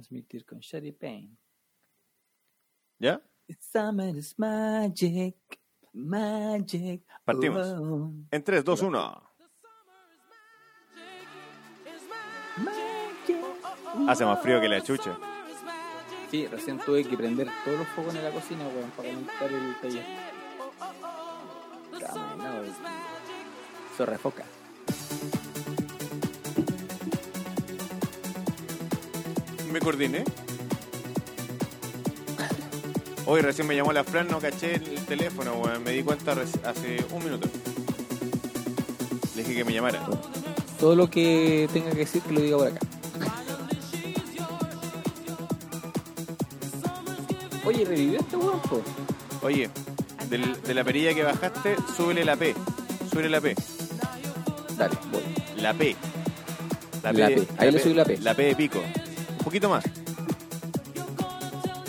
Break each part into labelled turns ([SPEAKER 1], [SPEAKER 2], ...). [SPEAKER 1] transmitir con Shady Pain.
[SPEAKER 2] ¿Ya?
[SPEAKER 1] Summer is magic, magic.
[SPEAKER 2] Partimos.
[SPEAKER 1] oh,
[SPEAKER 2] En 3, 2, 1.
[SPEAKER 1] magic.
[SPEAKER 2] Hace más frío que la chucha.
[SPEAKER 1] Sí, recién tuve que prender todos los focos en la cocina, weón, para calentar el taller. Cama, no, weón. Se refoca.
[SPEAKER 2] Me coordiné. Hoy recién me llamó la Fran, no caché el teléfono, weón. Me di cuenta reci- hace un minuto. Le dije que me llamara.
[SPEAKER 1] Todo lo que tenga que decir, que lo diga por acá. Oye, revivió este weón, po?
[SPEAKER 2] Oye, del- de la perilla que bajaste, súbele la P. Súbele la P.
[SPEAKER 1] Dale, voy.
[SPEAKER 2] La P.
[SPEAKER 1] La
[SPEAKER 2] de-
[SPEAKER 1] P. Ahí le subí la P.
[SPEAKER 2] La P de pico. Un poquito más.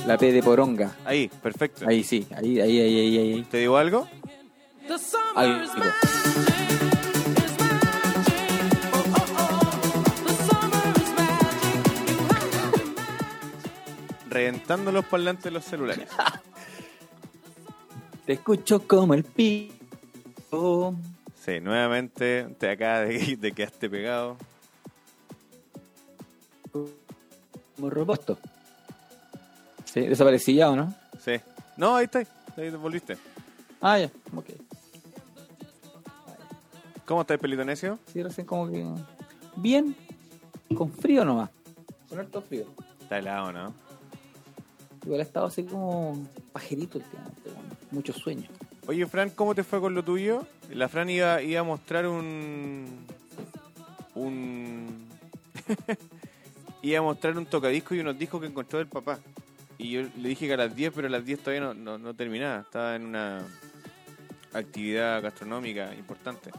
[SPEAKER 1] La P de poronga.
[SPEAKER 2] Ahí, perfecto.
[SPEAKER 1] Ahí sí, ahí, ahí, ahí, ahí, ahí.
[SPEAKER 2] ¿Te digo algo?
[SPEAKER 1] Algo.
[SPEAKER 2] Reventando los parlantes de los celulares.
[SPEAKER 1] Te escucho como el pico.
[SPEAKER 2] Sí, nuevamente te acá de, de quedaste pegado.
[SPEAKER 1] Como robusto. Sí, desaparecí ya, ¿o no?
[SPEAKER 2] Sí. No, ahí está. Ahí volviste.
[SPEAKER 1] Ah, ya, ok.
[SPEAKER 2] ¿Cómo estás, pelito necio?
[SPEAKER 1] Sí, recién como que. Bien, con frío nomás. Con harto frío.
[SPEAKER 2] Está helado, ¿no?
[SPEAKER 1] Igual ha estado así como pajerito últimamente, bueno, mucho sueño.
[SPEAKER 2] Oye, Fran, ¿cómo te fue con lo tuyo? La Fran iba, iba a mostrar un. Un. iba a mostrar un tocadisco y unos discos que encontró del papá. Y yo le dije que a las 10, pero a las 10 todavía no, no, no terminaba. Estaba en una actividad gastronómica importante.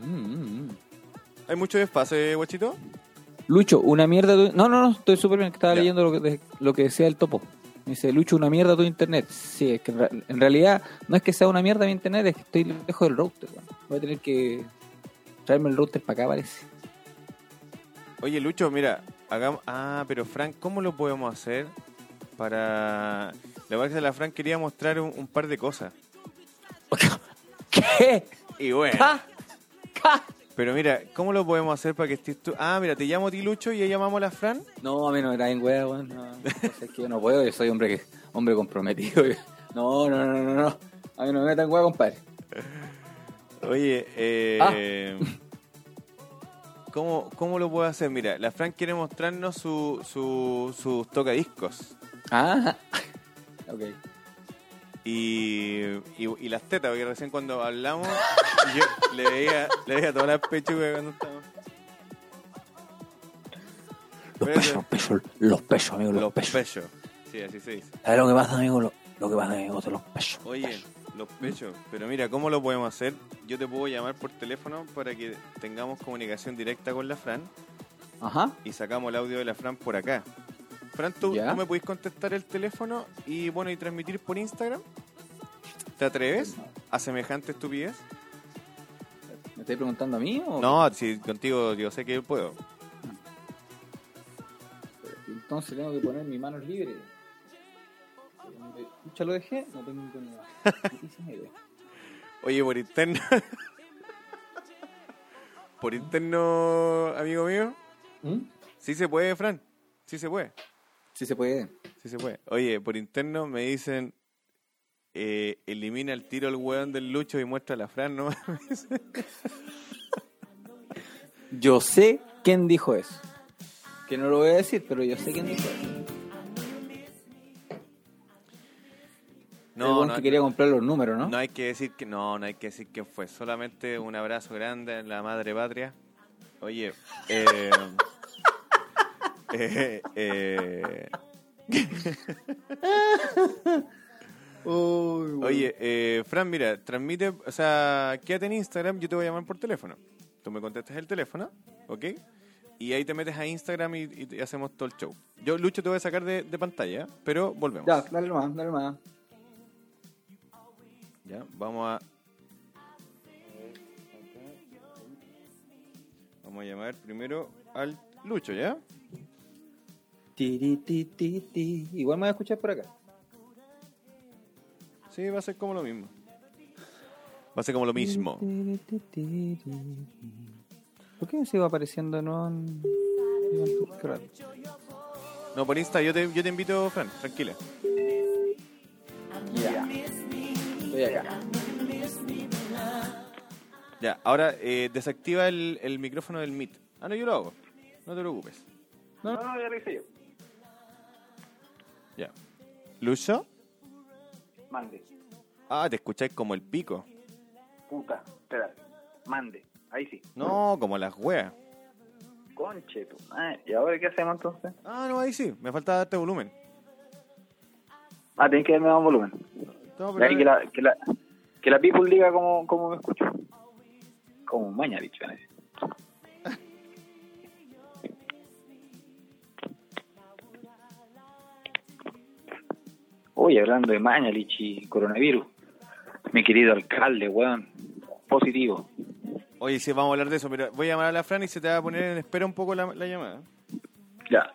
[SPEAKER 1] Mm, mm, mm.
[SPEAKER 2] ¿Hay mucho desfase, guachito?
[SPEAKER 1] Lucho, una mierda. tu- No, no, no, estoy súper bien. que Estaba
[SPEAKER 2] Ya.
[SPEAKER 1] leyendo lo que, de- lo que decía el topo. Me dice, Lucho, una mierda tu internet. Sí, es que en, ra- en realidad no es que sea una mierda mi internet, es que estoy lejos del router. weón. Voy a tener que traerme el router para acá, parece.
[SPEAKER 2] Oye, Lucho, mira, hagamos. Ah, pero Fran, ¿cómo lo podemos hacer? Para. La verdad es que la Fran quería mostrar un, un par de cosas.
[SPEAKER 1] ¿Qué?
[SPEAKER 2] Y bueno.
[SPEAKER 1] ¿Ca? ¿Ca?
[SPEAKER 2] Ah. Pero mira, ¿cómo lo podemos hacer para que estés tú? Ah, mira, te llamo a ti, Lucho, y ya llamamos a la Fran.
[SPEAKER 1] No, a mí no me traen weá, weón. No, no, es que yo no puedo, yo soy hombre que hombre comprometido. yo- No, no, no, no, no. A mí no me metan weá, compadre.
[SPEAKER 2] Oye, eh, ¿cómo, ¿cómo lo puedo hacer? Mira, la Fran quiere mostrarnos su, su- sus tocadiscos
[SPEAKER 1] Ah, ok.
[SPEAKER 2] y, y, y las tetas, porque recién cuando hablamos, yo le veía, le veía todas las pechugas cuando estábamos.
[SPEAKER 3] Los
[SPEAKER 2] Pero-
[SPEAKER 3] pesos, los pesos, los pesos, amigo, los,
[SPEAKER 2] Los
[SPEAKER 3] pesos.
[SPEAKER 2] pechos. Sí, así se dice.
[SPEAKER 3] ¿Sabes lo que pasa, amigo? Lo, lo que pasa, amigo, son los pesos. los
[SPEAKER 2] Oye,
[SPEAKER 3] pesos.
[SPEAKER 2] los pechos. Pero mira, ¿cómo lo podemos hacer? Yo te puedo llamar por teléfono para que tengamos comunicación directa con la Fran
[SPEAKER 1] Ajá.
[SPEAKER 2] y sacamos el audio de la Fran por acá. Fran, ¿tú,
[SPEAKER 1] Ya.
[SPEAKER 2] tú me podés contestar el teléfono y bueno y transmitir por Instagram? ¿Te atreves a semejante estupidez?
[SPEAKER 1] ¿Me estáis preguntando a mí o.?
[SPEAKER 2] No, si contigo yo sé que puedo.
[SPEAKER 1] Entonces tengo que poner mis manos libres. Ya lo dejé, no tengo ninguna.
[SPEAKER 2] Oye, por interno. por interno, amigo mío. Sí se puede, Fran. Sí se puede.
[SPEAKER 1] ¿Mm? Sí se puede.
[SPEAKER 2] Sí se puede. Oye, por interno me dicen, eh, elimina el tiro al weón del Lucho y muestra a la Fran, ¿no?
[SPEAKER 1] Yo sé quién dijo eso. Que no lo voy a decir, pero yo sé quién dijo eso. El
[SPEAKER 2] no,
[SPEAKER 1] weón
[SPEAKER 2] no,
[SPEAKER 1] que quería comprar los números, ¿no?
[SPEAKER 2] no hay que decir que no, no hay que decir quién fue. Solamente un abrazo grande en la madre patria. Oye, eh, eh, eh, oye, eh, Fran, mira, transmite, o sea, quédate en Instagram, yo te voy a llamar por teléfono. Tú me contestas el teléfono, ¿ok? Y ahí te metes a Instagram y, y te- hacemos todo el show. Yo, Lucho, te voy a sacar de, de pantalla, pero volvemos.
[SPEAKER 1] Ya, dale más, dale más.
[SPEAKER 2] Ya, vamos a. Vamos a llamar primero al Lucho, ¿ya?
[SPEAKER 1] Tiri, ti, ti, ti. Igual me voy a escuchar por acá.
[SPEAKER 2] Sí, va a ser como lo mismo. Va a ser como lo mismo.
[SPEAKER 1] Tiri, ti, ti, ti. ¿Por qué no se iba apareciendo no en... en- qué raro.
[SPEAKER 2] No, por Insta, yo te, yo te invito, Fran, tranquila.
[SPEAKER 1] Estoy acá.
[SPEAKER 2] Ya, ahora eh, desactiva el, el micrófono del Meet. Ah, no, yo lo hago. No te preocupes.
[SPEAKER 4] No, no, ya lo hice yo.
[SPEAKER 2] Ya. ¿Lucho?
[SPEAKER 4] Mande.
[SPEAKER 2] Ah, te escucháis como el pico.
[SPEAKER 4] Puta. Espera. Mande. Ahí sí.
[SPEAKER 2] No, como las weas.
[SPEAKER 4] Conche, tu madre. ¿Y ahora qué hacemos entonces?
[SPEAKER 2] Ah, no, ahí sí. Me falta darte volumen.
[SPEAKER 4] Ah, tenés que darme más volumen.
[SPEAKER 2] No,
[SPEAKER 4] De
[SPEAKER 2] pero-
[SPEAKER 4] ahí que la, que la, que la people diga cómo, cómo me escucho. Como un maña, bicho. ¿eh? Oye, hablando de Mañalich y coronavirus, mi querido alcalde, weón, positivo.
[SPEAKER 2] Oye, sí, vamos a hablar de eso, pero voy a llamar a la Fran y se te va a poner en espera un poco la, la llamada.
[SPEAKER 4] Ya,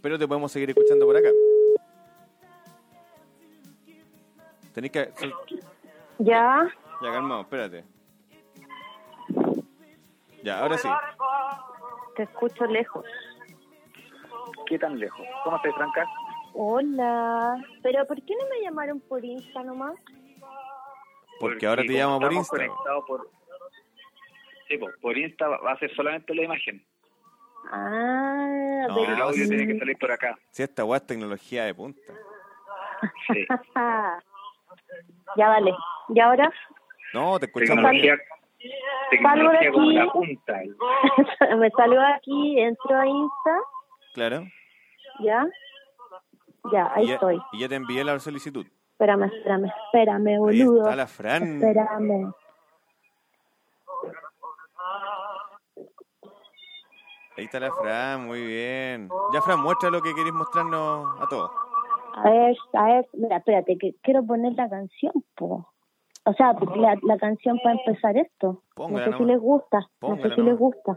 [SPEAKER 2] Pero te podemos seguir escuchando por acá. Tenés que... sol-
[SPEAKER 5] Ya,
[SPEAKER 2] Ya, calmado, espérate. Ya, ahora sí.
[SPEAKER 5] te escucho lejos.
[SPEAKER 4] ¿qué tan lejos? ¿Cómo se tranca?
[SPEAKER 5] Hola. ¿Pero por qué no me llamaron por Insta nomás?
[SPEAKER 2] Porque ahora te
[SPEAKER 4] como
[SPEAKER 2] llamo por
[SPEAKER 4] estamos
[SPEAKER 2] Insta.
[SPEAKER 4] conectados por... Sí, po, por Insta va a ser solamente la imagen,
[SPEAKER 5] Ah,
[SPEAKER 2] No,
[SPEAKER 5] pero...
[SPEAKER 4] pero el audio tiene que salir por acá.
[SPEAKER 2] Si esta weá es tecnología de punta.
[SPEAKER 4] Sí.
[SPEAKER 5] ya dale. ¿Y ahora?
[SPEAKER 2] No, te escuchamos.
[SPEAKER 4] tecnología,
[SPEAKER 5] Salgo de
[SPEAKER 4] tecnología como
[SPEAKER 5] aquí.
[SPEAKER 4] la punta.
[SPEAKER 5] me salgo de aquí, entro a Insta,
[SPEAKER 2] Claro.
[SPEAKER 5] ¿ya? Ya, ahí
[SPEAKER 2] y ya,
[SPEAKER 5] estoy.
[SPEAKER 2] Y ya te envié la solicitud.
[SPEAKER 5] Espérame, espérame, espérame,
[SPEAKER 2] Ahí
[SPEAKER 5] boludo.
[SPEAKER 2] está la Fran.
[SPEAKER 5] Espérame.
[SPEAKER 2] Ahí está la Fran, muy bien. Ya, Fran, muestra lo que querés mostrarnos a todos.
[SPEAKER 5] A ver, a ver, mira, espérate, que quiero poner la canción, po. O sea, la, la canción para empezar esto.
[SPEAKER 2] Póngala
[SPEAKER 5] no sé si
[SPEAKER 2] nomás.
[SPEAKER 5] les gusta, no
[SPEAKER 2] Póngala
[SPEAKER 5] sé si les
[SPEAKER 2] nomás.
[SPEAKER 5] gusta.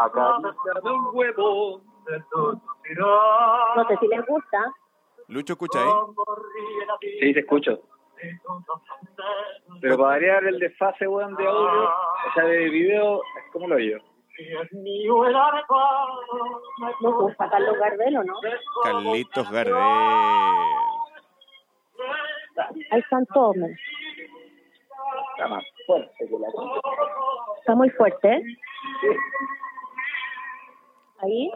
[SPEAKER 4] Acá.
[SPEAKER 5] No sé si les gusta.
[SPEAKER 2] Lucho, escucha ahí.
[SPEAKER 4] Sí, te escucho. Pero para variar el desfase, weón, de audio, o sea, de video, es como lo oigo.
[SPEAKER 5] Les gusta Carlos Gardel, ¿o no?
[SPEAKER 2] Carlitos Gardel.
[SPEAKER 5] Ahí están todos, men.
[SPEAKER 4] Está más fuerte que la concha.
[SPEAKER 5] Está muy fuerte, ¿eh? Ahí.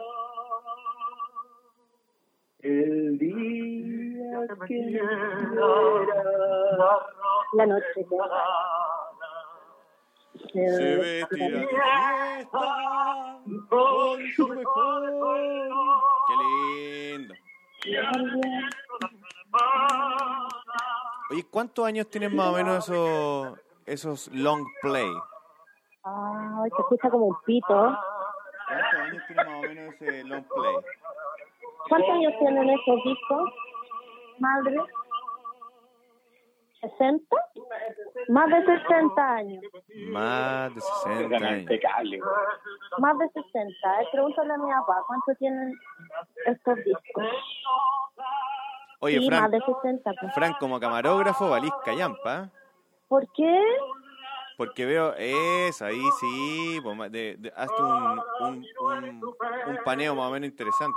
[SPEAKER 4] El día que
[SPEAKER 5] La noche. que-
[SPEAKER 2] Se vestirá de fiesta con su mejor. Qué lindo. Oye, ¿cuántos años tienen más o menos esos, esos long play?
[SPEAKER 5] Ay, se escucha como un pito.
[SPEAKER 2] ¿Cuántos años tienen más o menos ese long play?
[SPEAKER 5] ¿Cuántos años tienen esos discos? Madre. ¿60? Más de 60 años.
[SPEAKER 2] Más de 60
[SPEAKER 4] Gana
[SPEAKER 2] años.
[SPEAKER 4] impecable, weón.
[SPEAKER 5] Más de 60. Eh, Pregúntale a mi papá cuánto tienen estos discos.
[SPEAKER 2] Oye,
[SPEAKER 5] sí, más
[SPEAKER 2] Fran,
[SPEAKER 5] de 60. pues.
[SPEAKER 2] Fran como camarógrafo, valís callampa. ¿eh?
[SPEAKER 5] ¿Por qué?
[SPEAKER 2] Porque veo, eso, ahí sí, pues, ma- de- de- hazte un, un, un, un paneo más o menos interesante.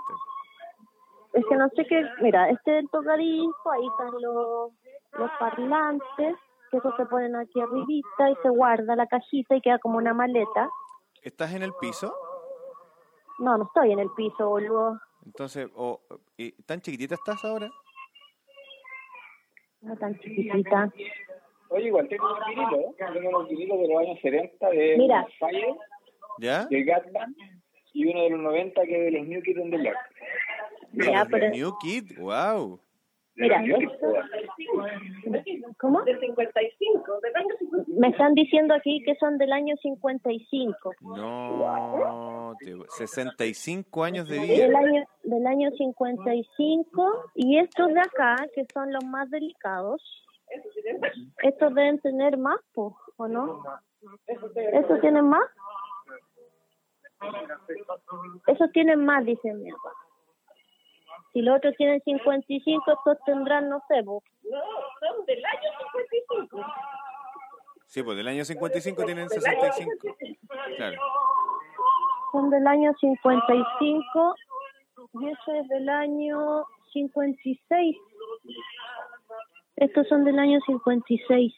[SPEAKER 5] Es que no sé qué. Mira, este es el tocadisco, ahí están los, los parlantes, que eso se ponen aquí arribita y se guarda la cajita y queda como una maleta.
[SPEAKER 2] ¿Estás en el piso?
[SPEAKER 5] No, no estoy en el piso, boludo.
[SPEAKER 2] Entonces, o y ¿tan chiquitita estás ahora?
[SPEAKER 5] No tan chiquitita.
[SPEAKER 4] Oye, igual tengo un vinilo, ¿eh? tengo unos vinilos de los años 70 de
[SPEAKER 5] Mira.
[SPEAKER 4] Fire,
[SPEAKER 2] ¿Ya?
[SPEAKER 4] de Gatman, y uno de los 90 que es de los New Kids on the Block.
[SPEAKER 2] De
[SPEAKER 5] Ya,
[SPEAKER 2] los
[SPEAKER 5] pero-
[SPEAKER 2] New Kid, wow.
[SPEAKER 4] De los
[SPEAKER 5] Mira.
[SPEAKER 4] New Kids, weón.
[SPEAKER 5] ¿Cómo? De 55. Me están diciendo aquí que son del año 55.
[SPEAKER 2] No, te- 65 años de
[SPEAKER 5] Del
[SPEAKER 2] vida.
[SPEAKER 5] año, del año 55. Y estos de acá, que son los más delicados, Estos deben tener más, po, ¿o no? ¿Estos tienen más? Esos tienen más, dice mi papá. Si los otros tienen 55, estos tendrán, no sé, po,
[SPEAKER 2] Sí, pues del año 55 tienen 65. Claro.
[SPEAKER 5] son del año 55 y eso es del año 56. Estos son del año 56.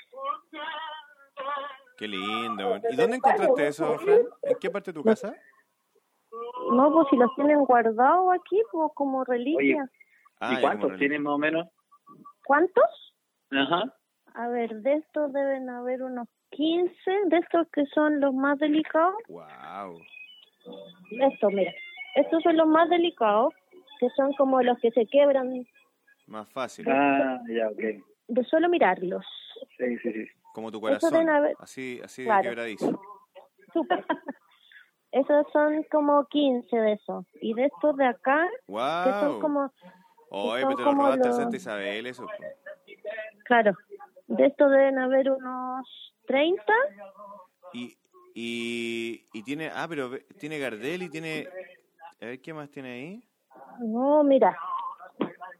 [SPEAKER 2] Qué lindo. weón. ¿Y dónde encontraste eso, Fran? ¿En qué parte de tu casa?
[SPEAKER 5] No, pues si los tienen guardados aquí, pues como reliquia.
[SPEAKER 4] Oye.
[SPEAKER 2] Ah,
[SPEAKER 4] ¿Y cuántos
[SPEAKER 2] tienen?
[SPEAKER 4] tienen más o menos?
[SPEAKER 5] ¿Cuántos?
[SPEAKER 4] Ajá.
[SPEAKER 5] A ver, de estos deben haber unos 15, de estos que son los más delicados.
[SPEAKER 2] Wow.
[SPEAKER 5] Estos, mira, estos son los más delicados, que son como los que se quebran
[SPEAKER 2] Más fácil.
[SPEAKER 4] Ah, ya, ok.
[SPEAKER 5] de solo mirarlos.
[SPEAKER 4] Sí, sí, sí.
[SPEAKER 2] Como tu
[SPEAKER 5] Eso
[SPEAKER 2] corazón.
[SPEAKER 5] deben haber-
[SPEAKER 2] Así, así de
[SPEAKER 5] Claro.
[SPEAKER 2] quebradizo.
[SPEAKER 5] Súper. Esos son como 15 de esos. Y de estos de acá, que son
[SPEAKER 2] Wow.
[SPEAKER 5] como,
[SPEAKER 2] Oye,
[SPEAKER 5] son
[SPEAKER 2] Oh, eh, pero te lo
[SPEAKER 5] como
[SPEAKER 2] robaste a
[SPEAKER 5] los-
[SPEAKER 2] Santa Isabel, eso. po.
[SPEAKER 5] claro, de estos deben haber unos 30.
[SPEAKER 2] Y, y, y tiene. Ah, pero ve- tiene Gardel y tiene. A ver, ¿qué más tiene ahí?
[SPEAKER 5] No, mira,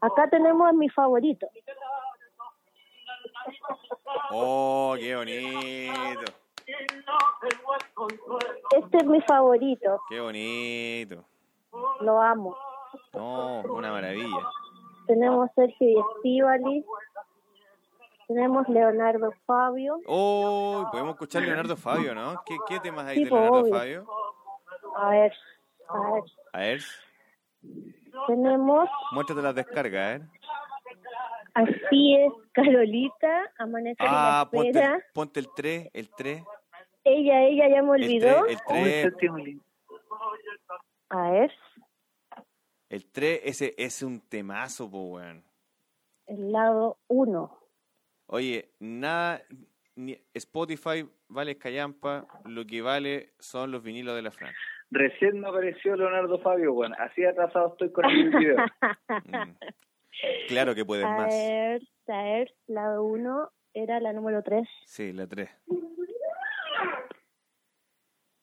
[SPEAKER 5] acá tenemos a mi favorito.
[SPEAKER 2] Oh, qué bonito.
[SPEAKER 5] Este es mi favorito,
[SPEAKER 2] Qué bonito.
[SPEAKER 5] lo amo.
[SPEAKER 2] No, una maravilla.
[SPEAKER 5] Tenemos Sergio y Estivali. Tenemos Leonardo Fabio.
[SPEAKER 2] Oh, podemos escuchar Leonardo Fabio, ¿no? ¿Qué, qué temas hay
[SPEAKER 5] Sí,
[SPEAKER 2] de
[SPEAKER 5] po,
[SPEAKER 2] Leonardo
[SPEAKER 5] obvio.
[SPEAKER 2] Fabio?
[SPEAKER 5] A ver, a ver.
[SPEAKER 2] A ver,
[SPEAKER 5] Tenemos
[SPEAKER 2] muéstrate las descargas, ¿eh?
[SPEAKER 5] Así es, Carolita, Amanecer
[SPEAKER 2] Ah,
[SPEAKER 5] en la
[SPEAKER 2] ponte,
[SPEAKER 5] espera.
[SPEAKER 2] ponte el 3, el 3.
[SPEAKER 5] Ella, ella ya me
[SPEAKER 2] El
[SPEAKER 5] olvidó.
[SPEAKER 2] 3, este, el
[SPEAKER 4] Oh,
[SPEAKER 2] 3.
[SPEAKER 4] este tiene un lindo.
[SPEAKER 5] A ver,
[SPEAKER 2] El 3, ese es un temazo, po, weón.
[SPEAKER 5] el lado uno.
[SPEAKER 2] Oye, nada, ni Spotify vale callampa, lo que vale son los vinilos de la Fran.
[SPEAKER 4] Recién me apareció Leonardo Fabio, bueno, así atrasado estoy con el video.
[SPEAKER 2] Mm. Claro que puedes
[SPEAKER 5] A
[SPEAKER 2] más.
[SPEAKER 4] Eh.
[SPEAKER 5] ver, a ver, lado uno era la número tres.
[SPEAKER 2] Sí, la 3.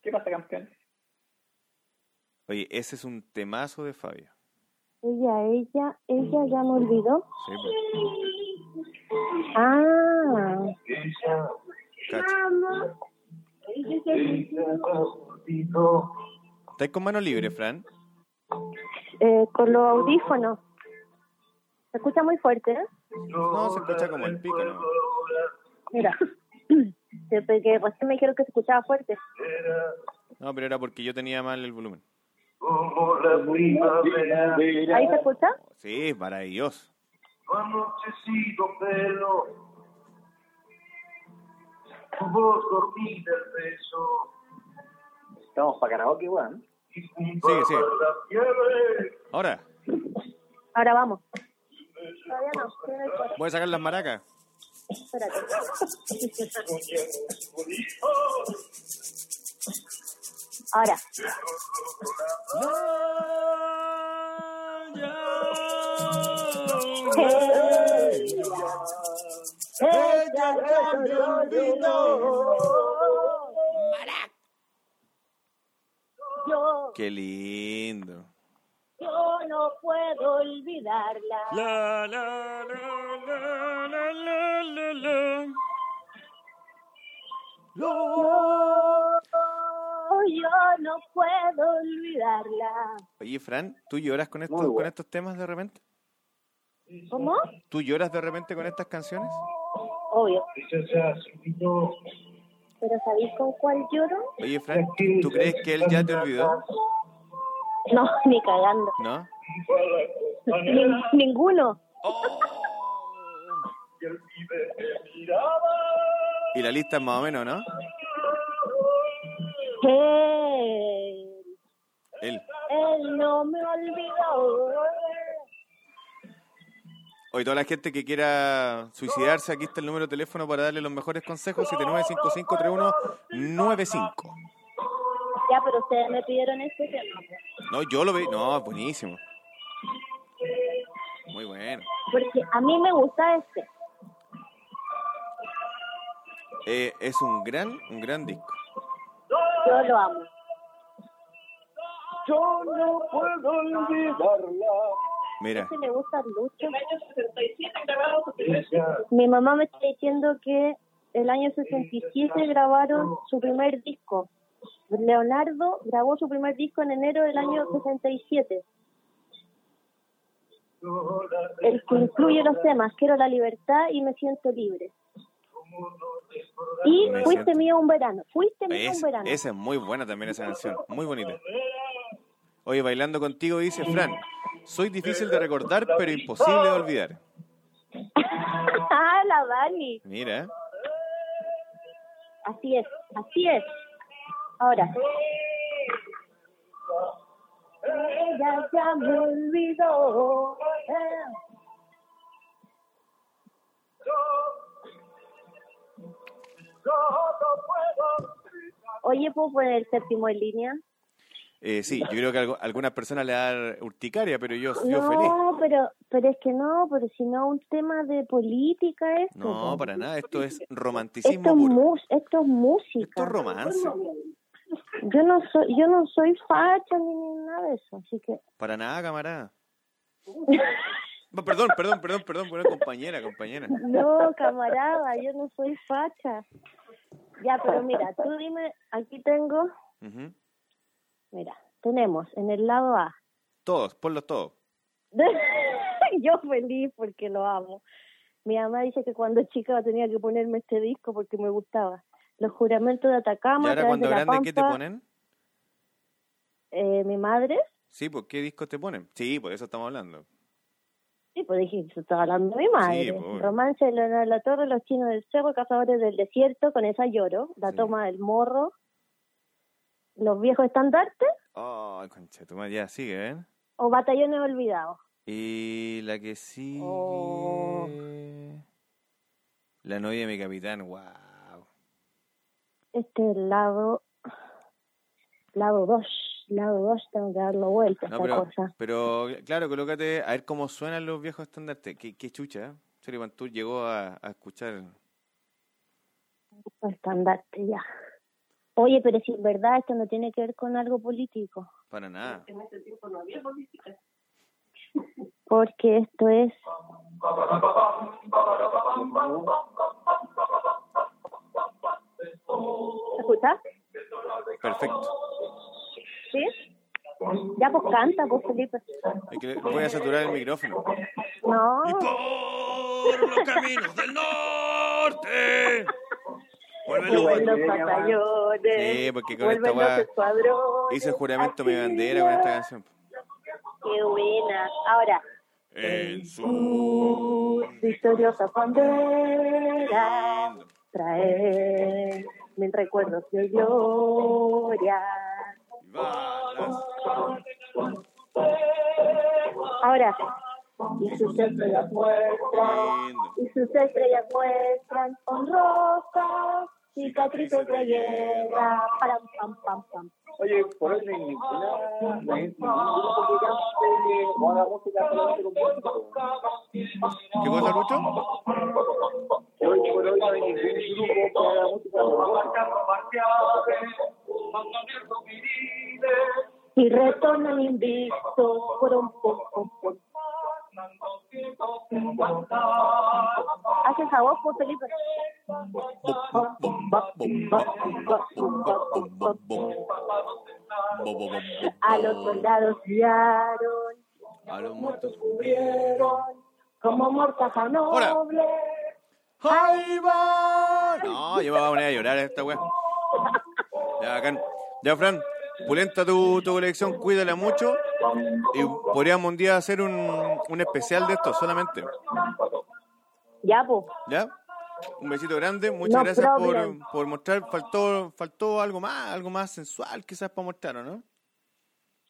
[SPEAKER 4] ¿Qué pasa, campeón?
[SPEAKER 2] Oye, ese es un temazo de Fabio.
[SPEAKER 5] Ella, ella, ella ya me olvidó.
[SPEAKER 2] Sí, pues, po.
[SPEAKER 5] Ah,
[SPEAKER 2] Cacha. ¿Estás con mano libre, Fran?
[SPEAKER 5] eh, con los audífonos. Se escucha muy fuerte, ¿eh?
[SPEAKER 2] No, se escucha como el pico, ¿no?
[SPEAKER 5] Mira. Sí, Porque pues sí me dijeron que se escuchaba fuerte.
[SPEAKER 2] No, pero era porque yo tenía mal el volumen.
[SPEAKER 5] ¿Ahí se escucha?
[SPEAKER 2] Sí, maravilloso.
[SPEAKER 6] Anochecido pelo, tu voz dormida el beso,
[SPEAKER 4] Estamos para karaoke, weón.
[SPEAKER 6] y
[SPEAKER 2] Sigue,
[SPEAKER 6] juntos
[SPEAKER 2] sigue.
[SPEAKER 6] la fiebre,
[SPEAKER 2] Ahora,
[SPEAKER 5] Ahora vamos. Todavía no, tiene el corte,
[SPEAKER 2] voy a sacar las maracas.
[SPEAKER 5] espérate. Ahora. Ella ya me olvidó. Yo,
[SPEAKER 2] Qué lindo.
[SPEAKER 5] yo no puedo olvidarla. Yo, yo no puedo olvidarla.
[SPEAKER 2] Oye, Fran, ¿tú lloras con estos,
[SPEAKER 4] Muy bueno.
[SPEAKER 2] con estos temas de repente?
[SPEAKER 5] ¿Cómo?
[SPEAKER 2] ¿Tú lloras de repente con estas canciones?
[SPEAKER 5] Obvio.
[SPEAKER 6] ella ya se olvidó.
[SPEAKER 5] ¿Pero sabéis con cuál lloro?
[SPEAKER 2] Oye, Fran, ¿tú crees que él ya te olvidó?
[SPEAKER 5] No, ni cagando.
[SPEAKER 2] ¿No?
[SPEAKER 5] Nin- ninguno.
[SPEAKER 2] Y la lista es más o menos, ¿no?
[SPEAKER 5] Él,
[SPEAKER 2] Él.
[SPEAKER 5] él no me olvidó.
[SPEAKER 2] Oye, toda la gente que quiera suicidarse, aquí está el número de teléfono para darle los mejores consejos, 79553195.
[SPEAKER 5] Ya, pero ustedes me pidieron este tema. pues.
[SPEAKER 2] No, yo lo vi. No, buenísimo. Muy bueno.
[SPEAKER 5] Porque a mí me gusta este.
[SPEAKER 2] Eh, es un gran, un gran disco.
[SPEAKER 5] Yo lo amo.
[SPEAKER 6] Yo no puedo olvidarla.
[SPEAKER 2] Mira,
[SPEAKER 5] ¿Qué le gusta a Lucho?
[SPEAKER 6] Ella
[SPEAKER 5] Mi mamá me está diciendo que el año 67 grabaron su primer disco. Leonardo grabó su primer disco en enero del año 67,
[SPEAKER 6] llora
[SPEAKER 5] el que incluye los temas Quiero la libertad y Me siento libre.
[SPEAKER 6] como no recordar.
[SPEAKER 5] Y
[SPEAKER 2] Me
[SPEAKER 5] Fuiste
[SPEAKER 2] siento-
[SPEAKER 5] mío un verano, Fuiste mío un
[SPEAKER 2] es-
[SPEAKER 5] verano.
[SPEAKER 2] esa es muy buena también esa canción, muy bonita. Oye, bailando contigo dice Fran, soy difícil de recordar pero imposible de olvidar.
[SPEAKER 5] ¡Ah, la Dani!
[SPEAKER 2] Mira,
[SPEAKER 5] Así es, así es. Ahora. Ella ya me olvidó. eh. Oye, ¿puedo poner el séptimo en línea?
[SPEAKER 2] eh, sí, yo creo que algo- algunas personas le dan urticaria, pero yo, yo feliz.
[SPEAKER 5] No, pero, pero es que no, pero si no, un tema de política esto.
[SPEAKER 2] No,
[SPEAKER 5] po.
[SPEAKER 2] para nada, esto es
[SPEAKER 5] Esto
[SPEAKER 2] romanticismo
[SPEAKER 5] es,
[SPEAKER 2] puro.
[SPEAKER 5] mus- esto es música.
[SPEAKER 2] Esto es romance.
[SPEAKER 5] Yo no soy, yo no soy facha ni nada de eso, así que
[SPEAKER 2] Para nada, camarada. No, Perdón, perdón, perdón, perdón, buena compañera, compañera.
[SPEAKER 5] no, camarada, yo no soy facha. Ya, pero mira, tú dime, aquí tengo,
[SPEAKER 2] Ujú.
[SPEAKER 5] mira, tenemos en el lado A.
[SPEAKER 2] Todos, ponlos todos.
[SPEAKER 5] yo feliz porque lo amo. Mi mamá dice que cuando chica tenía que ponerme este disco porque me gustaba. Los juramentos de
[SPEAKER 2] Y
[SPEAKER 5] Atacama, a
[SPEAKER 2] ahora
[SPEAKER 5] través
[SPEAKER 2] cuando
[SPEAKER 5] de la
[SPEAKER 2] grande, ¿qué te
[SPEAKER 5] Pampa,
[SPEAKER 2] ponen?
[SPEAKER 5] eh, mi madre,
[SPEAKER 2] Sí, pues, ¿qué discos te ponen? Sí, por eso estamos hablando.
[SPEAKER 5] Sí, pues dije, se estaba hablando de mi madre.
[SPEAKER 2] Sí, pues, obvio.
[SPEAKER 5] Romance de Leonardo de la Torre, Los chinos del cerro, Cazadores del desierto, con esa lloro, La
[SPEAKER 2] Sí.
[SPEAKER 5] toma del morro, Los viejos estandartes
[SPEAKER 2] Oh, concha, tu madre, ya sigue, ¿eh?
[SPEAKER 5] o Batallones olvidados.
[SPEAKER 2] Y la que sigue...
[SPEAKER 5] Oh.
[SPEAKER 2] La novia de mi capitán, wow.
[SPEAKER 5] Este es el lado, lado 2, lado 2, tengo que darlo vuelta
[SPEAKER 2] No,
[SPEAKER 5] esta
[SPEAKER 2] pero,
[SPEAKER 5] cosa.
[SPEAKER 2] pero claro, colócate a ver cómo suenan los viejos estandartes. Qué, qué chucha, ¿eh? Chori Pantur llegó a, a escuchar.
[SPEAKER 5] Estandarte ya. Oye, pero si en verdad esto no tiene que ver con algo político,
[SPEAKER 2] Para nada.
[SPEAKER 5] porque esto es ¿Me escuchas?
[SPEAKER 2] Perfecto.
[SPEAKER 5] ¿Sí? Ya pues canta, pues Felipe.
[SPEAKER 2] Es que le- voy a saturar el micrófono.
[SPEAKER 5] No,
[SPEAKER 2] Por los caminos del norte.
[SPEAKER 5] vuelven los batallones,
[SPEAKER 2] Sí, porque con
[SPEAKER 5] vuelven
[SPEAKER 2] esta
[SPEAKER 5] los
[SPEAKER 2] weá
[SPEAKER 5] escuadrones.
[SPEAKER 2] hice juramento mi
[SPEAKER 5] así
[SPEAKER 2] bandera con esta canción.
[SPEAKER 5] Qué buena. Ahora,
[SPEAKER 2] En
[SPEAKER 5] sus victoriosas banderas traer mil recuerdos de gloria.
[SPEAKER 2] balas.
[SPEAKER 5] Ahora, y sus estrellas muestran,
[SPEAKER 2] Lindo.
[SPEAKER 5] y sus estrellas muestran honrosas cicatrices de guerra. Param, pam, pam, pam.
[SPEAKER 4] Oye, por hoy no hay ninguna, no hay ningún grupo que cante o haga música solamente con música.
[SPEAKER 2] ¿Qué cosa, Lucho?
[SPEAKER 4] Que hoy por hoy no hay ningún grupo que haga música con música.
[SPEAKER 5] y retornan invictos por un poco. Haces a vos, pues, Felipe. A
[SPEAKER 2] Oh.
[SPEAKER 5] los soldados guiaron,
[SPEAKER 2] A los muertos.
[SPEAKER 5] cubrieron, como mortaja noble.
[SPEAKER 2] ¡Ahí va! No, yo me voy a poner a llorar a esta weá. Ya, bacán. Ya, Fran, pulenta tu, tu colección, cuídala mucho. Y podríamos un día hacer un, un especial de esto solamente.
[SPEAKER 5] Ya, pues.
[SPEAKER 2] ¿Ya? Un besito grande, muchas
[SPEAKER 5] No
[SPEAKER 2] gracias por,
[SPEAKER 5] problem.
[SPEAKER 2] por mostrar. Faltó, faltó algo más, algo más sensual quizás para mostrar, ¿o no?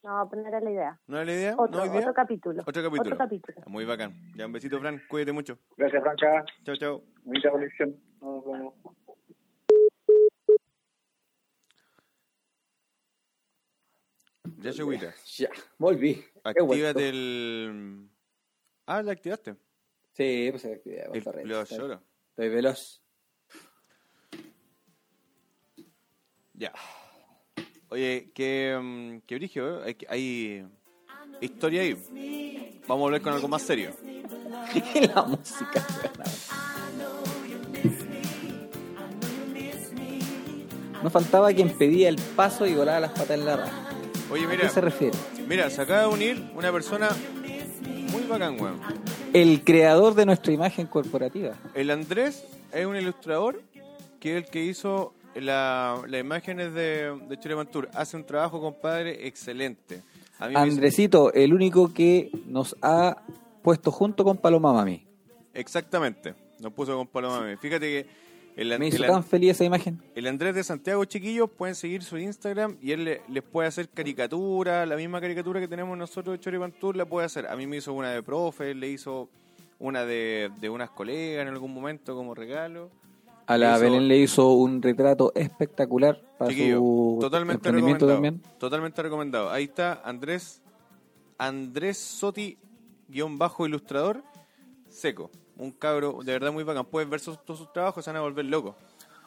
[SPEAKER 5] No, pero no era la idea.
[SPEAKER 2] ¿No era la idea?
[SPEAKER 5] Otro,
[SPEAKER 2] ¿No hay idea?
[SPEAKER 5] otro capítulo.
[SPEAKER 2] Otro capítulo.
[SPEAKER 5] Otro capítulo.
[SPEAKER 2] Muy bacán. Ya, un besito, Fran. Cuídate mucho.
[SPEAKER 4] Gracias, Franca.
[SPEAKER 2] Chao, chao.
[SPEAKER 4] Mucha conexión. Nos vemos.
[SPEAKER 2] Ya, Chagüita.
[SPEAKER 1] Ya, volví. He vuelto.
[SPEAKER 2] Actívate el... Ah, la activaste.
[SPEAKER 1] Sí, pues actividad.
[SPEAKER 2] El,
[SPEAKER 1] vuelta a redes.
[SPEAKER 2] lo
[SPEAKER 1] Estoy-
[SPEAKER 2] lloro.
[SPEAKER 1] Estoy veloz.
[SPEAKER 2] Ya. Oye, qué, mm, qué brillo, ¿eh? Hay, que- hay historia ahí. Vamos a hablar con algo más serio.
[SPEAKER 1] la música. No faltaba quien pedía el paso y volaba las patas en la raja.
[SPEAKER 2] Oye,
[SPEAKER 1] ¿A qué
[SPEAKER 2] mira,
[SPEAKER 1] se refiere?
[SPEAKER 2] mira, se acaba de unir una persona muy bacán, weón.
[SPEAKER 1] El creador de nuestra imagen corporativa.
[SPEAKER 2] El Andrés es un ilustrador que es el que hizo la- las imágenes de, de Chile Mantur. Hace un trabajo, compadre, excelente. A mí me hizo-
[SPEAKER 1] Andresito, el único que nos ha puesto junto con Paloma Mami.
[SPEAKER 2] Exactamente. Nos puso con Paloma Mami. Fíjate que el,
[SPEAKER 1] Me hizo
[SPEAKER 2] el-
[SPEAKER 1] tan feliz esa imagen.
[SPEAKER 2] el Andrés de Santiago, chiquillos, pueden seguir su Instagram y él le- les puede hacer caricaturas. La misma caricatura que tenemos nosotros de Chile Mantur la puede hacer. A mí me hizo una de profe, él le hizo una de, de unas colegas en algún momento como regalo.
[SPEAKER 1] A la
[SPEAKER 2] Hizo-
[SPEAKER 1] Belén le hizo un retrato espectacular para
[SPEAKER 2] Chiquillo,
[SPEAKER 1] su
[SPEAKER 2] totalmente
[SPEAKER 1] emprendimiento
[SPEAKER 2] recomendado.
[SPEAKER 1] también.
[SPEAKER 2] Totalmente recomendado. Ahí está Andrés Andrés Soti guión bajo ilustrador seco. Un cabro de verdad muy bacán. Pueden ver sus- todos sus trabajos, se van a volver locos.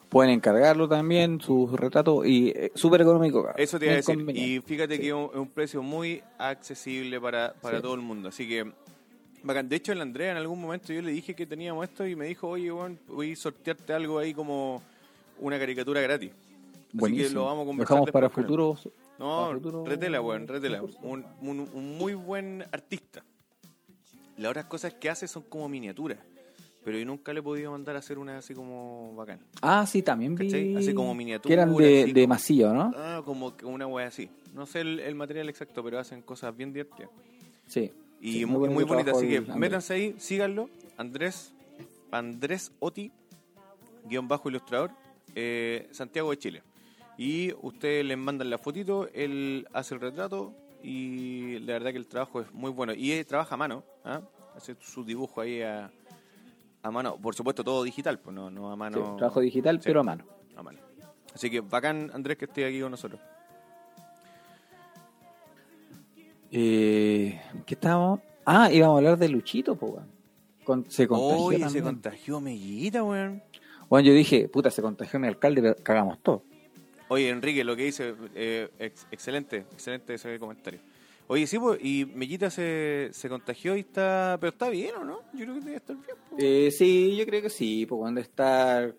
[SPEAKER 1] Pueden encargarlo también, su retrato, y eh, súper económico. cabrón.
[SPEAKER 2] Eso te iba a
[SPEAKER 1] No
[SPEAKER 2] decir.
[SPEAKER 1] inconveniente.
[SPEAKER 2] Y fíjate que es un, es un precio muy accesible para, para
[SPEAKER 1] Sí.
[SPEAKER 2] todo el mundo. Así que, bacán. De hecho, el Andrea en algún momento yo le dije que teníamos esto y me dijo, oye, weón, voy a sortearte algo ahí como una caricatura gratis. Así
[SPEAKER 1] Buenísimo.
[SPEAKER 2] que lo vamos a conversar
[SPEAKER 1] Dejamos para
[SPEAKER 2] después con él.
[SPEAKER 1] futuros.
[SPEAKER 2] No,
[SPEAKER 1] para futuro-
[SPEAKER 2] retela, weón, retela. Un, un- un muy buen artista. Las otras cosas que hace son como miniaturas. Pero yo nunca le he podido mandar a hacer una así como bacán.
[SPEAKER 1] Ah, sí, también vi.
[SPEAKER 2] ¿Cachai? Así como
[SPEAKER 1] Que eran
[SPEAKER 2] miniatura,
[SPEAKER 1] de,
[SPEAKER 2] así
[SPEAKER 1] de
[SPEAKER 2] como-
[SPEAKER 1] masillo, ¿no?
[SPEAKER 2] Ah, como que una wea así. No sé el, el material exacto, pero hacen cosas bien divertidas.
[SPEAKER 1] Sí.
[SPEAKER 2] Y
[SPEAKER 1] Sí,
[SPEAKER 2] muy,
[SPEAKER 1] bonito
[SPEAKER 2] muy bonitas.
[SPEAKER 1] trabajo
[SPEAKER 2] Así que
[SPEAKER 1] el Andrés.
[SPEAKER 2] métanse ahí, síganlo. Andrés, Andrés Oti, guión bajo ilustrador, eh, Santiago de Chile. Y ustedes les mandan la fotito, él hace el retrato y la verdad que el trabajo es muy bueno. Y él trabaja a mano, ¿ah? hace su dibujo ahí a, a mano. Por supuesto, todo digital, pues no, no a
[SPEAKER 1] Sí,
[SPEAKER 2] mano.
[SPEAKER 1] trabajo digital,
[SPEAKER 2] Sí.
[SPEAKER 1] pero a mano.
[SPEAKER 2] a mano. Así que bacán, Andrés, que esté aquí con nosotros.
[SPEAKER 1] Eh, ¿Qué estábamos? Ah, íbamos a hablar de Luchito, po, weón. Con- se contagió
[SPEAKER 2] Oye, se
[SPEAKER 1] también.
[SPEAKER 2] contagió Mellita, weón.
[SPEAKER 1] Bueno, yo dije, puta, se contagió mi alcalde, pero cagamos todo.
[SPEAKER 2] Oye, Enrique, lo que dice, eh, ex- excelente, excelente ese comentario. Oye, sí, pues, y Mellita se, se contagió y está, pero está bien, ¿o no? Yo creo que debe estar bien. po.
[SPEAKER 1] Eh, sí, yo creo que sí, pues cuando estar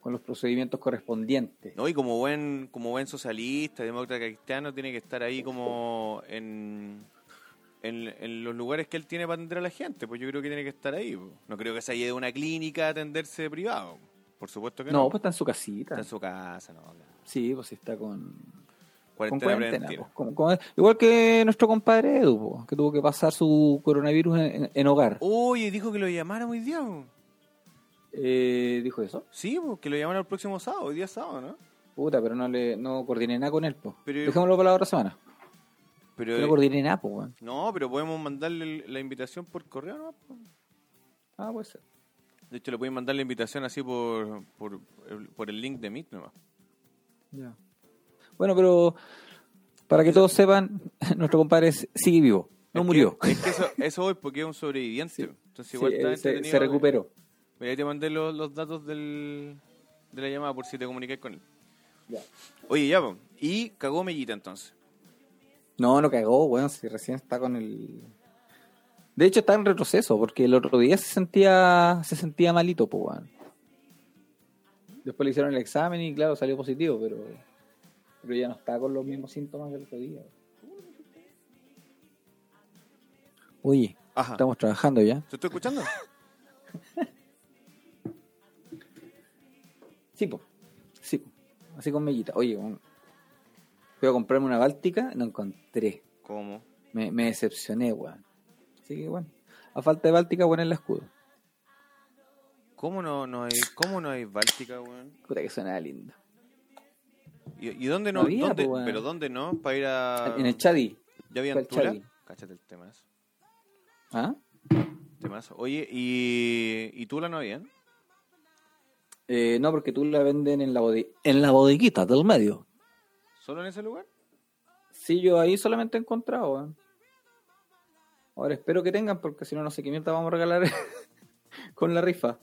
[SPEAKER 1] con los procedimientos correspondientes.
[SPEAKER 2] No, y como buen, como buen socialista, demócrata cristiano, tiene que estar ahí como en, en, en los lugares que él tiene para atender a la gente, pues yo creo que tiene que estar ahí. po. No creo que se haya ido a una clínica a atenderse privado, por supuesto que
[SPEAKER 1] No,
[SPEAKER 2] no.
[SPEAKER 1] pues está en su casita.
[SPEAKER 2] Está en su casa, no. claro.
[SPEAKER 1] Sí, pues está con, con
[SPEAKER 2] Cuarentena,
[SPEAKER 1] cuarentena.
[SPEAKER 2] preventiva.
[SPEAKER 1] pues, como- como- igual que nuestro compadre Edu, po, que tuvo que pasar su coronavirus en, en- en hogar.
[SPEAKER 2] Oye, dijo que lo llamara hoy día. po.
[SPEAKER 1] Eh, dijo eso.
[SPEAKER 2] Sí, po, que lo llamaran el próximo sábado, hoy día es sábado, ¿no?
[SPEAKER 1] Puta, pero no le no coordiné nada con él, po.
[SPEAKER 2] Pero-
[SPEAKER 1] Dejémoslo para la otra semana.
[SPEAKER 2] Pero, eh,
[SPEAKER 1] Yo no coordiné nada, po, weón.
[SPEAKER 2] no, pero podemos mandarle el- la invitación por correo, ¿no?
[SPEAKER 1] Ah, puede ser.
[SPEAKER 2] De hecho, le pueden mandar la invitación así por, por, por el link de Meet nomás.
[SPEAKER 1] Ya. Bueno, pero para que todos sepan, nuestro compadre es- sigue vivo, no
[SPEAKER 2] Es que-
[SPEAKER 1] murió.
[SPEAKER 2] es que eso, eso hoy porque es un sobreviviente. Entonces
[SPEAKER 1] Sí,
[SPEAKER 2] igual está
[SPEAKER 1] él se,
[SPEAKER 2] entretenido. eh.
[SPEAKER 1] se recuperó.
[SPEAKER 2] Mira, ahí te mandé los, los datos del, de la llamada por si te comuniqué con él.
[SPEAKER 1] Ya.
[SPEAKER 2] Oye, ya, po. Y cagó Mellita entonces.
[SPEAKER 1] No, no cagó, weón, si recién está con el... De hecho está en retroceso, porque el otro día se sentía se sentía malito, pues, weón. Después le hicieron el examen y claro, salió positivo, pero, pero ya no está con los mismos síntomas del otro día. Oye,
[SPEAKER 2] Ajá.
[SPEAKER 1] estamos trabajando ya.
[SPEAKER 2] ¿Te estoy escuchando?
[SPEAKER 1] Sí, po. Sí, po. Así con mellita. Oye, un- fui a comprarme una báltica, no encontré.
[SPEAKER 2] ¿Cómo?
[SPEAKER 1] Me, me decepcioné, weón. Así que bueno, a falta de báltica, bueno, el escudo.
[SPEAKER 2] ¿Cómo no, no hay, cómo no hay Báltica, weón?
[SPEAKER 1] Puta que suena lindo.
[SPEAKER 2] ¿Y, y dónde no?
[SPEAKER 1] No había,
[SPEAKER 2] dónde-
[SPEAKER 1] po, weón.
[SPEAKER 2] ¿Pero dónde no? Para ir a...
[SPEAKER 1] En el Chadi.
[SPEAKER 2] ¿Ya había
[SPEAKER 1] ¿Cuál
[SPEAKER 2] Antula?
[SPEAKER 1] Chavi?
[SPEAKER 2] Cáchate el temazo.
[SPEAKER 1] ¿Ah?
[SPEAKER 2] Temazo. Oye, ¿y, y Tula no habían?
[SPEAKER 1] Eh, no, porque tú la venden en la, bode- en la bodeguita del medio.
[SPEAKER 2] ¿Solo en ese lugar?
[SPEAKER 1] Sí, yo ahí solamente he encontrado, weón. Ahora espero que tengan, porque si no, no sé qué mierda vamos a regalar con la rifa.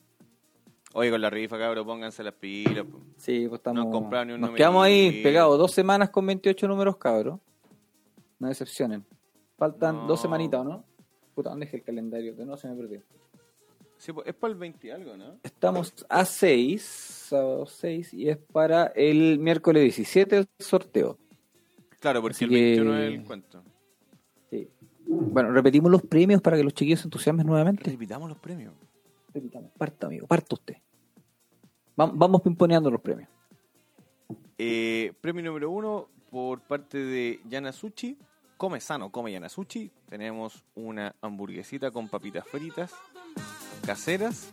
[SPEAKER 2] Oye, con la rifa, cabrón, pónganse las pilas. po.
[SPEAKER 1] Sí, pues estamos.
[SPEAKER 2] No han comprado ni un
[SPEAKER 1] nos
[SPEAKER 2] numerito.
[SPEAKER 1] quedamos ahí pegados dos semanas con 28 números, cabros. No decepcionen. Faltan
[SPEAKER 2] No.
[SPEAKER 1] dos semanitas, ¿o no? Puta, ¿dónde dejé el calendario? Que no se me perdió.
[SPEAKER 2] Sí, po, es para el 20 y algo, ¿no?
[SPEAKER 1] Estamos a 6, sábado 6, y es para el miércoles 17 el sorteo.
[SPEAKER 2] Claro, porque
[SPEAKER 1] Así
[SPEAKER 2] el
[SPEAKER 1] que-
[SPEAKER 2] 21 es el cuento.
[SPEAKER 1] Sí. Bueno, repetimos los premios para que los chiquillos se entusiasmen nuevamente.
[SPEAKER 2] Repitamos los premios.
[SPEAKER 1] Parta, amigo, parta usted. Vam- Vamos pimponeando los premios.
[SPEAKER 2] Eh, premio número uno por parte de Yanasuchi. Come sano, come Yanasuchi. Tenemos una hamburguesita con papitas fritas caseras.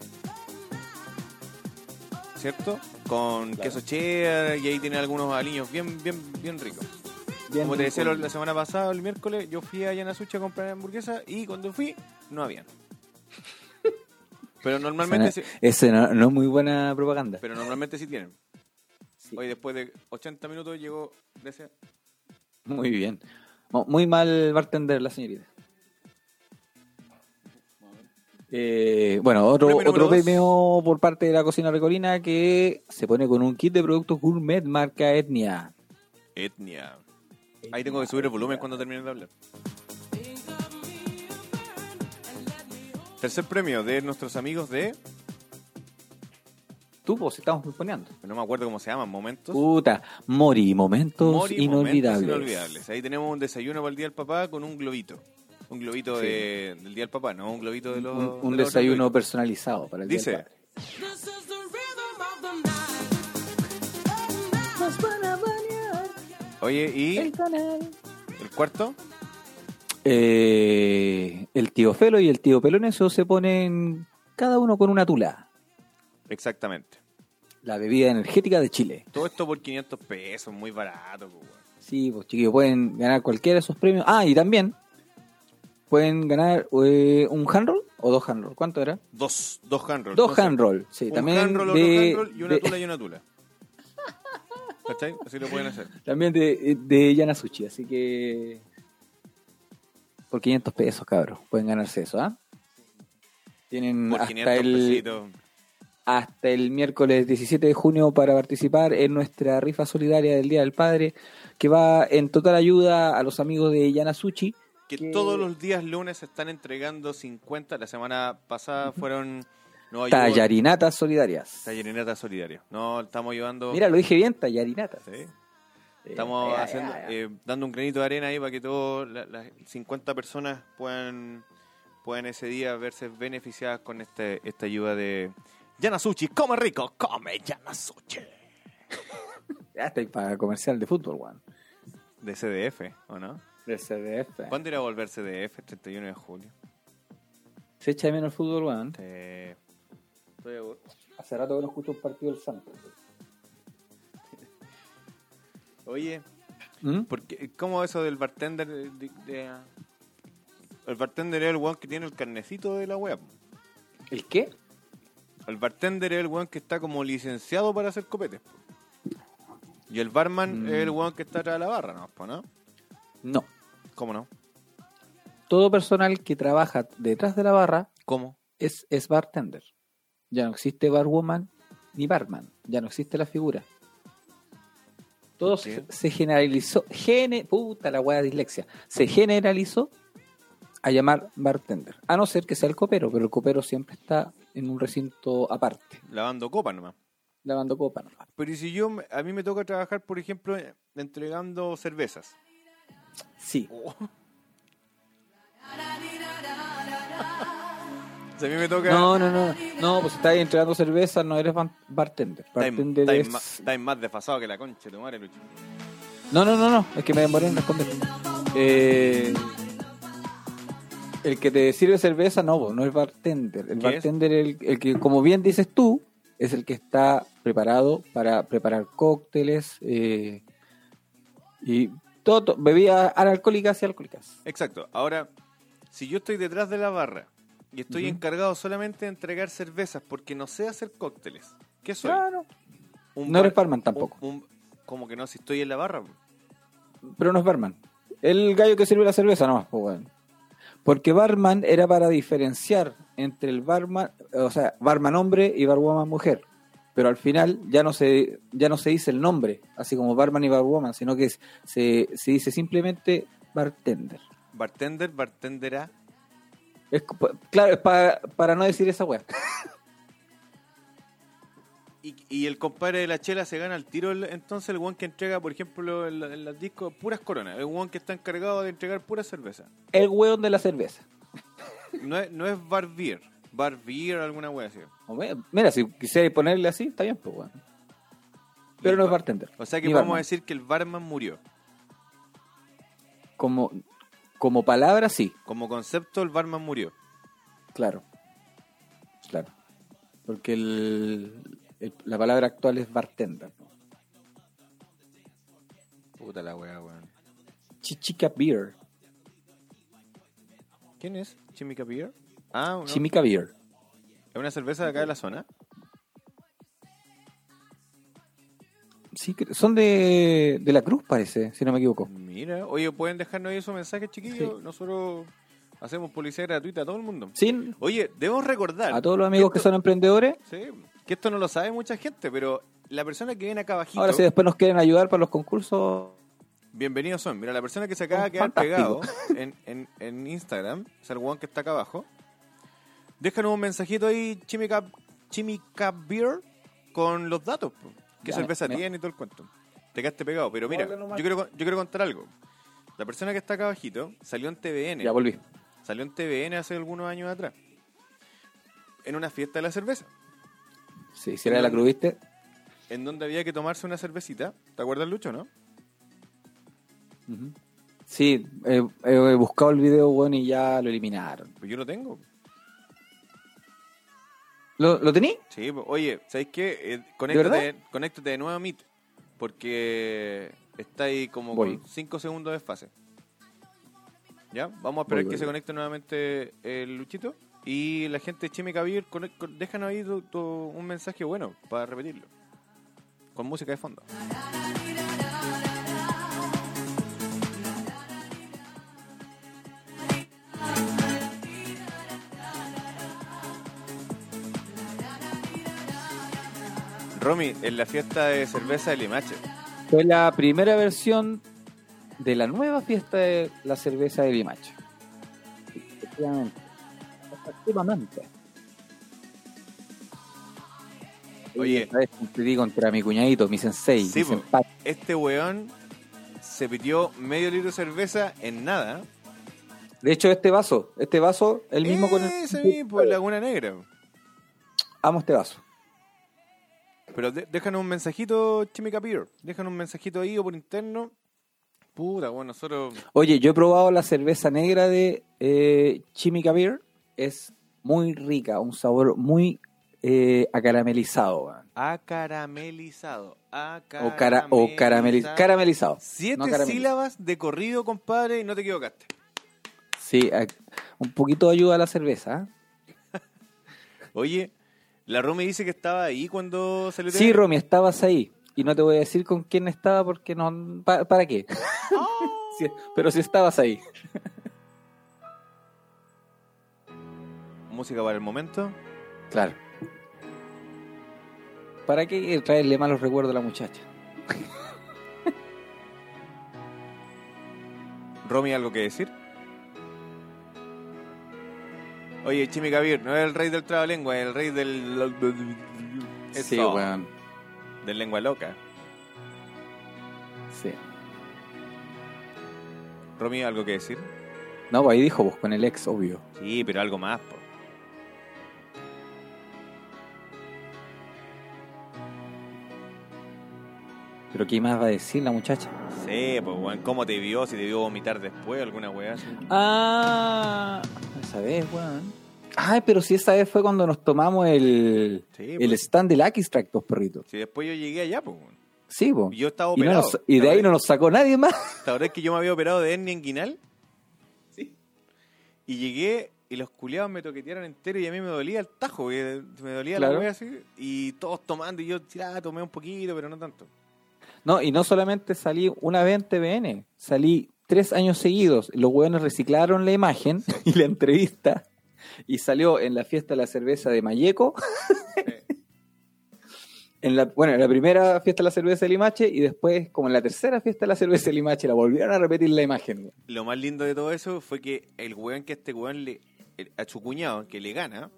[SPEAKER 2] ¿Cierto? Con queso cheddar y ahí tiene algunos aliños bien, bien, bien ricos. Como te decía la semana pasada, el miércoles, yo fui a Yanasuchi a comprar hamburguesa y cuando fui, no habían. Pero normalmente, sí,
[SPEAKER 1] Ese no, no es muy buena propaganda.
[SPEAKER 2] pero normalmente sí tienen.
[SPEAKER 1] Sí.
[SPEAKER 2] Hoy después de 80 minutos llegó, gracias,
[SPEAKER 1] Muy bien. Mu- Muy mal bartender la señorita. Eh, bueno, otro,
[SPEAKER 2] Premio número
[SPEAKER 1] otro
[SPEAKER 2] dos.
[SPEAKER 1] premio por parte de la cocina recolina que se pone con un kit de productos gourmet marca etnia.
[SPEAKER 2] Etnia. Ahí tengo que subir el volumen cuando termine de hablar. Tercer premio de nuestros amigos de.
[SPEAKER 1] Tú, pues, estamos proponeando.
[SPEAKER 2] No me acuerdo cómo se llaman, momentos.
[SPEAKER 1] Puta, Mori, momentos
[SPEAKER 2] Mori,
[SPEAKER 1] inolvidables.
[SPEAKER 2] Momentos inolvidables. Ahí tenemos un desayuno para el Día del Papá con un globito. Un globito
[SPEAKER 1] Sí.
[SPEAKER 2] de- del Día del Papá, no un globito de los.
[SPEAKER 1] Un, un
[SPEAKER 2] de los
[SPEAKER 1] desayuno
[SPEAKER 2] otros globitos.
[SPEAKER 1] personalizado para el
[SPEAKER 2] Dice.
[SPEAKER 1] Día del Padre.
[SPEAKER 2] Oye, y. El cuarto.
[SPEAKER 1] Eh, el tío Felo y el tío Peloneso se ponen cada uno con una tula.
[SPEAKER 2] Exactamente.
[SPEAKER 1] La bebida energética de Chile.
[SPEAKER 2] Todo esto por 500 pesos, muy barato, pues, weón.
[SPEAKER 1] Sí, pues chiquillos, pueden ganar cualquiera de esos premios. Ah, y también pueden ganar eh, un handroll o dos handroll. ¿Cuánto era?
[SPEAKER 2] Dos, dos handrolls.
[SPEAKER 1] Dos
[SPEAKER 2] Entonces,
[SPEAKER 1] handroll, sí,
[SPEAKER 2] un
[SPEAKER 1] también
[SPEAKER 2] handroll, otro
[SPEAKER 1] de,
[SPEAKER 2] handroll y una
[SPEAKER 1] de-
[SPEAKER 2] tula y una tula. ¿Cachai? Así lo pueden hacer.
[SPEAKER 1] también de, de Yanasuchi, así que por 500 pesos, cabros, pueden ganarse eso, ¿ah? Tienen
[SPEAKER 2] Por
[SPEAKER 1] hasta
[SPEAKER 2] 500
[SPEAKER 1] el,
[SPEAKER 2] pesitos.
[SPEAKER 1] hasta el miércoles 17 de junio para participar en nuestra rifa solidaria del Día del Padre, que va en total ayuda a los amigos de Yanasuchi.
[SPEAKER 2] Que
[SPEAKER 1] que-
[SPEAKER 2] todos los días lunes se están entregando 50. La semana pasada fueron. No, ayudó-
[SPEAKER 1] Tallarinatas solidarias.
[SPEAKER 2] Tallerinatas solidarias. No, estamos ayudando.
[SPEAKER 1] Mira, lo dije bien, tallarinatas.
[SPEAKER 2] Sí. Estamos haciendo, eh, dando un granito de arena ahí para que todas la- las 50 personas puedan, puedan ese día verse beneficiadas con este, esta ayuda de Yanasuchi. Come rico, come Yanasuchi.
[SPEAKER 1] Ya está ahí para comercial de fútbol, Juan.
[SPEAKER 2] De CDF, ¿o no?
[SPEAKER 1] Del CDF.
[SPEAKER 2] ¿Cuándo irá a volver CDF? El 31 de julio.
[SPEAKER 1] Se echa de menos el fútbol, Juan.
[SPEAKER 2] Eh,
[SPEAKER 1] Hace rato que no escucho un partido del Santos.
[SPEAKER 2] Oye,
[SPEAKER 1] ¿Mm?
[SPEAKER 2] ¿por qué- ¿cómo eso del bartender? de- de- el bartender es el weón que tiene el carnecito de la web.
[SPEAKER 1] ¿El qué?
[SPEAKER 2] El bartender es el weón que está como licenciado para hacer copetes. po. Y el barman es
[SPEAKER 1] Mm.
[SPEAKER 2] el weón que está atrás de la barra, ¿no? Po, ¿no?
[SPEAKER 1] No.
[SPEAKER 2] ¿Cómo no?
[SPEAKER 1] Todo personal que trabaja detrás de la barra
[SPEAKER 2] ¿Cómo?
[SPEAKER 1] es, es bartender. Ya no existe barwoman ni barman. Ya no existe la figura. Todo
[SPEAKER 2] ¿Por qué?
[SPEAKER 1] se, se generalizó. Gene, puta la wea dislexia. Se generalizó a llamar bartender. A no ser que sea el copero, pero el copero siempre está en un recinto aparte,
[SPEAKER 2] Lavando copas nomás.
[SPEAKER 1] lavando copa. ¿no?
[SPEAKER 2] Pero ¿y si yo, me- a mí me toca trabajar, por ejemplo, eh, entregando cervezas.
[SPEAKER 1] Sí.
[SPEAKER 2] Si a mí me toca...
[SPEAKER 1] No, no, no. No, pues estás entregando cerveza, no eres ban- bartender.
[SPEAKER 2] estáis-
[SPEAKER 1] Bartender
[SPEAKER 2] estáis
[SPEAKER 1] es-
[SPEAKER 2] ma- estáis más desfasado que la concha, de tu madre, Lucho.
[SPEAKER 1] No, no, no, no, es que me demoré en responder. Eh, el que te sirve cerveza, no, vos, no es bartender. El
[SPEAKER 2] ¿Qué es?
[SPEAKER 1] bartender es el, el que, como bien dices tú, es el que está preparado para preparar cócteles eh, y todo, to- bebidas alcohólicas y alcohólicas.
[SPEAKER 2] Exacto. Ahora, si yo estoy detrás de la barra y estoy
[SPEAKER 1] Ujú.
[SPEAKER 2] encargado solamente de entregar cervezas porque no sé hacer cócteles, ¿qué soy?
[SPEAKER 1] Claro.
[SPEAKER 2] Un
[SPEAKER 1] No eres barman tampoco.
[SPEAKER 2] un- como que no, si estoy en la barra.
[SPEAKER 1] Pero no es barman. El gallo que sirve la cerveza nomás, pues, weón. Porque barman era para diferenciar entre el barman, o sea, barman hombre y barwoman mujer. Pero al final ya no se ya no se dice el nombre, así como barman y barwoman, sino que es- se, se dice simplemente bartender.
[SPEAKER 2] Bartender, bartendera.
[SPEAKER 1] Es, co- pa- claro, es pa- para no decir esa weá.
[SPEAKER 2] Y, y el compadre de la chela se gana el tiro el- entonces el guan que entrega, por ejemplo, en, la- en las discos puras coronas. El guan que está encargado de entregar pura cerveza.
[SPEAKER 1] El weón de la cerveza.
[SPEAKER 2] No es, no es bar beer. Bar beer, alguna wea así.
[SPEAKER 1] Hombre, Mira, si quisiera ponerle así, está bien, pues weón. Pero no es bartender.
[SPEAKER 2] O sea que
[SPEAKER 1] ni
[SPEAKER 2] vamos a
[SPEAKER 1] barman.
[SPEAKER 2] decir que el barman murió.
[SPEAKER 1] Como, como palabra, sí.
[SPEAKER 2] Como concepto, el barman murió.
[SPEAKER 1] Claro. Pues Claro. Porque el, el- la palabra actual es bartender.
[SPEAKER 2] Puta la wea, weón.
[SPEAKER 1] Chichica Beer.
[SPEAKER 2] ¿Quién es? ¿Chimica Beer? Ah, no.
[SPEAKER 1] Chimica Beer.
[SPEAKER 2] es una cerveza de acá de la zona.
[SPEAKER 1] Sí, que- son de, de la Cruz, parece, si no me equivoco.
[SPEAKER 2] Mira, oye, pueden dejarnos ahí esos mensajes, chiquillos. Nosotros hacemos publicidad gratuita a todo el mundo.
[SPEAKER 1] Sí,
[SPEAKER 2] Oye, debemos recordar.
[SPEAKER 1] a todos los amigos que son emprendedores.
[SPEAKER 2] Sí, que esto no lo sabe mucha gente, pero la persona que viene acá abajito,
[SPEAKER 1] Ahora, si después nos quieren ayudar para los concursos,
[SPEAKER 2] bienvenidos son. Mira, la persona que se acaba de quedar pegado
[SPEAKER 1] Fantástico.
[SPEAKER 2] en, en, en Instagram, es el guan que está acá abajo. Déjanos un mensajito ahí, Chimica, Chimica Beer, con los datos. po. ¿Qué
[SPEAKER 1] Ya,
[SPEAKER 2] cerveza
[SPEAKER 1] me-
[SPEAKER 2] tiene y todo el cuento? Te quedaste pegado, pero mira,
[SPEAKER 1] Hola,
[SPEAKER 2] yo
[SPEAKER 1] nomás.
[SPEAKER 2] quiero, con- yo quiero contar algo. La persona que está acá abajito salió en TVN.
[SPEAKER 1] ya volví.
[SPEAKER 2] Salió en TVN hace algunos años atrás. En una fiesta de la cerveza.
[SPEAKER 1] Sí, si era de la Cruz, viste.
[SPEAKER 2] en donde había que tomarse una cervecita. ¿Te acuerdas, Lucho, no?
[SPEAKER 1] Ujú. Sí, eh, eh, he buscado el video, bueno, y ya lo eliminaron.
[SPEAKER 2] Pues yo lo tengo.
[SPEAKER 1] ¿Lo, lo tení?
[SPEAKER 2] Sí, pues, oye, ¿sabes qué? Eh, conéctate,
[SPEAKER 1] verdad?
[SPEAKER 2] conéctate de nuevo a Meet, porque está ahí como
[SPEAKER 1] Voy.
[SPEAKER 2] con 5 segundos de fase. ¿Ya? Vamos a esperar
[SPEAKER 1] Voy,
[SPEAKER 2] que
[SPEAKER 1] voy,
[SPEAKER 2] se
[SPEAKER 1] voy.
[SPEAKER 2] conecte nuevamente el Luchito. Y la gente de Chimica Beer, conec- con- déjanos ahí tu- tu- un mensaje bueno para repetirlo. Con música de fondo. Romy, en la fiesta de cerveza de Limache.
[SPEAKER 1] Fue la primera versión de la nueva fiesta de la cerveza de Limache. Efectivamente. Efectivamente.
[SPEAKER 2] Oye.
[SPEAKER 1] Esta vez competí contra mi cuñadito, mi sensei,
[SPEAKER 2] Sí,
[SPEAKER 1] mi
[SPEAKER 2] po.
[SPEAKER 1] senpai.
[SPEAKER 2] Este weón se pidió medio litro de cerveza en nada.
[SPEAKER 1] De hecho, este vaso, este vaso, el mismo con el...
[SPEAKER 2] Ese mismo, Laguna Negra.
[SPEAKER 1] Amo este vaso.
[SPEAKER 2] Pero de- déjanos un mensajito, Chimica Beer. Déjanos un mensajito ahí o por interno. Puta, bueno, nosotros.
[SPEAKER 1] Oye, yo he probado la cerveza negra de eh, Chimica Beer. Es muy rica, un sabor muy eh, acaramelizado. weón.
[SPEAKER 2] Acaramelizado.
[SPEAKER 1] O, cara, o carameliz- caramelizado.
[SPEAKER 2] Siete
[SPEAKER 1] no caramelizado.
[SPEAKER 2] sílabas de corrido, compadre, y no te equivocaste.
[SPEAKER 1] Sí, a- un poquito de ayuda a la cerveza. ¿eh?
[SPEAKER 2] Oye, la Romy dice que estaba ahí cuando salió.
[SPEAKER 1] Sí,
[SPEAKER 2] TV.
[SPEAKER 1] Romy, estabas ahí. Y no te voy a decir con quién estaba porque no... pa- ¿Para qué? Sí, pero si estabas ahí.
[SPEAKER 2] Música para el momento.
[SPEAKER 1] Claro. ¿Para qué traerle malos recuerdos a la muchacha?
[SPEAKER 2] Romy, ¿algo que decir? Oye, Chimi Gavir, no es el rey del trabalengua, es el rey del... Eso, Del lengua loca.
[SPEAKER 1] Sí.
[SPEAKER 2] Romy, ¿algo que decir?
[SPEAKER 1] No, pues ahí dijo vos, con el ex, obvio.
[SPEAKER 2] Sí, pero algo más, po.
[SPEAKER 1] Pero ¿qué más va a decir la muchacha?
[SPEAKER 2] Sí, pues, weón, ¿cómo te vio? Si te vio vomitar después, alguna weá. así.
[SPEAKER 1] Ah, esa vez, weón. Ay, pero si esa vez fue cuando nos tomamos el,
[SPEAKER 2] Sí,
[SPEAKER 1] el
[SPEAKER 2] pues.
[SPEAKER 1] stand del Lucky Strike, dos perritos.
[SPEAKER 2] Si después yo llegué allá, pues, weón.
[SPEAKER 1] Sí, po.
[SPEAKER 2] Yo estaba
[SPEAKER 1] Y, no
[SPEAKER 2] operado.
[SPEAKER 1] nos- y de ahí no nos sacó nadie más.
[SPEAKER 2] ¿Te acordás que yo me había operado de hernia inguinal? Sí. Y llegué y los culiados me toquetearon entero y a mí me dolía el tajo, que me dolía la
[SPEAKER 1] Claro.
[SPEAKER 2] wea así. Y todos tomando y yo, ah, tomé un poquito, pero no tanto.
[SPEAKER 1] No, y no solamente salí una vez en TVN, salí tres años seguidos. Los weones reciclaron la imagen y la entrevista y salió en la fiesta de la cerveza de Mayeco. en la, bueno, en la primera fiesta de la cerveza de Limache y después, como en la tercera fiesta de la cerveza de Limache, la volvieron a repetir la imagen. güey.
[SPEAKER 2] Lo más lindo de todo eso fue que el weón que este weón le, el- a su cuñado que le gana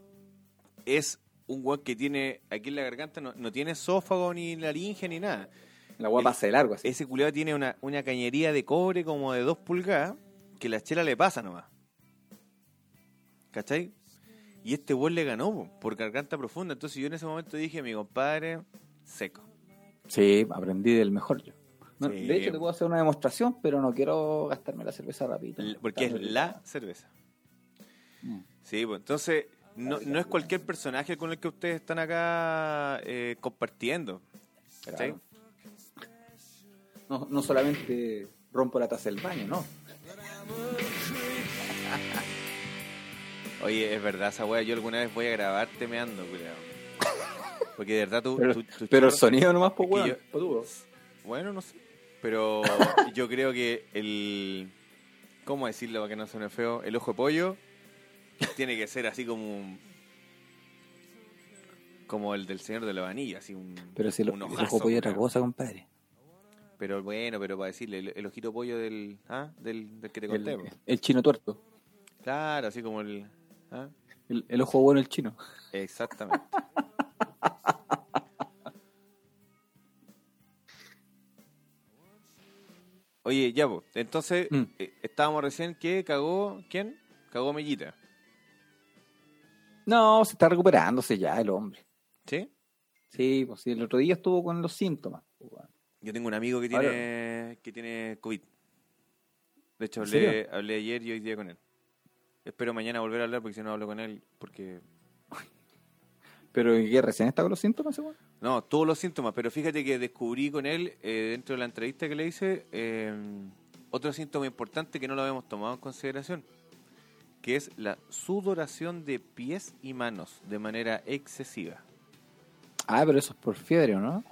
[SPEAKER 2] es un weón que tiene aquí en la garganta, no, no tiene esófago ni laringe ni nada.
[SPEAKER 1] La guapa
[SPEAKER 2] El-
[SPEAKER 1] pasa de largo así.
[SPEAKER 2] Ese culiado tiene una, una cañería de cobre como de dos pulgadas que la chela le pasa nomás. ¿Cachai? Y este weón le ganó po, por garganta profunda. Entonces yo en ese momento dije, mi compadre, seco.
[SPEAKER 1] Sí, aprendí del mejor yo. No,
[SPEAKER 2] Sí.
[SPEAKER 1] De hecho, te puedo hacer una demostración, pero no quiero gastarme la cerveza rápido.
[SPEAKER 2] L- Porque es la cerveza.
[SPEAKER 1] Mm.
[SPEAKER 2] Sí, pues entonces no, no es cualquier personaje con el que ustedes están acá eh, compartiendo. ¿Cachai?
[SPEAKER 1] Claro. No, no solamente rompo la taza del baño, no.
[SPEAKER 2] Oye, es verdad esa wea, yo alguna vez voy a grabar temeando, culiao. Porque de verdad tú...
[SPEAKER 1] Pero,
[SPEAKER 2] tú- tú-
[SPEAKER 1] pero el
[SPEAKER 2] chorro-
[SPEAKER 1] sonido nomás, pues,
[SPEAKER 2] Es que
[SPEAKER 1] weón.
[SPEAKER 2] yo-
[SPEAKER 1] pues, duro.
[SPEAKER 2] Bueno, no sé. Pero yo creo que el... ¿Cómo decirlo para que no suene feo? El ojo de pollo tiene que ser así como un... Como el del Señor de la Vanilla, así un...
[SPEAKER 1] Pero si el,
[SPEAKER 2] un
[SPEAKER 1] el
[SPEAKER 2] ojazo,
[SPEAKER 1] ojo pollo es otra
[SPEAKER 2] culiao.
[SPEAKER 1] cosa, compadre.
[SPEAKER 2] Pero bueno, pero para decirle, el, el ojito pollo del, ¿ah? del, del que te
[SPEAKER 1] El,
[SPEAKER 2] conté. po.
[SPEAKER 1] el chino tuerto.
[SPEAKER 2] Claro, así como el... ¿ah?
[SPEAKER 1] El, el ojo bueno, el chino.
[SPEAKER 2] Exactamente. Oye, ya, po. entonces
[SPEAKER 1] Mm.
[SPEAKER 2] eh, estábamos recién que cagó, ¿quién? Cagó Mellita,
[SPEAKER 1] No, se está recuperándose ya el hombre.
[SPEAKER 2] ¿sí?
[SPEAKER 1] Sí, pues sí, el otro día estuvo con los síntomas. pues, weón.
[SPEAKER 2] Yo tengo un amigo que tiene,
[SPEAKER 1] Ahora-
[SPEAKER 2] que tiene COVID. De hecho,
[SPEAKER 1] ¿En
[SPEAKER 2] hablé,
[SPEAKER 1] serio?
[SPEAKER 2] hablé ayer y hoy día con él. Espero mañana volver a hablar porque si no hablo con él, porque
[SPEAKER 1] Pero ¿y ¿qué? ¿Recién está con los síntomas, ese weón?
[SPEAKER 2] No, todos los síntomas, pero fíjate que descubrí con él, eh, dentro de la entrevista que le hice, eh, otro síntoma importante que no lo habíamos tomado en consideración, que es la sudoración de pies y manos de manera excesiva.
[SPEAKER 1] Ah, pero eso es por fiebre, ¿o ¿no?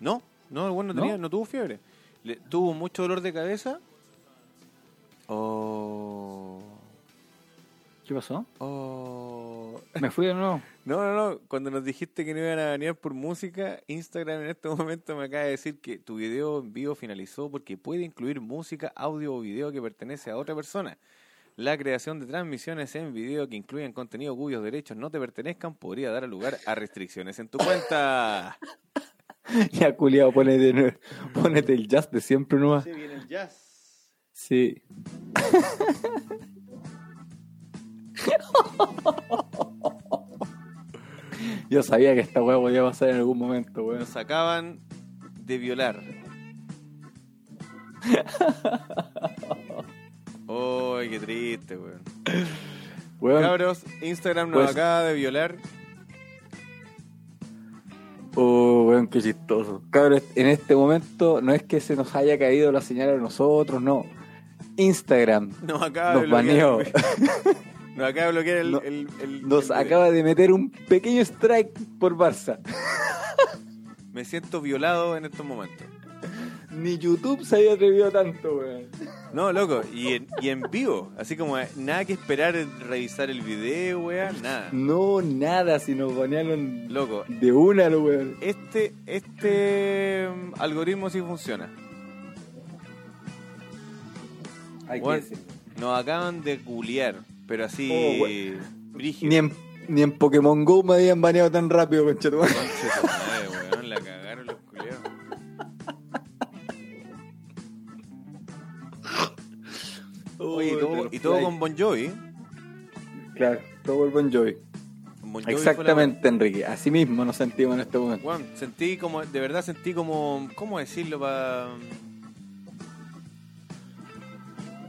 [SPEAKER 2] No, no, el bueno no,
[SPEAKER 1] ¿No?
[SPEAKER 2] tenía, no tuvo fiebre. Le- tuvo mucho dolor de cabeza. Oh,
[SPEAKER 1] ¿Qué pasó?
[SPEAKER 2] oh.
[SPEAKER 1] Me fui de nuevo.
[SPEAKER 2] No, no, no. Cuando nos dijiste que no iban a banear por música, Instagram en este momento me acaba de decir que tu video en vivo finalizó porque puede incluir música, audio o video que pertenece a otra persona. La creación de transmisiones en video que incluyen contenido cuyos derechos no te pertenezcan podría dar lugar a restricciones en tu cuenta.
[SPEAKER 1] Ya, culiado, ponete, de nuevo- ponete el jazz de siempre nomás.
[SPEAKER 2] viene el jazz.
[SPEAKER 1] Sí. Yo sabía que esta weá podía pasar en algún momento, weón.
[SPEAKER 2] Nos acaban de violar. ¡Ay, qué triste, weón!
[SPEAKER 1] Weón,
[SPEAKER 2] Cabros, Instagram nos
[SPEAKER 1] Pues-
[SPEAKER 2] acaba de violar.
[SPEAKER 1] oh, weón, qué chistoso. Cabrón, en este momento no es que se nos haya caído la señal a nosotros, no. Instagram
[SPEAKER 2] Nos acaba de
[SPEAKER 1] nos
[SPEAKER 2] bloquear.
[SPEAKER 1] baneó.
[SPEAKER 2] Nos acaba de bloquear el.
[SPEAKER 1] No-
[SPEAKER 2] el- el-
[SPEAKER 1] Nos
[SPEAKER 2] el-
[SPEAKER 1] acaba de meter un pequeño strike por Barça.
[SPEAKER 2] Me siento violado en estos momentos.
[SPEAKER 1] Ni YouTube se había atrevido tanto, weón.
[SPEAKER 2] No, loco, y en, y en vivo. Así como eh, nada que esperar, eh, revisar el video, weá, nada.
[SPEAKER 1] No, nada, si nos banearon
[SPEAKER 2] Loco,
[SPEAKER 1] de una, lo weón.
[SPEAKER 2] este, este mm, algoritmo sí funciona.
[SPEAKER 1] Hay que
[SPEAKER 2] Weón,
[SPEAKER 1] decir.
[SPEAKER 2] nos acaban de culiar, pero así.
[SPEAKER 1] Oh,
[SPEAKER 2] brígido.
[SPEAKER 1] Ni en, ni en Pokémon Go me habían baneado tan rápido, conchetumare.
[SPEAKER 2] Conche tu madre, weón, la cagaron los culiados.
[SPEAKER 1] Oh,
[SPEAKER 2] Oye, y todo, y todo con Bon Jovi.
[SPEAKER 1] Claro, todo el Bon Jovi.
[SPEAKER 2] Bon Jovi fue la-
[SPEAKER 1] Exactamente, Enrique. Así mismo nos sentimos en este momento.
[SPEAKER 2] Weón, sentí como, de verdad sentí como, ¿cómo decirlo? Pa...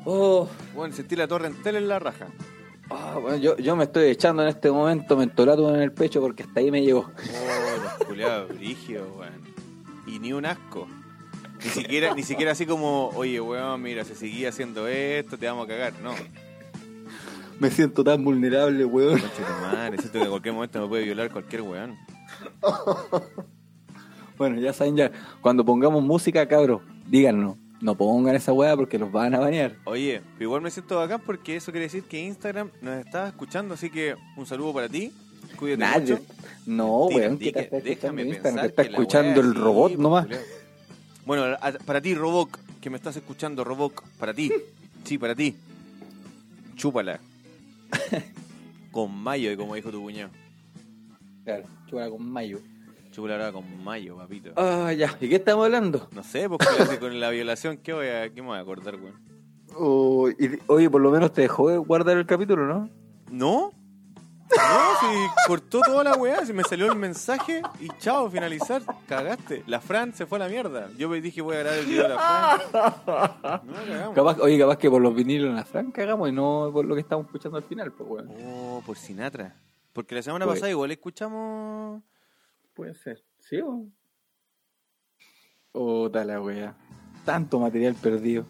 [SPEAKER 1] Oh,
[SPEAKER 2] Bueno, sentí la torre entera en la raja.
[SPEAKER 1] ah, bueno, yo, yo me estoy echando en este momento mentolato en el pecho porque hasta ahí me llegó.
[SPEAKER 2] Oh, los culiados brígidos, weón. Y ni un asco. Ni siquiera, ni siquiera así como, oye, weón, mira, si seguía haciendo esto, te vamos a cagar. No,
[SPEAKER 1] Me siento tan vulnerable, weón.
[SPEAKER 2] conche tu madre, siento que en cualquier momento me puede violar cualquier weón.
[SPEAKER 1] Bueno, ya saben, ya. Cuando pongamos música, cabros, díganos. no pongan esa weá porque los van a bañar.
[SPEAKER 2] Oye, pero igual me siento bacán porque eso quiere decir que Instagram nos está escuchando, así que un saludo para ti. Cuídate
[SPEAKER 1] Nadie.
[SPEAKER 2] mucho.
[SPEAKER 1] No,
[SPEAKER 2] Tira,
[SPEAKER 1] Oh, weón, que
[SPEAKER 2] Enrique,
[SPEAKER 1] te está escuchando
[SPEAKER 2] déjame
[SPEAKER 1] Instagram,
[SPEAKER 2] pensar
[SPEAKER 1] te está
[SPEAKER 2] que la
[SPEAKER 1] escuchando
[SPEAKER 2] weá
[SPEAKER 1] el
[SPEAKER 2] sí,
[SPEAKER 1] robot
[SPEAKER 2] pues,
[SPEAKER 1] nomás.
[SPEAKER 2] culiao. Bueno, a- para ti, Roboc, que me estás escuchando, Roboc, para ti. Sí, para ti. Chúpala. con mayo, como dijo tu cuñado.
[SPEAKER 1] Claro, chúpala con mayo.
[SPEAKER 2] Chúpala ahora con mayo, papito.
[SPEAKER 1] Ah, ya. ¿Y qué estamos hablando?
[SPEAKER 2] No sé, pues culiao, si con la violación, ¿qué, voy a, qué me voy a acordar, weón?
[SPEAKER 1] Oh, y- oye, por lo menos te dejó de guardar el capítulo, ¿no?
[SPEAKER 2] ¿No? No, si cortó toda la weá, si me salió el mensaje y chao, finalizar, cagaste. La Fran se fue a la mierda. Yo me dije voy a grabar el video de la Fran. No, cagamos.
[SPEAKER 1] Capaz, oye, capaz que por los vinilos en la franca cagamos y no por lo que estamos escuchando al final, pues weón.
[SPEAKER 2] Oh, por Sinatra. Porque la semana
[SPEAKER 1] Pues-
[SPEAKER 2] pasada igual escuchamos.
[SPEAKER 1] Puede ser, ¿sí o? Oh, la wea. Tanto material perdido.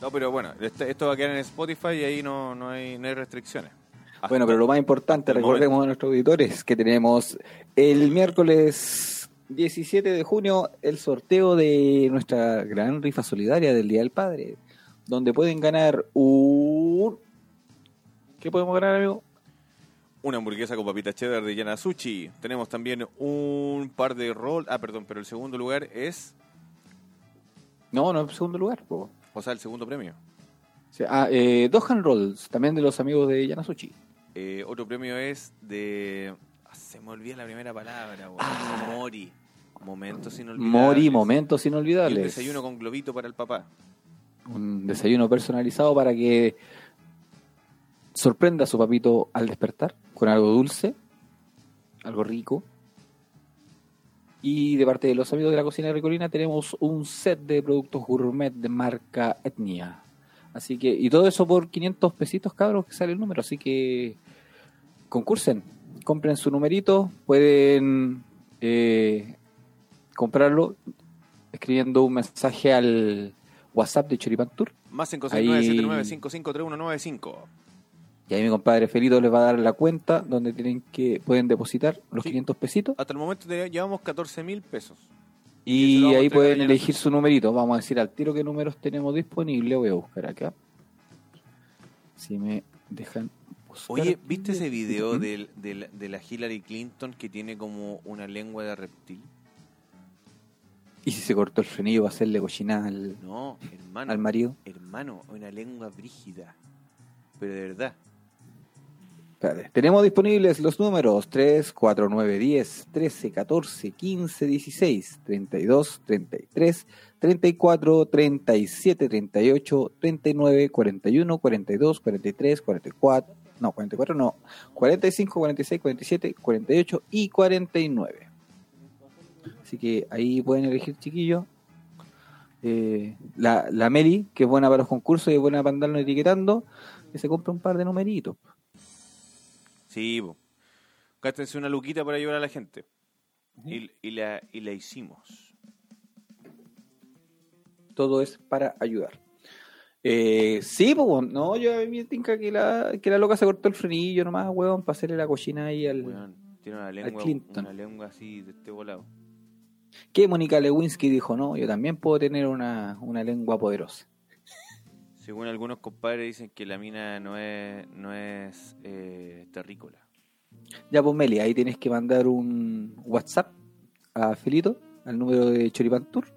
[SPEAKER 2] No, pero bueno, este- esto va a quedar en Spotify y ahí no, no, hay, no hay restricciones. Ah, Hasta-
[SPEAKER 1] Bueno, pero lo más importante,
[SPEAKER 2] el
[SPEAKER 1] recordemos a nuestros auditores que tenemos el miércoles 17 de junio el sorteo de nuestra gran rifa solidaria del Día del Padre, donde pueden ganar un... ¿Qué podemos ganar, amigo?
[SPEAKER 2] Una hamburguesa con papita cheddar de Yanazuchi. Tenemos también un par de roll. Ah, perdón, pero el segundo lugar es.
[SPEAKER 1] No, no, en segundo lugar. po. O
[SPEAKER 2] O sea, el segundo premio.
[SPEAKER 1] sea, ah, eh, dos hand rolls, también de los amigos de Yanasuchi.
[SPEAKER 2] Eh, otro premio es de. ah, se me olvida la primera palabra, weón. Mori. Momentos inolvidables.
[SPEAKER 1] Ah. Mori, momentos
[SPEAKER 2] Y un
[SPEAKER 1] inolvidables.
[SPEAKER 2] desayuno con globito para el papá.
[SPEAKER 1] un desayuno personalizado para que sorprenda a su papito al despertar con algo dulce, algo rico. Y de parte de los amigos de la cocina ricolina tenemos un set de productos gourmet de marca Etnia. Así que, y todo eso por 500 pesitos, cabros, que sale el número. Así que concursen, compren su numerito, pueden eh, comprarlo escribiendo un mensaje al WhatsApp de Choripan Tour
[SPEAKER 2] Más en
[SPEAKER 1] Ahí-
[SPEAKER 2] 569-7955-3195.
[SPEAKER 1] Y ahí mi compadre Felito les va a dar la cuenta donde tienen que pueden depositar los
[SPEAKER 2] Sí.
[SPEAKER 1] 500 pesitos
[SPEAKER 2] Hasta el momento te- llevamos 14 mil pesos. Y se lo
[SPEAKER 1] y
[SPEAKER 2] vamos a
[SPEAKER 1] ahí
[SPEAKER 2] entregar
[SPEAKER 1] pueden
[SPEAKER 2] mañana.
[SPEAKER 1] elegir su numerito. Vamos a decir al tiro qué números tenemos disponible. Voy a buscar acá. Si me dejan. buscar
[SPEAKER 2] Oye,
[SPEAKER 1] aquí.
[SPEAKER 2] ¿viste ese video
[SPEAKER 1] Ujú.
[SPEAKER 2] del, del- de la Hillary Clinton que tiene como una lengua de reptil?
[SPEAKER 1] ¿Y si se cortó el frenillo para hacerle cochinada al,
[SPEAKER 2] No, hermano.
[SPEAKER 1] al marido?
[SPEAKER 2] hermano, una lengua brígida. Pero de verdad.
[SPEAKER 1] Espérate. Tenemos disponibles los números 3, 4, 9, 10, 13, 14, 15, 16, 32, 33, 34, 37, 38, 39, 41, 42, 43, 44, no, 44 no, 45, 46, 47, 48 y 49. Así que ahí pueden elegir chiquillos. Eh, la, la Meli, que es buena para los concursos y es buena para andarnos etiquetando, que se compra un par de numeritos.
[SPEAKER 2] Sí, po. Gástense una luquita para ayudar a la gente. Y, y la, y la hicimos.
[SPEAKER 1] todo es para ayudar. Eh, sí, pues, weón. no, yo a mí me tinca que la, que la loca se cortó el frenillo nomás, weón, para hacerle la cochina ahí al...
[SPEAKER 2] Weón, tiene una lengua,
[SPEAKER 1] Clinton.
[SPEAKER 2] una lengua así de este volado.
[SPEAKER 1] Que Mónica Lewinsky dijo, no, yo también puedo tener una, una lengua poderosa.
[SPEAKER 2] Según algunos compadres dicen que la mina no es, no es eh, terrícola.
[SPEAKER 1] Ya, pues, Meli, ahí tienes que mandar un WhatsApp a Felito, al número de Choripantur,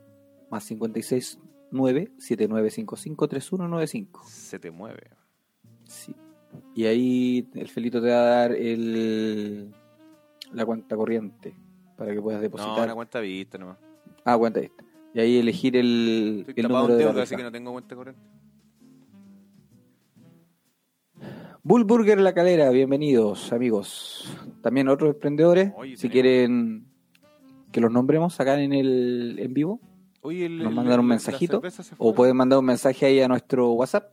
[SPEAKER 1] más 569 7955 3195.
[SPEAKER 2] Se te mueve.
[SPEAKER 1] Sí. Y ahí el Felito te va a dar el, la cuenta corriente para que puedas
[SPEAKER 2] No,
[SPEAKER 1] depositar.
[SPEAKER 2] una cuenta vista nomás.
[SPEAKER 1] Ah, cuenta esta. Y ahí elegir el,
[SPEAKER 2] Estoy
[SPEAKER 1] el
[SPEAKER 2] tapado
[SPEAKER 1] número
[SPEAKER 2] un
[SPEAKER 1] de
[SPEAKER 2] dedo,
[SPEAKER 1] la
[SPEAKER 2] así que
[SPEAKER 1] rifa.
[SPEAKER 2] no tengo cuenta corriente.
[SPEAKER 1] Bull Burger La Calera, bienvenidos amigos. También otros emprendedores,
[SPEAKER 2] Oye,
[SPEAKER 1] si
[SPEAKER 2] tenemos-
[SPEAKER 1] quieren que los nombremos acá en el en vivo,
[SPEAKER 2] Oye, el,
[SPEAKER 1] Nos
[SPEAKER 2] el-
[SPEAKER 1] mandaron un
[SPEAKER 2] la
[SPEAKER 1] mensajito,
[SPEAKER 2] cerveza se
[SPEAKER 1] o
[SPEAKER 2] fue.
[SPEAKER 1] pueden mandar un mensaje ahí a nuestro WhatsApp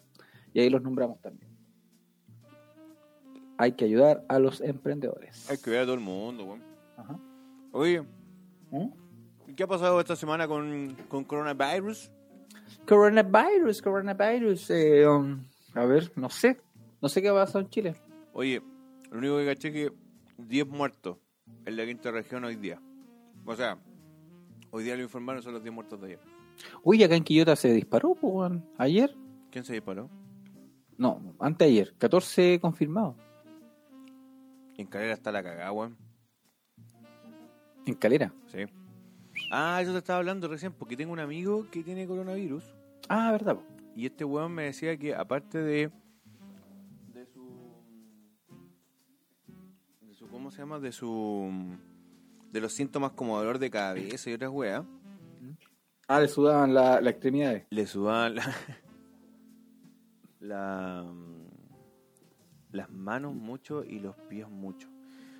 [SPEAKER 1] y ahí los nombramos también. Hay que ayudar a los emprendedores.
[SPEAKER 2] Hay que ver a todo el mundo, weón.
[SPEAKER 1] Ajá.
[SPEAKER 2] Oye,
[SPEAKER 1] ¿Mm?
[SPEAKER 2] ¿qué ha pasado esta semana con, con coronavirus?
[SPEAKER 1] Coronavirus, coronavirus. eh, um, a ver, no sé. No sé qué ha pasado en Chile.
[SPEAKER 2] Oye, lo único que caché que 10 muertos en la quinta región hoy día. O sea, hoy día lo informaron son los 10 muertos de ayer.
[SPEAKER 1] Uy, acá en Quillota se disparó, po, weón. Ayer,
[SPEAKER 2] ¿Quién se disparó?
[SPEAKER 1] no, anteayer, 14 confirmados.
[SPEAKER 2] En Calera está la cagada, weón.
[SPEAKER 1] En Calera.
[SPEAKER 2] Sí. Ah, yo te estaba hablando recién porque tengo un amigo que tiene coronavirus
[SPEAKER 1] Ah, verdad, po.
[SPEAKER 2] y este weón me decía que aparte de de su de su ¿cómo se llama? de su de los síntomas como dolor de cabeza y otras weas,
[SPEAKER 1] Ah, le sudaban la- las extremidades.
[SPEAKER 2] le sudaban la, la- las manos mucho y los pies mucho.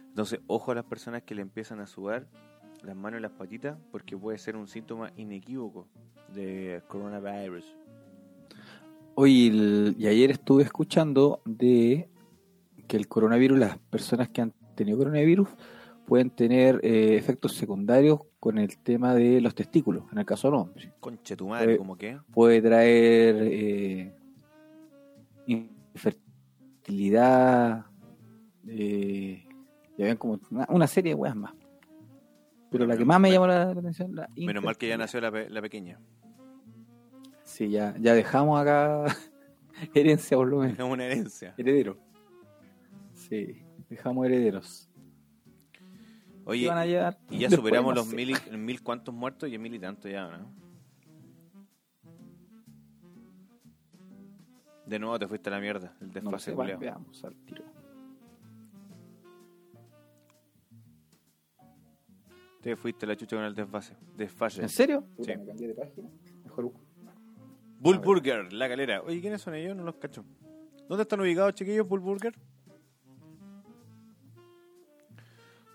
[SPEAKER 2] Entonces, ojo a las personas que le empiezan a sudar las manos y las patitas porque puede ser un síntoma inequívoco de coronavirus.
[SPEAKER 1] Hoy el- y ayer estuve escuchando de que el coronavirus, las personas que han tenido coronavirus pueden tener eh, efectos secundarios con el tema de los testículos, en el caso del hombre.
[SPEAKER 2] Conche tu madre,
[SPEAKER 1] Eh,
[SPEAKER 2] ¿cómo qué?
[SPEAKER 1] Puede traer eh, infertilidad, eh, ya ven como una, una serie de weas más. Pero la que más me llamó la, la atención, la
[SPEAKER 2] Menos mal que ya
[SPEAKER 1] infertilidad.
[SPEAKER 2] nació la, pe- la pequeña.
[SPEAKER 1] Sí, ya, ya dejamos acá herencia por lo menos.
[SPEAKER 2] Es una herencia.
[SPEAKER 1] Heredero. Sí, dejamos herederos. ¿Qué
[SPEAKER 2] Oye,
[SPEAKER 1] van a llevar?
[SPEAKER 2] y ya
[SPEAKER 1] Después,
[SPEAKER 2] superamos
[SPEAKER 1] no
[SPEAKER 2] los
[SPEAKER 1] sé.
[SPEAKER 2] mil, y- mil cuantos muertos y mil y tanto ya, ¿no? De nuevo te fuiste a la mierda, el
[SPEAKER 1] No lo
[SPEAKER 2] desfase
[SPEAKER 1] sé,
[SPEAKER 2] culiao.
[SPEAKER 1] bueno, veamos al tiro.
[SPEAKER 2] Te fuiste a la chucha con el desfase. Desfase.
[SPEAKER 1] ¿En serio?
[SPEAKER 2] Puta,
[SPEAKER 1] me cambié de página. Mejor
[SPEAKER 2] Bull Burger, la calera. Oye, ¿quiénes son ellos? No los cacho. ¿Dónde están ubicados, chiquillos, Bull Burger?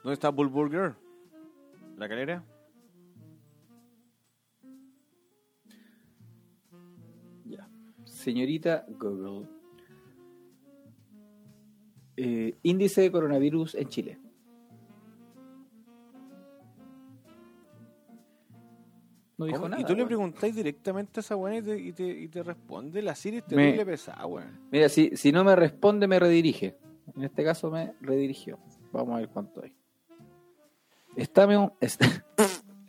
[SPEAKER 2] ¿Dónde está Bull Burger? ¿La calera?
[SPEAKER 1] Ya. Señorita Google. Eh, índice de coronavirus en Chile. No dijo
[SPEAKER 2] ¿Cómo?
[SPEAKER 1] nada.
[SPEAKER 2] y tú le
[SPEAKER 1] weón.
[SPEAKER 2] preguntáis directamente a esa weá y te, y te- y te responde. La serie es
[SPEAKER 1] Me-
[SPEAKER 2] terrible pesada, weón.
[SPEAKER 1] Mira, si, si no me responde, me redirige. En este caso me redirigió. Vamos a ver cuánto hay. Estamos,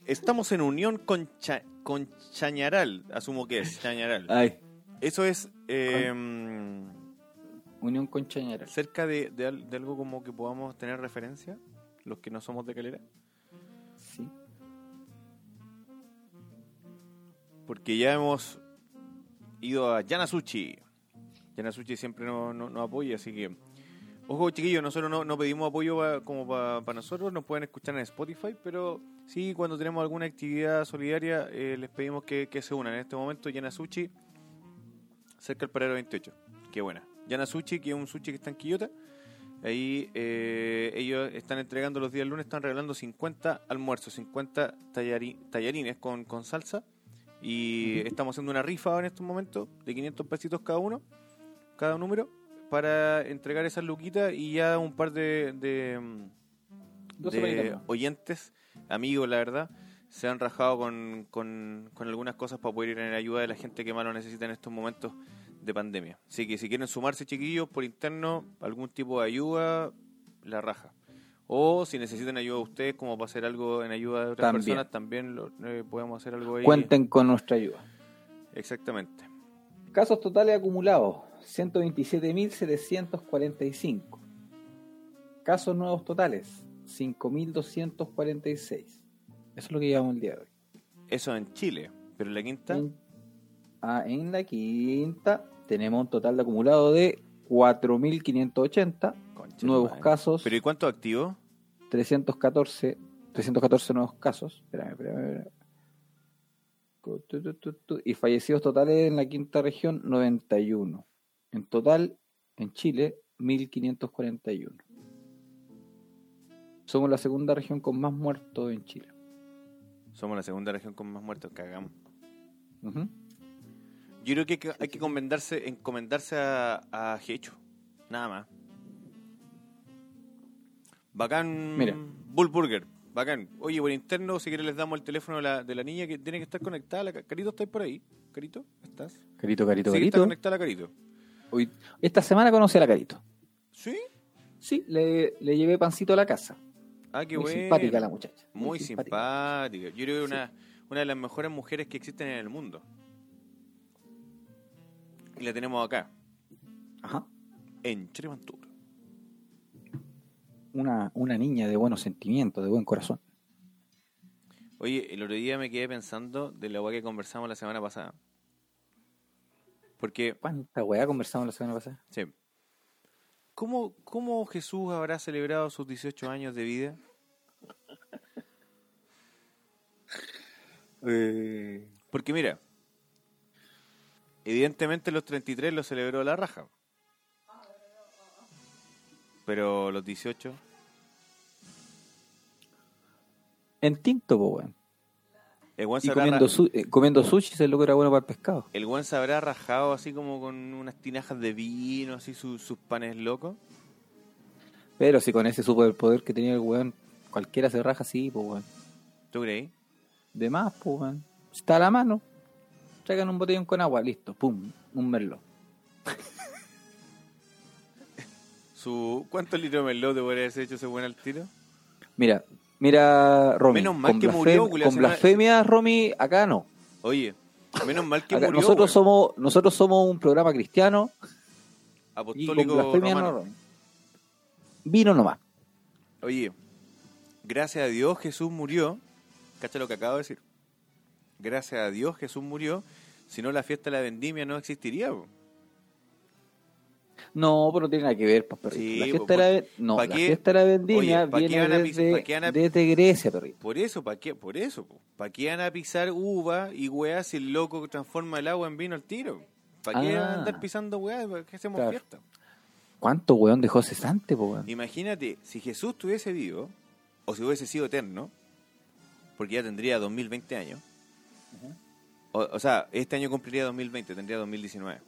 [SPEAKER 2] Estamos en unión con, Cha- con Chañaral. Asumo que es Chañaral.
[SPEAKER 1] Ay,
[SPEAKER 2] Eso es eh,
[SPEAKER 1] Unión con Chañaral.
[SPEAKER 2] cerca de, de al- de algo como que podamos tener referencia, los que no somos de calera.
[SPEAKER 1] Sí.
[SPEAKER 2] Porque ya hemos ido a Yanasuchi. Yanasuchi siempre nos no, nos apoya, así que... Ojo, chiquillos, nosotros no, no pedimos apoyo pa- como para nosotros, nos pueden escuchar en Spotify, pero sí, cuando tenemos alguna actividad solidaria, eh, les pedimos que, que se unan. En este momento, Yanasuchi, cerca del paradero 28. Qué buena. Yanasuchi, que es un sushi que está en Quillota. Ahí eh, ellos están entregando los días lunes, están regalando 50 almuerzos, 50 tallari- tallarines con, con salsa. Y estamos haciendo una rifa ahora en estos momentos de 500 pesitos cada uno, cada número, para entregar esas luquitas y ya un par de, de,
[SPEAKER 1] Dos
[SPEAKER 2] de
[SPEAKER 1] semanitas más.
[SPEAKER 2] oyentes, amigos, la verdad, se han rajado con, con, con algunas cosas para poder ir en ayuda de la gente que más lo necesita en estos momentos de pandemia. Así que si quieren sumarse, chiquillos, por interno, algún tipo de ayuda, la raja. O si necesitan ayuda ustedes, como para hacer algo en ayuda de otras
[SPEAKER 1] También.
[SPEAKER 2] personas, también lo- eh, podemos hacer algo ahí.
[SPEAKER 1] Cuenten con nuestra ayuda.
[SPEAKER 2] Exactamente.
[SPEAKER 1] Casos totales acumulados, 127.745. Casos nuevos totales, 5.246. Eso es lo que llevamos el día de hoy.
[SPEAKER 2] Eso en Chile. Pero en la quinta,
[SPEAKER 1] En, ah, en la quinta tenemos un total de acumulado de 4.580,
[SPEAKER 2] concha
[SPEAKER 1] nuevos
[SPEAKER 2] madre.
[SPEAKER 1] casos.
[SPEAKER 2] ¿Pero y cuántos activos?
[SPEAKER 1] 314, 314 nuevos casos. Espérame, espérame, espérame. Tu, tu, tu, tu. Y fallecidos totales en la quinta región, 91. En total, en Chile, 1541. Somos la segunda región con más muertos en Chile.
[SPEAKER 2] Somos la segunda región con más muertos, cagamos.
[SPEAKER 1] Ujú.
[SPEAKER 2] Yo creo que hay que- hay que encomendarse, encomendarse a, a Hecho. Nada más. Bacán.
[SPEAKER 1] Mira.
[SPEAKER 2] Bull Burger. Bacán. Oye, por interno, si quieres les damos el teléfono de la, de la niña que tiene que estar conectada. La, Ca- Carito, ¿estás por ahí? Carito, ¿estás? Sí,
[SPEAKER 1] Carito, Carito,
[SPEAKER 2] que está
[SPEAKER 1] Carito.
[SPEAKER 2] conectada la Carito.
[SPEAKER 1] Hoy- esta semana conocí a la Carito.
[SPEAKER 2] ¿Sí?
[SPEAKER 1] Sí, le, le llevé pancito a la casa.
[SPEAKER 2] Ah, qué
[SPEAKER 1] Muy
[SPEAKER 2] bueno.
[SPEAKER 1] simpática la muchacha.
[SPEAKER 2] Muy simpática. Yo creo que una, una de las mejores mujeres que existen en el mundo. Y la tenemos acá,
[SPEAKER 1] Ajá.
[SPEAKER 2] en Chirimantur.
[SPEAKER 1] Una, una niña de buenos sentimientos, de buen corazón.
[SPEAKER 2] Oye, el otro día me quedé pensando de la weá que conversamos la semana pasada. Porque,
[SPEAKER 1] ¿Cuánta weá conversamos la semana pasada?
[SPEAKER 2] sí. ¿Cómo, ¿Cómo Jesús habrá celebrado sus 18 años de vida?
[SPEAKER 1] Eh.
[SPEAKER 2] Porque mira, evidentemente los 33 los celebró la raja. Pero los 18,
[SPEAKER 1] En tinto, po, weón.
[SPEAKER 2] el Juan
[SPEAKER 1] Y
[SPEAKER 2] se habrá
[SPEAKER 1] comiendo,
[SPEAKER 2] ra-
[SPEAKER 1] su- eh, comiendo sushi, se lo que era bueno para el pescado.
[SPEAKER 2] el Juan se habrá rajado así como con unas tinajas de vino, así su- sus panes locos.
[SPEAKER 1] Pero si con ese superpoder que tenía el weón, cualquiera se raja así, po, weón.
[SPEAKER 2] ¿Tú creí?
[SPEAKER 1] De más, pues, weón. Está a la mano. Traigan un botellón con agua, listo, pum, un merlot.
[SPEAKER 2] Su, ¿Cuántos litros de merlot te podría haberse hecho ese buen al tiro?
[SPEAKER 1] Mira, mira, Romy.
[SPEAKER 2] Menos mal
[SPEAKER 1] con
[SPEAKER 2] que murió,
[SPEAKER 1] blasfem-
[SPEAKER 2] culiao,
[SPEAKER 1] Con
[SPEAKER 2] si no-
[SPEAKER 1] blasfemia, Romy, acá no.
[SPEAKER 2] Oye, menos mal que
[SPEAKER 1] Acá-
[SPEAKER 2] murió, pues,
[SPEAKER 1] nosotros,
[SPEAKER 2] weón.
[SPEAKER 1] somos, nosotros somos un programa cristiano y con
[SPEAKER 2] apostólico
[SPEAKER 1] blasfemia
[SPEAKER 2] romano.
[SPEAKER 1] no, Romy. Vino nomás.
[SPEAKER 2] Oye, gracias a Dios Jesús murió. Cacha lo que acabo de decir. Gracias a Dios Jesús murió. Si no, la fiesta de la vendimia no existiría. po.
[SPEAKER 1] No, pero no tiene nada que ver, pues, perrito.
[SPEAKER 2] Sí,
[SPEAKER 1] la
[SPEAKER 2] po,
[SPEAKER 1] fiesta de la,
[SPEAKER 2] porque-
[SPEAKER 1] ve- no,
[SPEAKER 2] ¿pa'
[SPEAKER 1] la
[SPEAKER 2] qué-
[SPEAKER 1] fiesta de la vendimia
[SPEAKER 2] Oye, ¿pa' qué
[SPEAKER 1] viene
[SPEAKER 2] van a pis-
[SPEAKER 1] desde,
[SPEAKER 2] pa' qué van a-
[SPEAKER 1] desde Grecia, perrito.
[SPEAKER 2] Por eso, ¿para qué? Por eso, ¿para qué van a pisar uva y weá si el loco transforma el agua en vino al tiro? ¿Para qué
[SPEAKER 1] Ah.
[SPEAKER 2] van a andar pisando weá? ¿Para qué hacemos
[SPEAKER 1] Claro.
[SPEAKER 2] fiesta?
[SPEAKER 1] ¿Cuánto weón dejó cesante, pues, po, weón?
[SPEAKER 2] Imagínate, si Jesús estuviese vivo, o si hubiese sido eterno, porque ya tendría 2020 años, o, o sea, este año cumpliría 2020, tendría 2019.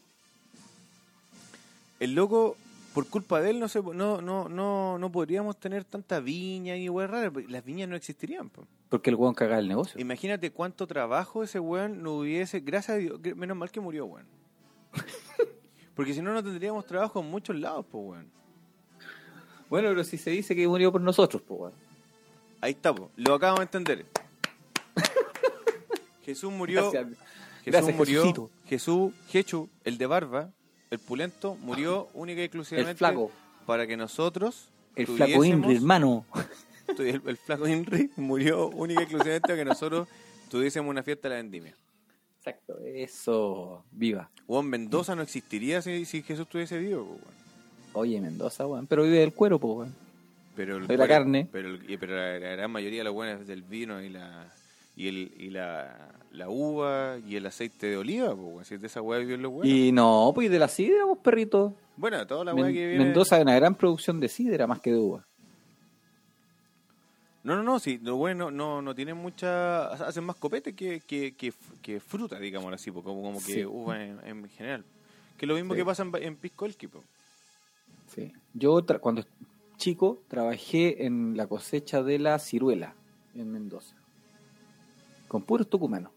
[SPEAKER 2] El loco, por culpa de él, no, se, po- no, no, no, no podríamos tener tanta viña y weá rara, porque las viñas no existirían. po.
[SPEAKER 1] Porque el weón cagaba el negocio.
[SPEAKER 2] Imagínate cuánto trabajo ese weón no hubiese, gracias a Dios, gr- menos mal que murió, weón. Porque si no, no tendríamos trabajo en muchos lados, pues, weón.
[SPEAKER 1] Bueno, pero si se dice que murió por nosotros, pues, po, weón.
[SPEAKER 2] Ahí está, po. lo acabamos de entender. Jesús murió.
[SPEAKER 1] Gracias.
[SPEAKER 2] Jesús
[SPEAKER 1] Gracias,
[SPEAKER 2] murió.
[SPEAKER 1] Jesucito.
[SPEAKER 2] Jesús, Jechu, el de barba, el pulento, murió única y exclusivamente
[SPEAKER 1] El flaco.
[SPEAKER 2] para que nosotros.
[SPEAKER 1] El flaco
[SPEAKER 2] tuviésemos-
[SPEAKER 1] Inri, hermano.
[SPEAKER 2] tu- El, el flaco Inri murió única y exclusivamente para que nosotros tuviésemos una fiesta de la vendimia.
[SPEAKER 1] Exacto, eso. Viva.
[SPEAKER 2] Juan Mendoza no existiría si, si Jesús estuviese vivo, po, weón.
[SPEAKER 1] Oye, Mendoza, weón. Pero vive del cuero, pues, po, weón.
[SPEAKER 2] Pero el
[SPEAKER 1] De la
[SPEAKER 2] cuero-
[SPEAKER 1] carne.
[SPEAKER 2] Pero, el- y- pero la, la gran mayoría de los buenos es del vino y la y, el, y la, la uva y el aceite de oliva, pues, weón. Si es de esa hueá viven los buenos.
[SPEAKER 1] Y no, pues y de la sidra, vos, perrito.
[SPEAKER 2] Bueno, toda la
[SPEAKER 1] Men-
[SPEAKER 2] hueá que viene.
[SPEAKER 1] Mendoza es una gran producción de sidra más que de uva.
[SPEAKER 2] No, no, no, sí, los bueno no, no tienen mucha. o sea, Hacen más copete que, que, que, que fruta, digámoslo así, po, como, como que
[SPEAKER 1] Sí.
[SPEAKER 2] uva en, en general. Que lo mismo
[SPEAKER 1] Sí.
[SPEAKER 2] que pasa en, Ba- en Pisco Elqui, po.
[SPEAKER 1] Sí. Yo, tra- cuando chico, trabajé en la cosecha de la ciruela en Mendoza. Con puros tucumanos.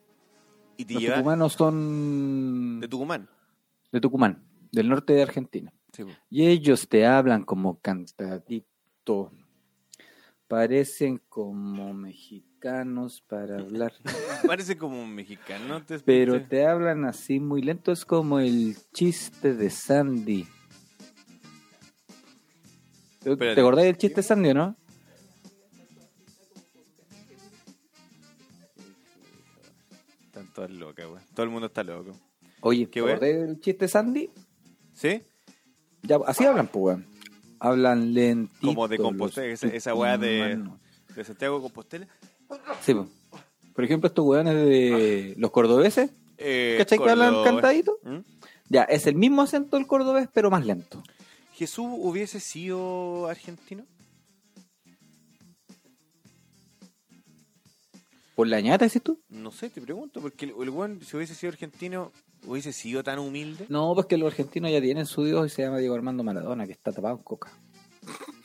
[SPEAKER 2] Y te
[SPEAKER 1] Los
[SPEAKER 2] lleva
[SPEAKER 1] tucumanos son
[SPEAKER 2] de Tucumán.
[SPEAKER 1] de Tucumán, del norte de Argentina.
[SPEAKER 2] Sí, po.
[SPEAKER 1] Y ellos te hablan como cantadito. Parecen como mexicanos para hablar.
[SPEAKER 2] Parece como un mexicano. ¿te-
[SPEAKER 1] Pero
[SPEAKER 2] te-
[SPEAKER 1] te hablan así muy lento. Es como el chiste de Sandy. ¿Te, te
[SPEAKER 2] Espérate.
[SPEAKER 1] acordás del chiste de Sandy o no?
[SPEAKER 2] Están todas locas, weón. Todo el mundo está loco.
[SPEAKER 1] Oye,
[SPEAKER 2] Qué
[SPEAKER 1] ¿te acordás del chiste de Sandy?
[SPEAKER 2] ¿Sí?
[SPEAKER 1] Ya, así hablan, pues, weón. Hablan lentito.
[SPEAKER 2] Como de Compostela,
[SPEAKER 1] los
[SPEAKER 2] esa- esa weá de-
[SPEAKER 1] tucumanos.
[SPEAKER 2] De Santiago de Compostela.
[SPEAKER 1] Sí, po. Por ejemplo, estos weones de los cordobeses.
[SPEAKER 2] Eh,
[SPEAKER 1] ¿Cachai que hablan
[SPEAKER 2] Córdoba.
[SPEAKER 1] cantadito?
[SPEAKER 2] ¿Mm?
[SPEAKER 1] Ya, es el mismo acento del cordobés, pero más lento.
[SPEAKER 2] ¿Jesús hubiese sido argentino?
[SPEAKER 1] ¿Por la ñata decís tú?
[SPEAKER 2] No sé, te pregunto, porque el, el weón, si hubiese sido argentino, hubiese sido tan humilde.
[SPEAKER 1] No, pues que los argentinos ya tienen su dios y se llama Diego Armando Maradona, que está tapado en coca.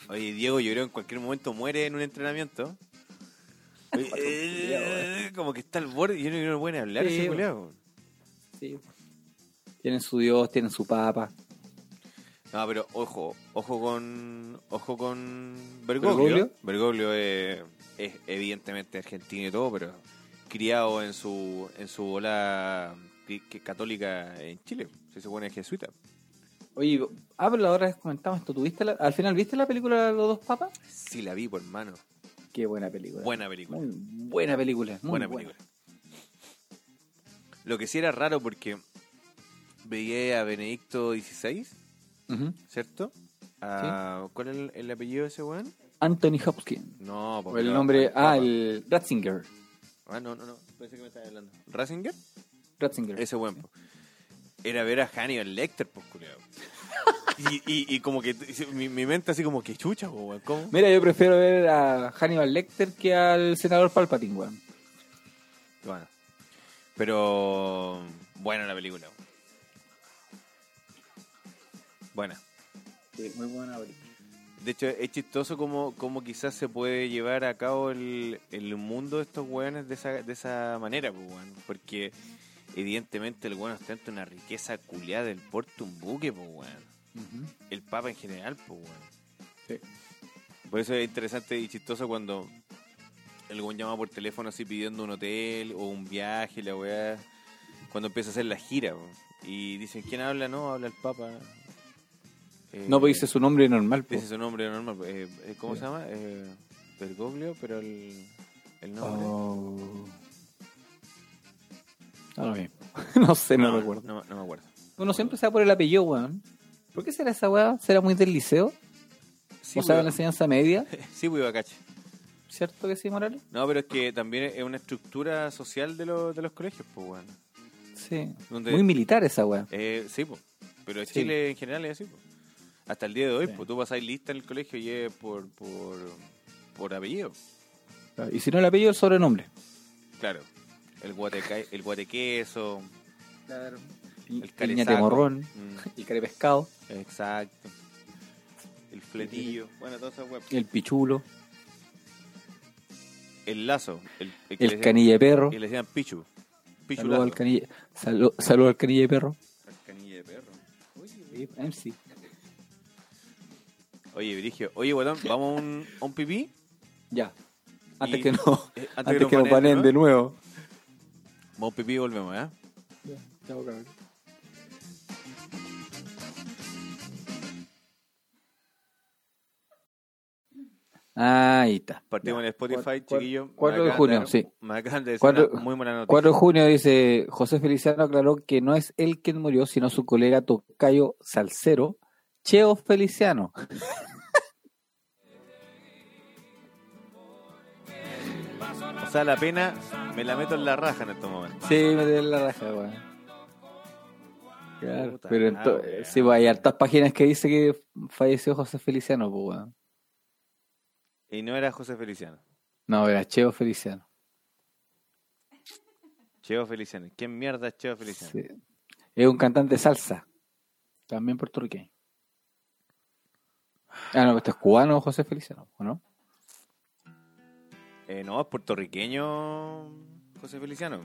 [SPEAKER 2] Oye, Diego, yo creo que en cualquier momento muere en un entrenamiento. Oye, eh, como que está al borde, yo no creo que pueden hablar
[SPEAKER 1] Sí,
[SPEAKER 2] ese
[SPEAKER 1] bueno.
[SPEAKER 2] culiao.
[SPEAKER 1] Sí. Tienen su dios, tienen su papa.
[SPEAKER 2] No, pero ojo, ojo con. Ojo con.
[SPEAKER 1] ¿Bergoglio?
[SPEAKER 2] Bergoglio. Bergoglio es, es evidentemente argentino y todo, pero criado en su en su ola cri- que- católica en Chile. Se supone jesuita.
[SPEAKER 1] Oye, ah, pero ahora comentamos esto. ¿Tuviste la- al final viste la película Los dos papas?
[SPEAKER 2] Sí la vi, por hermano.
[SPEAKER 1] Qué buena película.
[SPEAKER 2] Buena película.
[SPEAKER 1] Muy buena película. muy
[SPEAKER 2] buena película. Lo que sí era raro porque veía a Benedicto XVI,
[SPEAKER 1] Ujú.
[SPEAKER 2] ¿cierto? A- ¿Cuál es el, el apellido de ese weón?
[SPEAKER 1] Anthony Hopkins.
[SPEAKER 2] No,
[SPEAKER 1] O
[SPEAKER 2] pues, porque
[SPEAKER 1] el
[SPEAKER 2] era-
[SPEAKER 1] nombre.
[SPEAKER 2] era
[SPEAKER 1] Ah,
[SPEAKER 2] papa.
[SPEAKER 1] el Ratzinger.
[SPEAKER 2] Ah, no, no, no. Pensé que me estabas hablando. ¿Ratzinger?
[SPEAKER 1] Ratzinger.
[SPEAKER 2] Ese weón. po. Era ver a Hannibal Lecter, pues, culiao. Y, y, y como que t- mi, mi mente así como que chucha, po, weón. ¿Cómo?
[SPEAKER 1] Mira, yo prefiero ver a Hannibal Lecter que al senador Palpatine, weón.
[SPEAKER 2] Bueno. Pero buena la película. weón. Buena.
[SPEAKER 1] Sí, muy buena película.
[SPEAKER 2] De hecho, es chistoso como, como quizás se puede llevar a cabo el, el mundo de estos weones de esa, de esa manera, pues, weón. Porque evidentemente el weón ostenta una riqueza culiada del porte un buque, pues, weón. El Papa en general, pues, weón.
[SPEAKER 1] Sí.
[SPEAKER 2] Por eso es interesante y chistoso cuando el weón llama por teléfono así pidiendo un hotel o un viaje, la weá. Cuando empieza a hacer la gira, weón. Y dicen, ¿quién habla? No, habla el Papa. Eh,
[SPEAKER 1] No, pues dice su nombre normal, po.
[SPEAKER 2] Dice su nombre normal. eh, eh, ¿Cómo se llama? Eh, Bergoglio, pero el, el nombre.
[SPEAKER 1] Oh. Ah, lo mismo. no sé, no, recuerdo.
[SPEAKER 2] No, no me acuerdo.
[SPEAKER 1] Uno siempre se va por el apellido, weón. ¿Por qué será esa weá? ¿Será muy del liceo?
[SPEAKER 2] Sí,
[SPEAKER 1] ¿O sea, de
[SPEAKER 2] weón.
[SPEAKER 1] la enseñanza media?
[SPEAKER 2] Sí, pues, weón, caché.
[SPEAKER 1] ¿Cierto que sí, Morales?
[SPEAKER 2] No, pero es que también es una estructura social de, los de los colegios, pues, weón.
[SPEAKER 1] Sí.
[SPEAKER 2] ¿Dónde?
[SPEAKER 1] Muy militar esa weá.
[SPEAKER 2] Eh, sí, pues. Pero
[SPEAKER 1] Sí.
[SPEAKER 2] Chile en general es así, pues. Hasta el día de hoy,
[SPEAKER 1] Sí.
[SPEAKER 2] pues tú pasás lista en el colegio y es por, por, por apellido.
[SPEAKER 1] Y si no el apellido, el sobrenombre.
[SPEAKER 2] Claro. El guateca, el guatequeso,
[SPEAKER 1] Claro.
[SPEAKER 2] el
[SPEAKER 1] El
[SPEAKER 2] carezaco.
[SPEAKER 1] cañate morrón,
[SPEAKER 2] Mm,
[SPEAKER 1] el carepescado,
[SPEAKER 2] exacto. El fletillo. Bueno, todas esas weas.
[SPEAKER 1] el pichulo,
[SPEAKER 2] El lazo. El, que le
[SPEAKER 1] el
[SPEAKER 2] decían-
[SPEAKER 1] canilla de perro.
[SPEAKER 2] Y le decían Pichu. Pichu
[SPEAKER 1] Saludos al
[SPEAKER 2] lazo.
[SPEAKER 1] canilla, salu- saludo al canilla de perro.
[SPEAKER 2] Al canilla de perro.
[SPEAKER 1] MC.
[SPEAKER 2] Oye, Virigio. Oye, guatón, ¿vamos a un, a un pipí? eh,
[SPEAKER 1] Ya. Antes
[SPEAKER 2] Y-
[SPEAKER 1] que no,
[SPEAKER 2] eh,
[SPEAKER 1] antes, que nos
[SPEAKER 2] baneen,
[SPEAKER 1] baneen de nuevo.
[SPEAKER 2] Vamos a un pipí y volvemos, ¿eh?
[SPEAKER 1] Ahí está.
[SPEAKER 2] Partimos en Spotify,
[SPEAKER 1] Cuatro-
[SPEAKER 2] chiquillo. Me
[SPEAKER 1] cuatro de
[SPEAKER 2] acaban
[SPEAKER 1] junio,
[SPEAKER 2] dar-
[SPEAKER 1] sí.
[SPEAKER 2] Me acaban de decir
[SPEAKER 1] Cuatro-
[SPEAKER 2] una muy buena noticia.
[SPEAKER 1] 4 de junio dice José Feliciano aclaró que no es él quien murió, sino su colega Tocayo Salcero, Cheo Feliciano.
[SPEAKER 2] O sea, la pena me la meto en la raja en este estos momentos.
[SPEAKER 1] Sí, me dio la raja, weón. Claro,
[SPEAKER 2] Puta
[SPEAKER 1] pero
[SPEAKER 2] la
[SPEAKER 1] entonces,
[SPEAKER 2] wea.
[SPEAKER 1] sí, pues, hay hartas páginas que dice que falleció José Feliciano, pues, weón.
[SPEAKER 2] Y no era José Feliciano.
[SPEAKER 1] No, era Cheo Feliciano.
[SPEAKER 2] Cheo Feliciano. ¿Qué mierda es Cheo Feliciano?
[SPEAKER 1] Sí. Es un cantante de salsa, también puertorriqueño. Ah, no, este es cubano, José Feliciano, ¿o no?
[SPEAKER 2] Eh, no, es puertorriqueño José Feliciano.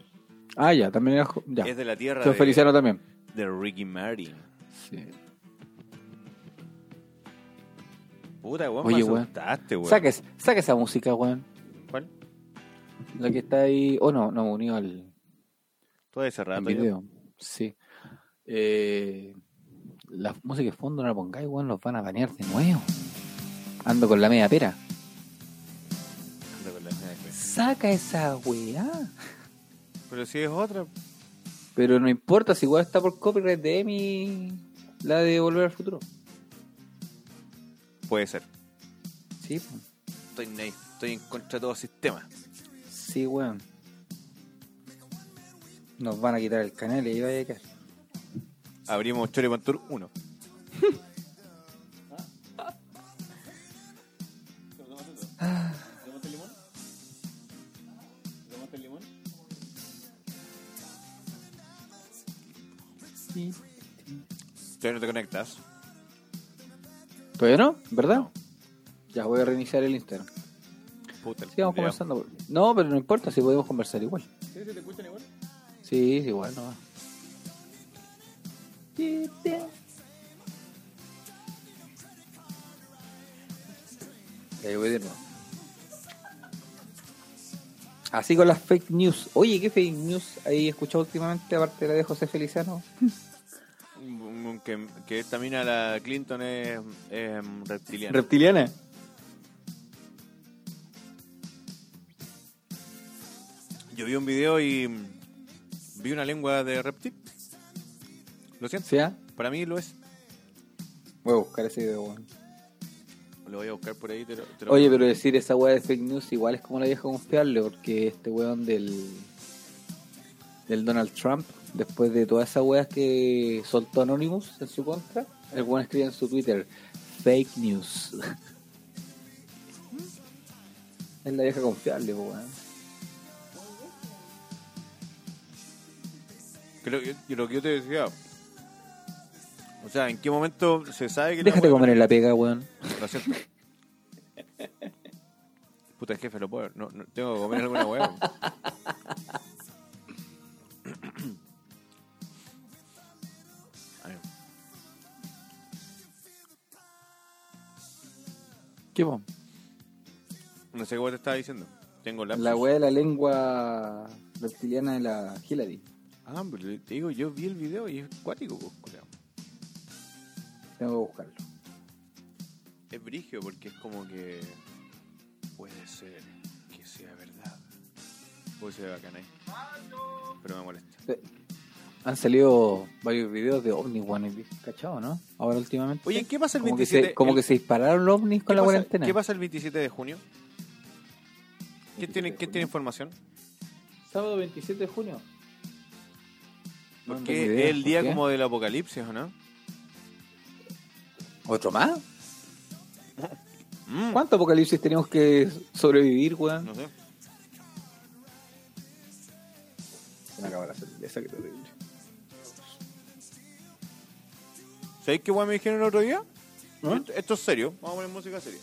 [SPEAKER 1] Ah, ya, también era. jo- Ya.
[SPEAKER 2] Es de la tierra
[SPEAKER 1] Cheo
[SPEAKER 2] de,
[SPEAKER 1] Feliciano también.
[SPEAKER 2] de Ricky Martin.
[SPEAKER 1] Sí.
[SPEAKER 2] Puta, weón,
[SPEAKER 1] Oye,
[SPEAKER 2] me
[SPEAKER 1] weón.
[SPEAKER 2] asustaste, weón.
[SPEAKER 1] Saca, es- saca esa música, weón.
[SPEAKER 2] ¿Cuál?
[SPEAKER 1] La que está ahí. Oh, no, no, unido al,
[SPEAKER 2] Todo ese
[SPEAKER 1] al
[SPEAKER 2] rato.
[SPEAKER 1] video. Sí. Eh, la música de fondo no la pongáis, weón. Los van a banear de nuevo. Ando con la media pera. Saca esa weá.
[SPEAKER 2] Pero si es otra.
[SPEAKER 1] Pero no importa, si igual está por copyright de Emi. La de Volver al Futuro.
[SPEAKER 2] Puede ser.
[SPEAKER 1] Sí, po.
[SPEAKER 2] Estoy, en- estoy en contra de todo sistema.
[SPEAKER 1] sí, weón. Nos van a quitar el canal y ahí vaya a quedar.
[SPEAKER 2] Abrimos Chore Pantur 1. Todavía no te conectas.
[SPEAKER 1] ¿Todavía no? ¿Verdad?
[SPEAKER 2] No.
[SPEAKER 1] Ya voy a reiniciar el Instagram.
[SPEAKER 2] Puta, el
[SPEAKER 1] Sigamos
[SPEAKER 2] culiao.
[SPEAKER 1] conversando. No, pero no importa, si podemos conversar igual. ¿Sí? ¿Se te escuchan igual? Sí, sí, igual, no Ya, yo voy de nuevo. Así con las fake news. Oye, ¿qué fake news hay escuchado últimamente aparte de la de José Feliciano?
[SPEAKER 2] Mm, Que, que esta mina, la Clinton, es, es mm, reptiliana.
[SPEAKER 1] Reptiliana.
[SPEAKER 2] Yo vi un video y mm, vi una lengua de reptil. Lo siento.
[SPEAKER 1] ¿Sí? ah?
[SPEAKER 2] Para mí lo es.
[SPEAKER 1] Voy a buscar ese video, weón.
[SPEAKER 2] Lo voy a buscar por ahí. Te lo- te lo-
[SPEAKER 1] Oye, pero decir esa weá de fake news igual es como la vieja confiable, porque este weón del, del Donald Trump, después de todas esas weas que soltó Anonymous en su contra, el weón escribe en su Twitter, fake news. es la vieja confiable, po, weón.
[SPEAKER 2] Creo que y lo que yo te decía. O sea, ¿en qué momento se sabe que la
[SPEAKER 1] Déjate
[SPEAKER 2] wea-
[SPEAKER 1] comer en la pega, weón.
[SPEAKER 2] Lo siento. Puta jefe, lo puedo. No, no, tengo que comer alguna hueá. Ay,
[SPEAKER 1] ¿Qué, po?
[SPEAKER 2] No sé qué te estaba diciendo. Tengo lapsus.
[SPEAKER 1] La weá de la lengua reptiliana de la Hillary.
[SPEAKER 2] Ah, pero te digo, yo vi el video y es cuático, pues, culiao.
[SPEAKER 1] Tengo que buscarlo.
[SPEAKER 2] Es brigio porque es como que puede ser que sea verdad. Puede ser bacán ahí. Pero me molesta.
[SPEAKER 1] Han salido varios videos de ovnis, weón, ¿cachado, no? Ahora últimamente.
[SPEAKER 2] Oye, ¿en qué pasa el
[SPEAKER 1] Como,
[SPEAKER 2] 27?
[SPEAKER 1] que, se, como
[SPEAKER 2] el-
[SPEAKER 1] que se dispararon los ovnis con
[SPEAKER 2] ¿Qué
[SPEAKER 1] la
[SPEAKER 2] pasa-
[SPEAKER 1] cuarentena.
[SPEAKER 2] ¿Qué pasa el 27 de junio? ¿Quién
[SPEAKER 1] 27
[SPEAKER 2] tiene,
[SPEAKER 1] de
[SPEAKER 2] quién
[SPEAKER 1] junio.
[SPEAKER 2] tiene información?
[SPEAKER 1] Sábado 27 de junio. No tengo
[SPEAKER 2] Porque
[SPEAKER 1] idea,
[SPEAKER 2] es el día
[SPEAKER 1] ¿por qué?
[SPEAKER 2] como del apocalipsis, ¿o no?
[SPEAKER 1] ¿Otro más?
[SPEAKER 2] Mm,
[SPEAKER 1] ¿Cuánto apocalipsis tenemos que sobrevivir, weón?
[SPEAKER 2] No sé.
[SPEAKER 1] Se me acaba la cerveza, qué terrible.
[SPEAKER 2] ¿Sabéis qué weá me dijeron el otro día?
[SPEAKER 1] ¿Ah?
[SPEAKER 2] Esto, esto es serio. Vamos a poner música seria.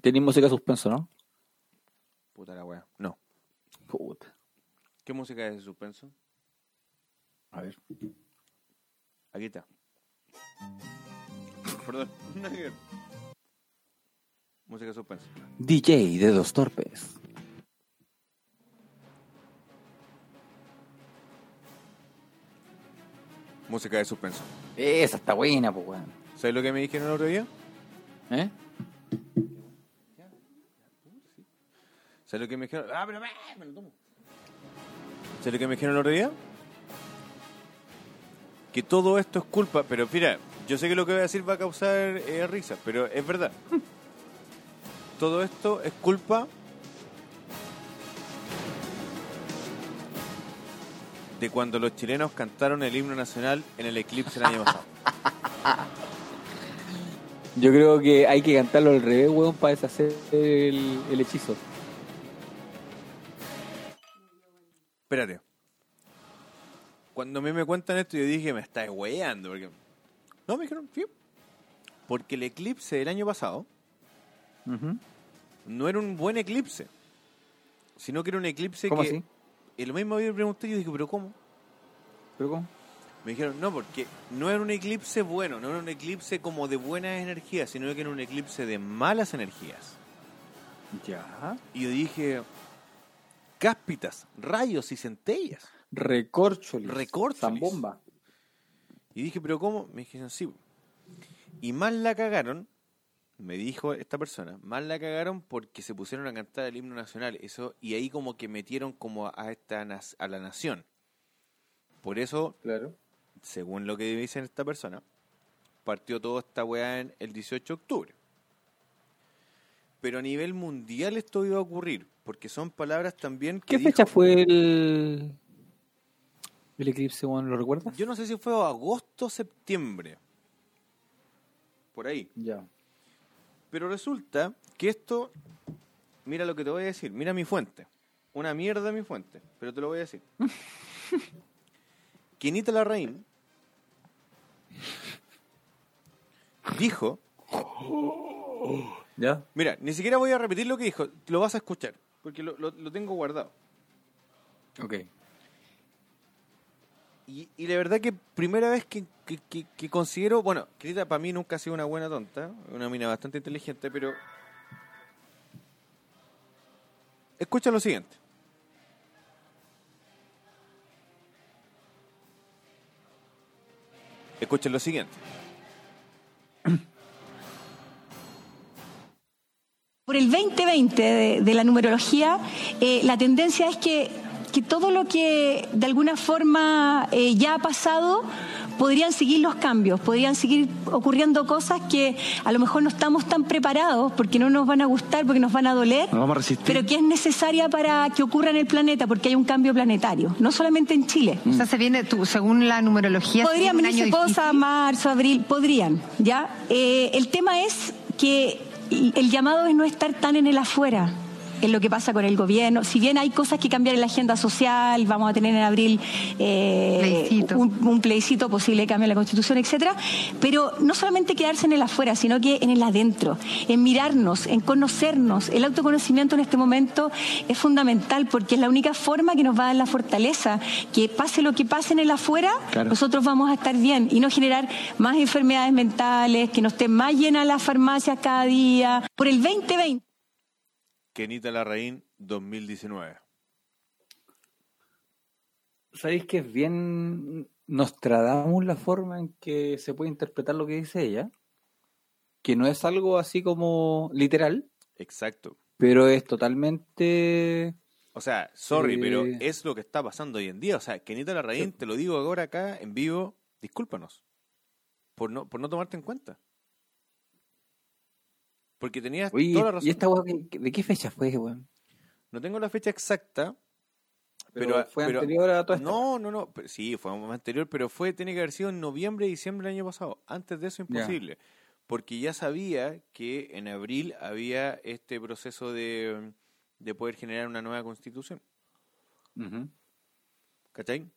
[SPEAKER 1] Tenéis música suspenso, ¿no?
[SPEAKER 2] Puta la weá. No.
[SPEAKER 1] Puta.
[SPEAKER 2] ¿Qué música es de suspenso?
[SPEAKER 1] A ver.
[SPEAKER 2] Aquí está. Perdón. Nada que ver. música de suspenso.
[SPEAKER 1] DJ de dos torpes.
[SPEAKER 2] Música de suspenso.
[SPEAKER 1] Esa está buena, pues, weón.
[SPEAKER 2] ¿Sabes lo que me dijeron el otro día?
[SPEAKER 1] ¿Eh?
[SPEAKER 2] ¿Sabes lo que me dijeron? Ah, pero me, me lo tomo. ¿Sabes lo que me dijeron el otro día? Que todo esto es culpa, pero mira, yo sé que lo que voy a decir va a causar eh, risa, pero es verdad. Todo esto es culpa de cuando los chilenos cantaron el himno nacional en el eclipse el año pasado.
[SPEAKER 1] Yo creo que hay que cantarlo al revés, weón, para deshacer el, el hechizo.
[SPEAKER 2] Espérate. Cuando a mí me cuentan esto, yo dije, me estáis weando. Porque... No, me dijeron, sí. Porque el eclipse del año pasado
[SPEAKER 1] Ujú.
[SPEAKER 2] no era un buen eclipse, sino que era un eclipse
[SPEAKER 1] ¿Cómo
[SPEAKER 2] que.
[SPEAKER 1] así?
[SPEAKER 2] Y lo mismo yo pregunté, yo dije, ¿pero cómo?
[SPEAKER 1] ¿Pero cómo?
[SPEAKER 2] Me dijeron, no, porque no era un eclipse bueno, no era un eclipse como de buenas energías, sino que era un eclipse de malas energías.
[SPEAKER 1] Ya.
[SPEAKER 2] Y yo dije, cáspitas, rayos y centellas.
[SPEAKER 1] Recorcholis.
[SPEAKER 2] Recorcholis.
[SPEAKER 1] Zambomba.
[SPEAKER 2] Y dije, ¿pero cómo? Me dijeron, sí. Y más la cagaron, me dijo esta persona, más la cagaron porque se pusieron a cantar el himno nacional. eso Y ahí como que metieron como a, esta, nas- a la nación. Por eso,
[SPEAKER 1] Claro.
[SPEAKER 2] según lo que dicen esta persona, partió toda esta weá en el 18 de octubre. Pero a nivel mundial esto iba a ocurrir, porque son palabras también que
[SPEAKER 1] ¿Qué
[SPEAKER 2] dijo-
[SPEAKER 1] fecha fue el, el eclipse, weón? ¿Lo recuerdas?
[SPEAKER 2] Yo no sé si fue agosto o septiembre. Por ahí.
[SPEAKER 1] Ya.
[SPEAKER 2] Pero resulta que esto, mira lo que te voy a decir, mira mi fuente. Una mierda mi fuente, pero te lo voy a decir. Quinita Larraín dijo,
[SPEAKER 1] ¿Ya?
[SPEAKER 2] mira, ni siquiera voy a repetir lo que dijo, lo vas a escuchar, porque lo, lo- lo tengo guardado.
[SPEAKER 1] Ok.
[SPEAKER 2] Y, y la verdad que primera vez que, que- que- que considero, bueno, Quinita para mí nunca ha sido una buena tonta, una mina bastante inteligente, pero... Es escucha lo siguiente. Escuchen lo siguiente.
[SPEAKER 7] Por el 2020 de, de la numerología, eh, la tendencia es que, que todo lo que de alguna forma eh, ya ha pasado, podrían seguir los cambios, podrían seguir ocurriendo cosas que a lo mejor no estamos tan preparados porque no nos van a gustar, porque nos van a doler.
[SPEAKER 8] Nos vamos a resistir.
[SPEAKER 7] Pero que es necesaria para que ocurra en el planeta, porque hay un cambio planetario, no solamente en Chile.
[SPEAKER 9] O sea, se viene, tú, según la numerología, se
[SPEAKER 7] Podrían
[SPEAKER 9] viene un
[SPEAKER 7] venirse
[SPEAKER 9] año difícil.
[SPEAKER 7] cosas, marzo, abril, podrían, ¿ya? Eh, el tema es que el llamado es no estar tan en el afuera, en lo que pasa con el gobierno. Si bien hay cosas que cambiar en la agenda social, vamos a tener en abril eh,
[SPEAKER 9] Plebiscito.
[SPEAKER 7] un, un plebiscito posible de cambio en la constitución, etcétera, pero no solamente quedarse en el afuera, sino que en el adentro, en mirarnos, en conocernos. El autoconocimiento en este momento es fundamental porque es la única forma que nos va a dar la fortaleza, que pase lo que pase en el afuera,
[SPEAKER 8] Claro.
[SPEAKER 7] nosotros nosotros vamos a estar bien y no generar más enfermedades mentales, que no estén más llenas las farmacias cada día. Por el 2020.
[SPEAKER 2] Kenita Larraín 2019.
[SPEAKER 1] ¿Sabéis que es bien Nostradamus la forma en que se puede interpretar lo que dice ella? Que no es algo así como literal,
[SPEAKER 2] Exacto.
[SPEAKER 1] pero es totalmente...
[SPEAKER 2] O sea, sorry,
[SPEAKER 1] Eh.
[SPEAKER 2] pero es lo que está pasando hoy en día. O sea, Kenita Larraín, te lo digo ahora acá en vivo, discúlpanos por no, por no tomarte en cuenta. Porque tenías
[SPEAKER 1] Oye,
[SPEAKER 2] toda la razón.
[SPEAKER 1] ¿y esta weá qué- de qué fecha fue, weón?
[SPEAKER 2] No tengo la fecha exacta,
[SPEAKER 1] Pero,
[SPEAKER 2] Pero-
[SPEAKER 1] fue
[SPEAKER 2] pero-
[SPEAKER 1] anterior a toda esta...
[SPEAKER 2] No, no, no. pero sí, fue más anterior, pero fue, tiene que haber sido en noviembre, diciembre del año pasado. Antes de eso,
[SPEAKER 1] Ya.
[SPEAKER 2] imposible. Porque ya sabía que en abril había este proceso de, de poder generar una nueva constitución.
[SPEAKER 1] Ujú.
[SPEAKER 2] ¿Cachai?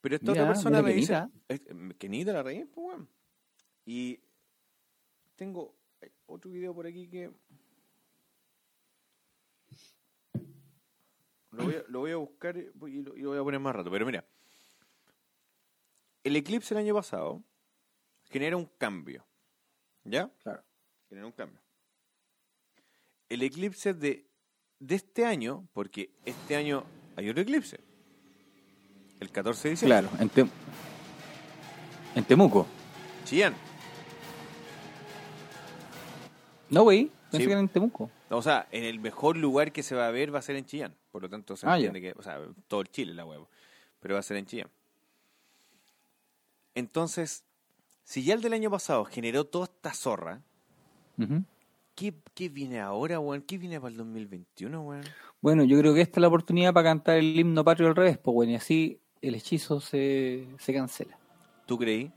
[SPEAKER 2] Pero esta
[SPEAKER 1] Mira,
[SPEAKER 2] otra persona
[SPEAKER 1] mira
[SPEAKER 2] me
[SPEAKER 1] que
[SPEAKER 2] dice.
[SPEAKER 1] mira.
[SPEAKER 2] es- eh, Que ni de la raíz, pues, weón. Y tengo eh, otro video por aquí que. Lo voy a, lo voy a buscar eh, voy- y lo, y lo voy a poner más rato. Pero mira. El eclipse el año pasado genera un cambio. ¿Ya?
[SPEAKER 1] Claro.
[SPEAKER 2] Genera un cambio. El eclipse de, de este año, porque este año hay otro eclipse. El 14 de diciembre.
[SPEAKER 1] Claro, en, Tem- en Temuco.
[SPEAKER 2] Chillán.
[SPEAKER 1] No, güey, pensé
[SPEAKER 2] Sí.
[SPEAKER 1] que era en Temuco.
[SPEAKER 2] O sea, en el mejor lugar que se va a ver va a ser en Chillán. Por lo tanto, se
[SPEAKER 1] Ah, ya.
[SPEAKER 2] entiende que. O sea, todo el Chile la huevo. Pero va a ser en Chillán. Entonces, si ya el del año pasado generó toda esta zorra,
[SPEAKER 1] Ujú.
[SPEAKER 2] ¿qué, qué viene ahora, weón? ¿Qué viene para el 2021, weón?
[SPEAKER 1] Bueno, yo creo que esta es la oportunidad para cantar el himno patrio al revés, pues, bueno, y así el hechizo se, se cancela.
[SPEAKER 2] ¿Tú creí?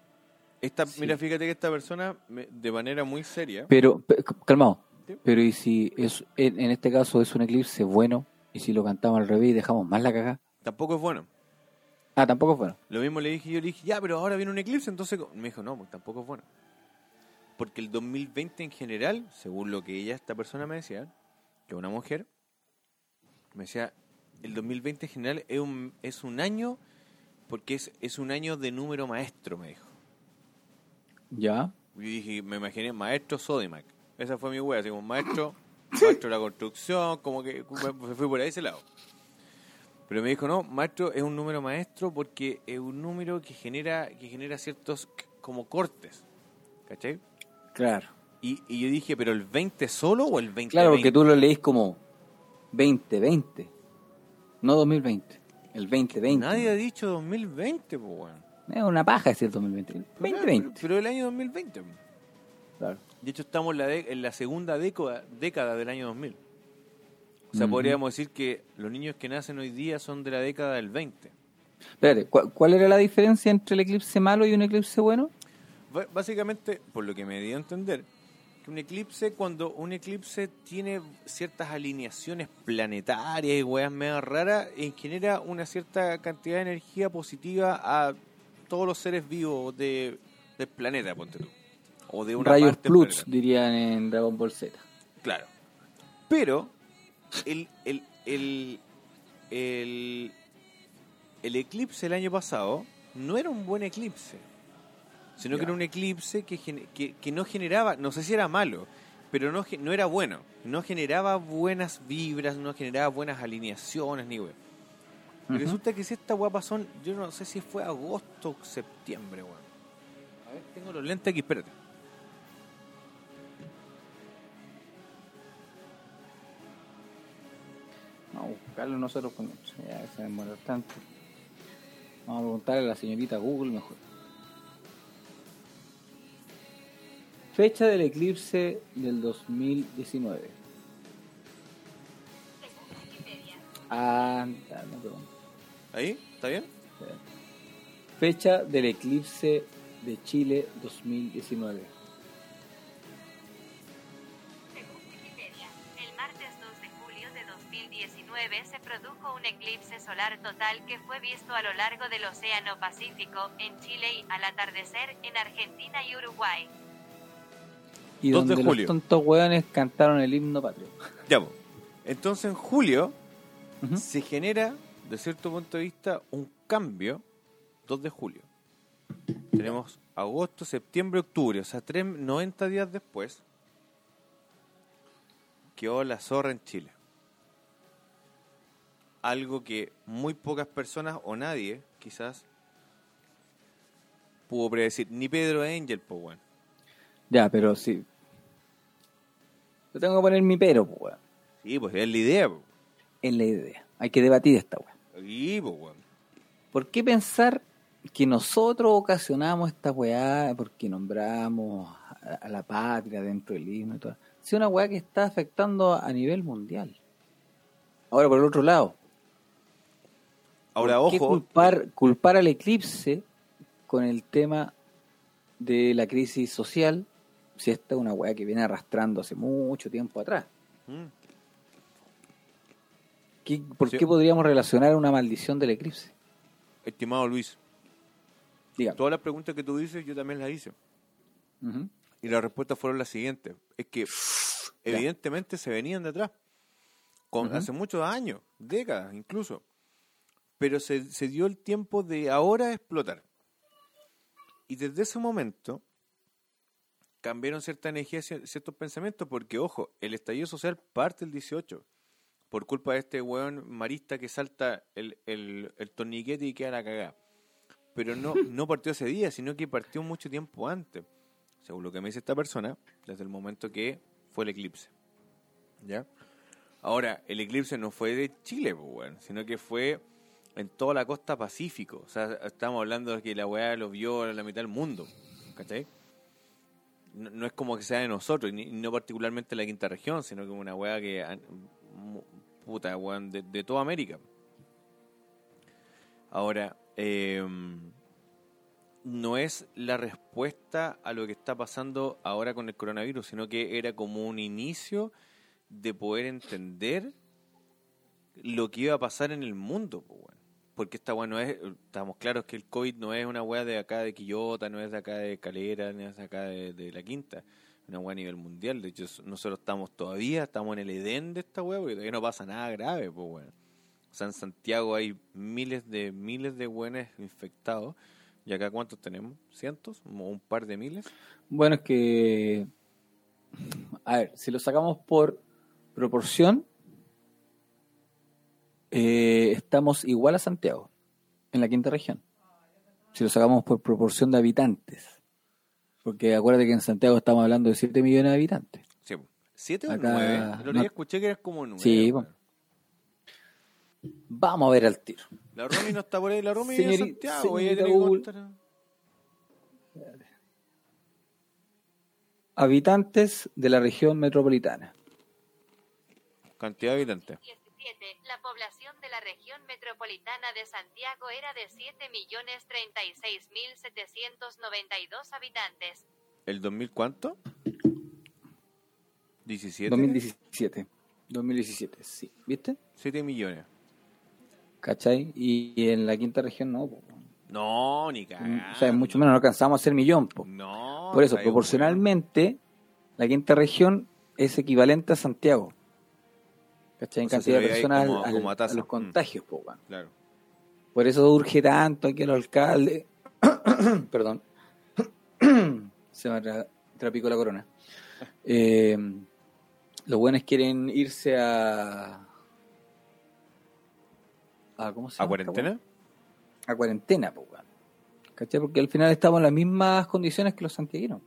[SPEAKER 2] Esta,
[SPEAKER 1] Sí.
[SPEAKER 2] Mira, fíjate que esta persona, me- de manera muy seria.
[SPEAKER 1] Pero, pe- calmado,
[SPEAKER 2] Sí.
[SPEAKER 1] pero ¿y si es, en, en este caso es un eclipse bueno? ¿Y si lo cantamos al revés y dejamos más la cagada?
[SPEAKER 2] Tampoco es bueno.
[SPEAKER 1] Ah, tampoco es bueno.
[SPEAKER 2] Lo mismo le dije, yo le dije, ya, pero ahora viene un eclipse, entonces co- me dijo, no, pues tampoco es bueno. Porque el 2020 en general, según lo que ella, esta persona me decía, que una mujer, me decía, el 2020 en general es un, es un año, porque es, es un año de número maestro, me dijo.
[SPEAKER 1] Ya,
[SPEAKER 2] Yo dije, me imaginé, maestro Sodimac. Esa fue mi wea, así como maestro, maestro de la construcción, como que me fui por ahí ese lado. Pero me dijo, no, maestro es un número maestro porque es un número que genera, que genera ciertos c- como cortes. ¿Cachai?
[SPEAKER 1] claro.
[SPEAKER 2] Y, y yo dije, ¿pero el 20 solo o el 20?
[SPEAKER 1] Claro, porque tú lo leís como 2020, no 2020, el 2020.
[SPEAKER 2] Nadie ha dicho 2020, pues weón.
[SPEAKER 1] Es una paja decir 2020.
[SPEAKER 2] Pero,
[SPEAKER 1] 2020,
[SPEAKER 2] Pero el año 2020. po.
[SPEAKER 1] claro.
[SPEAKER 2] De hecho, estamos en la, de- en la segunda década, década del año 2000. O sea,
[SPEAKER 1] Ujú.
[SPEAKER 2] podríamos decir que los niños que nacen hoy día son de la década del 20.
[SPEAKER 1] Espérate, ¿cuál, cuál era la diferencia entre el eclipse malo y un eclipse bueno?
[SPEAKER 2] Ba- Básicamente, por lo que me dio a entender, que un eclipse, cuando un eclipse tiene ciertas alineaciones planetarias y weas medio raras, eh, genera una cierta cantidad de energía positiva a todos los seres vivos de, del planeta, ponte tú. O de una
[SPEAKER 1] Rayos
[SPEAKER 2] parte del
[SPEAKER 1] Pluts,
[SPEAKER 2] planeta.
[SPEAKER 1] dirían en Dragon Ball Z.
[SPEAKER 2] Claro. Pero el, el, el, el, el eclipse el año pasado no era un buen eclipse, sino que era un eclipse que, gen- que, que no generaba, no sé si era malo, pero no, ge- no era bueno. No generaba buenas vibras, no generaba buenas alineaciones, ni weón. Y Resulta que si esta guapa son, yo no sé si fue agosto o septiembre, weón. A ver, tengo los lentes aquí, espérate.
[SPEAKER 1] Vamos a buscarlo nosotros con ya, se demora tanto. Vamos a preguntarle a la señorita Google mejor. Fecha del eclipse del 2019. Ah, ya, no pregunto.
[SPEAKER 2] ¿Ahí? ¿Está bien?
[SPEAKER 1] Fecha del eclipse de Chile 2019.
[SPEAKER 8] Según Wikipedia, el martes 2 de julio de 2019 se produjo un eclipse solar total que fue visto a lo largo del Océano Pacífico, en Chile y al atardecer en Argentina y Uruguay.
[SPEAKER 1] Y
[SPEAKER 2] 2 de
[SPEAKER 1] donde
[SPEAKER 2] julio.
[SPEAKER 1] los tontos hueones cantaron el himno patrio.
[SPEAKER 2] Ya, po. Entonces en julio
[SPEAKER 1] Ujú.
[SPEAKER 2] se genera, de cierto punto de vista, un cambio 2 de julio. Tenemos agosto, septiembre, octubre, o sea, tres- 90 días después, quedó la zorra en Chile. Algo que muy pocas personas o nadie, quizás, pudo predecir. Ni Pedro Angel, pues bueno.
[SPEAKER 1] Ya, pero sí. Yo tengo que poner mi pero, pues, weón.
[SPEAKER 2] Sí, pues es la idea, po.
[SPEAKER 1] Es la idea. Hay que debatir esta weá.
[SPEAKER 2] Sí, pues bueno.
[SPEAKER 1] ¿Por qué pensar que nosotros ocasionamos esta weá porque nombramos a, a la patria dentro del himno y todo? Si es una weá que está afectando a nivel mundial. Ahora, por el otro lado,
[SPEAKER 2] Ahora,
[SPEAKER 1] ¿por qué
[SPEAKER 2] ojo,
[SPEAKER 1] culpar, culpar al eclipse con el tema de la crisis social si esta es una weá que viene arrastrando hace mucho tiempo atrás?
[SPEAKER 2] Mm.
[SPEAKER 1] ¿Qué- ¿Por
[SPEAKER 2] Sí.
[SPEAKER 1] qué podríamos relacionar una maldición del eclipse?
[SPEAKER 2] estimado Luis,
[SPEAKER 1] Dígame.
[SPEAKER 2] Todas las preguntas que tú dices, yo también las hice.
[SPEAKER 1] Ujú.
[SPEAKER 2] Y las respuestas fueron las siguientes. Es que evidentemente se venían de atrás. Con,
[SPEAKER 1] Ujú.
[SPEAKER 2] Hace muchos años, décadas incluso. Pero se, se dio el tiempo de ahora explotar. Y desde ese momento cambiaron cierta energía, cier- ciertos pensamientos, porque, ojo, el estallido social parte el 18, por culpa de este weón marista que salta el, el, el torniquete y queda la cagada. Pero no, no partió ese día, sino que partió mucho tiempo antes según lo que me dice esta persona, desde el momento que fue el eclipse. ¿Ya? Ahora, el eclipse no fue de Chile, pues, weón, sino que fue en toda la costa pacífico. O sea, estamos hablando de que la weá lo vio la mitad del mundo. ¿Cachai? No, no es como que sea de nosotros, y ni- no particularmente la quinta región, sino que una weá que. ah, mu- puta, weón, de, de toda América. Ahora, eh no es la respuesta a lo que está pasando ahora con el coronavirus, sino que era como un inicio de poder entender lo que iba a pasar en el mundo, po, weón. porque esta weá no es, estamos claros que el COVID no es una weá de acá de Quillota, no es de acá de Calera, no es de acá de, de La Quinta, es una weá a nivel mundial, de hecho nosotros estamos todavía, estamos en el edén de esta weá, porque todavía no pasa nada grave, pues bueno. O sea, en Santiago hay miles de miles de buenos infectados. ¿Y acá cuántos tenemos? ¿Cientos? ¿O un par de miles?
[SPEAKER 1] Bueno, es que. A ver, si lo sacamos por proporción, eh, estamos igual a Santiago, en la quinta región. Si lo sacamos por proporción de habitantes. Porque acuérdate que en Santiago estamos hablando de 7 millones de habitantes.
[SPEAKER 2] Sí, po. ¿Siete o
[SPEAKER 1] Acá
[SPEAKER 2] nueve? El otro
[SPEAKER 1] no-
[SPEAKER 2] día escuché que eras como nueve.
[SPEAKER 1] Sí,
[SPEAKER 2] weón.
[SPEAKER 1] Vamos a ver al tiro.
[SPEAKER 2] La Romy no está por ahí. La Romy vive en
[SPEAKER 1] Señori-
[SPEAKER 2] Santiago. ella
[SPEAKER 1] señorita
[SPEAKER 2] tiene que
[SPEAKER 1] Google.
[SPEAKER 2] contar.
[SPEAKER 1] Habitantes de la región metropolitana.
[SPEAKER 2] Cantidad de habitantes.
[SPEAKER 8] 2017, la población de la región metropolitana de Santiago era de 7.036.792 habitantes.
[SPEAKER 2] ¿El 2000 cuánto? ¿17?
[SPEAKER 1] 2017. 2017, sí. ¿Viste?
[SPEAKER 2] Siete millones.
[SPEAKER 1] ¿Cachai? Y, y en la quinta región no. po.
[SPEAKER 2] No,
[SPEAKER 1] Mm,
[SPEAKER 2] ni
[SPEAKER 1] O
[SPEAKER 2] cagando.
[SPEAKER 1] sea, mucho menos, no alcanzamos a ser millón. po.
[SPEAKER 2] No.
[SPEAKER 1] Por eso,
[SPEAKER 2] está bien,
[SPEAKER 1] proporcionalmente, la quinta región es equivalente a Santiago. ¿Cachai? En
[SPEAKER 2] O sea,
[SPEAKER 1] cantidad
[SPEAKER 2] se
[SPEAKER 1] de
[SPEAKER 2] ve ahí
[SPEAKER 1] personas
[SPEAKER 2] como-
[SPEAKER 1] al-
[SPEAKER 2] como a
[SPEAKER 1] a,
[SPEAKER 2] taza.
[SPEAKER 1] los
[SPEAKER 2] Mm.
[SPEAKER 1] contagios, po, weón.
[SPEAKER 2] weón. Claro.
[SPEAKER 1] Por eso urge tanto aquí al alcalde. Perdón. Se me tra- trapicó la corona. Eh, los buenos quieren irse a. a ¿Cómo se
[SPEAKER 2] ¿A
[SPEAKER 1] llama?
[SPEAKER 2] cuarentena?
[SPEAKER 1] A cuarentena, pues, weón. ¿Cachai? Porque al final estamos en las mismas condiciones que los santiaguinos.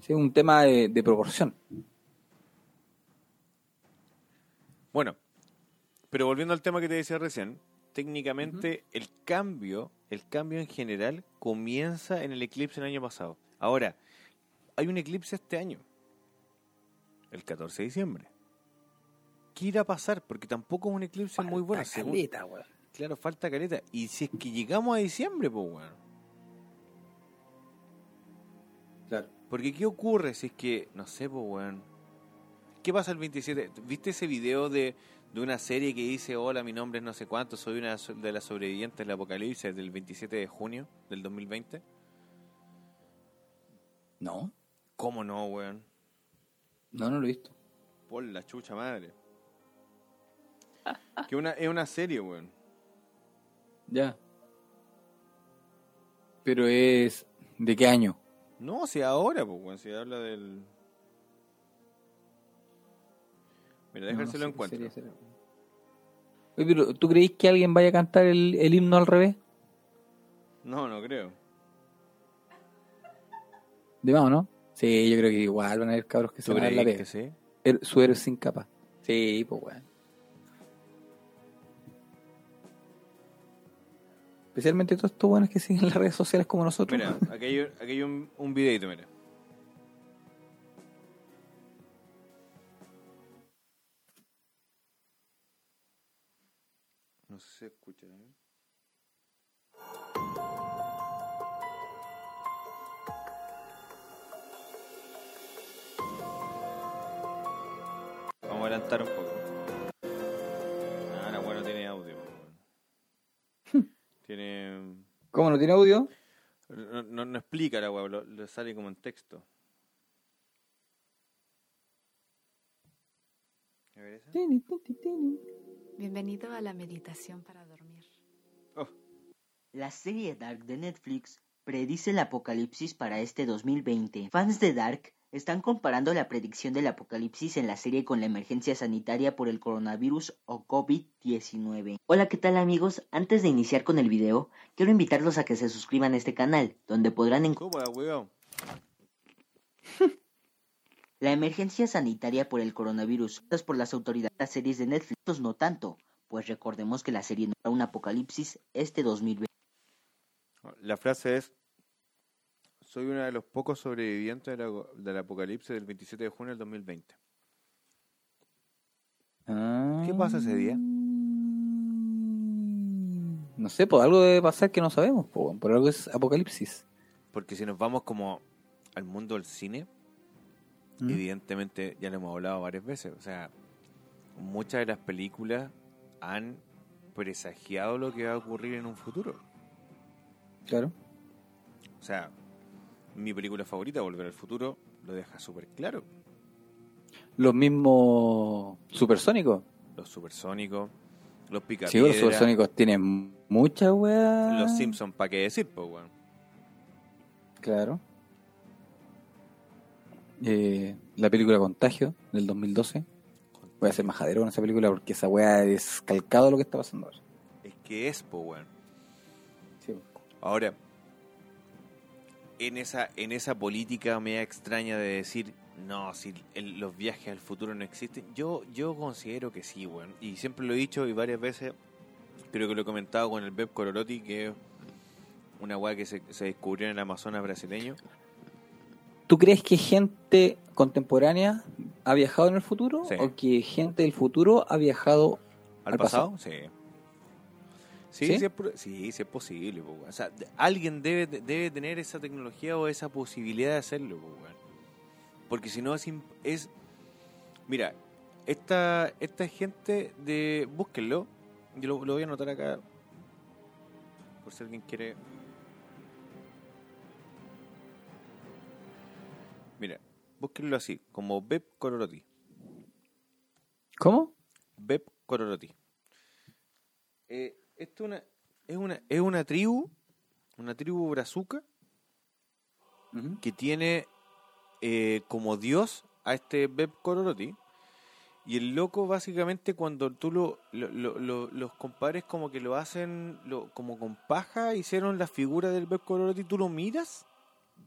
[SPEAKER 1] Sí, Es un tema de, de proporción.
[SPEAKER 2] Bueno, pero volviendo al tema que te decía recién, técnicamente el cambio, el cambio en general, comienza en el eclipse el año pasado. Ahora, hay un eclipse este año, el 14 de diciembre. ¿Qué irá a pasar? Porque tampoco es un eclipse muy
[SPEAKER 1] Ah,
[SPEAKER 2] bueno. según-
[SPEAKER 1] caleta, weón.
[SPEAKER 2] Claro, falta careta. Y si es que llegamos a diciembre, pues bueno.
[SPEAKER 1] Claro.
[SPEAKER 2] Porque ¿qué ocurre si es que, no sé, pues weón? ¿Qué pasa el 27? ¿Viste ese video de, de una serie que dice, hola, mi nombre es no sé cuánto, soy una so- de las sobrevivientes del apocalipsis del 27 de junio del 2020?
[SPEAKER 1] No,
[SPEAKER 2] ¿Cómo no, weón?
[SPEAKER 1] no, no lo he visto.
[SPEAKER 2] Por la chucha madre. Que una, es una serie, weón.
[SPEAKER 1] Ya. Pero es. ¿De qué año?
[SPEAKER 2] No, si ahora, pues weón, si habla del...
[SPEAKER 1] No,
[SPEAKER 2] Mira,
[SPEAKER 1] no
[SPEAKER 2] déjame
[SPEAKER 1] sé
[SPEAKER 2] lo
[SPEAKER 1] qué
[SPEAKER 2] encuentro.
[SPEAKER 1] serie será. Oye, pero ¿tú creís que alguien vaya a cantar el, el himno al revés?
[SPEAKER 2] No, no creo.
[SPEAKER 1] De más, ¿o ¿no? Sí, yo creo que igual van a haber cabros que se
[SPEAKER 2] ¿Tú
[SPEAKER 1] van a dar la
[SPEAKER 2] crees
[SPEAKER 1] pega.
[SPEAKER 2] que sí?
[SPEAKER 1] El- Su héroe sin capa. Sí, pues weón. Especialmente todos estos buenos que siguen las redes sociales como nosotros.
[SPEAKER 2] Mira, aquí hay, aquí hay un, un videito, mira. No sé si se escucha, ¿eh? Vamos a adelantar un poco. Ah, Ahora, bueno, tiene audio. pues, bueno. Tiene...
[SPEAKER 1] ¿Cómo no tiene audio?
[SPEAKER 2] No, no, no explica la web, lo, lo sale como en texto. A ver esa.
[SPEAKER 10] Bienvenido a la meditación para dormir.
[SPEAKER 11] La serie Dark de Netflix predice el apocalipsis para este 2020. Fans de Dark están comparando la predicción del apocalipsis en la serie con la emergencia sanitaria por el coronavirus o COVID-19. Hola, ¿qué tal amigos? Antes de iniciar con el video, quiero invitarlos a que se suscriban a este canal, donde podrán encontrar...
[SPEAKER 2] ¿Cómo, ah, weón?
[SPEAKER 11] La emergencia sanitaria por el coronavirus, dadas por las autoridades de las series de Netflix, pues no tanto, pues recordemos que la serie no era un apocalipsis este 2020.
[SPEAKER 2] La frase es: Soy uno de los pocos sobrevivientes del, ago- del apocalipsis del 27 de junio del 2020.
[SPEAKER 1] ¿Qué
[SPEAKER 2] pasa ese día?
[SPEAKER 1] No sé, pues algo debe pasar que no sabemos, po, weón. por algo es apocalipsis.
[SPEAKER 2] Porque si nos vamos como al mundo del cine,
[SPEAKER 1] Mm.
[SPEAKER 2] evidentemente ya lo hemos hablado varias veces. O sea, muchas de las películas han presagiado lo que va a ocurrir en un futuro.
[SPEAKER 1] Claro.
[SPEAKER 2] O sea, mi película favorita, Volver al Futuro, lo deja súper claro.
[SPEAKER 1] Los mismos supersónicos.
[SPEAKER 2] Los supersónicos, los picapiedra,
[SPEAKER 1] Sí, pues, los supersónicos tienen mucha weá.
[SPEAKER 2] los Simpsons, ¿para qué decir, pues, weón?
[SPEAKER 1] Claro. Eh, la película Contagio del 2012. Voy a ser majadero con esa película porque esa weá es calcado lo que está pasando ahora.
[SPEAKER 2] Es que es, pues, weón.
[SPEAKER 1] Sí.
[SPEAKER 2] Ahora, en esa, en esa política media extraña de decir, no, si el- los viajes al futuro no existen, yo, yo considero que sí, weón. Y siempre lo he dicho y varias veces, creo que lo he comentado con el Beb Colorotti, que es una weá que se, se descubrió en el Amazonas brasileño.
[SPEAKER 1] ¿Tú crees que gente contemporánea ha viajado en el futuro
[SPEAKER 2] Sí.
[SPEAKER 1] o que gente del futuro ha viajado
[SPEAKER 2] ¿Al,
[SPEAKER 1] ¿Al
[SPEAKER 2] pasado?
[SPEAKER 1] pasado?
[SPEAKER 2] Sí. Sí, sí,
[SPEAKER 1] ¿Sí?
[SPEAKER 2] es, pro- sí, sí es posible. po, weón. o sea, de- alguien debe, debe tener esa tecnología o esa posibilidad de hacerlo. po, weón. Porque si no es, imp- es... Mira, esta, esta gente de... Búsquenlo. Yo lo, lo voy a anotar acá. Por si alguien quiere... Mira, búsquenlo así, como Beb Cororotti.
[SPEAKER 1] ¿Cómo?
[SPEAKER 2] Beb Cororoti. Eh, esto una- es, una, es una tribu, una tribu brazuca,
[SPEAKER 1] Ujú.
[SPEAKER 2] que tiene eh, como dios a este Beb Cororoti. Y el loco básicamente cuando tú lo, lo- lo- lo- los compares como que lo hacen lo- como con paja, hicieron la figura del Beb Cororoti, tú lo miras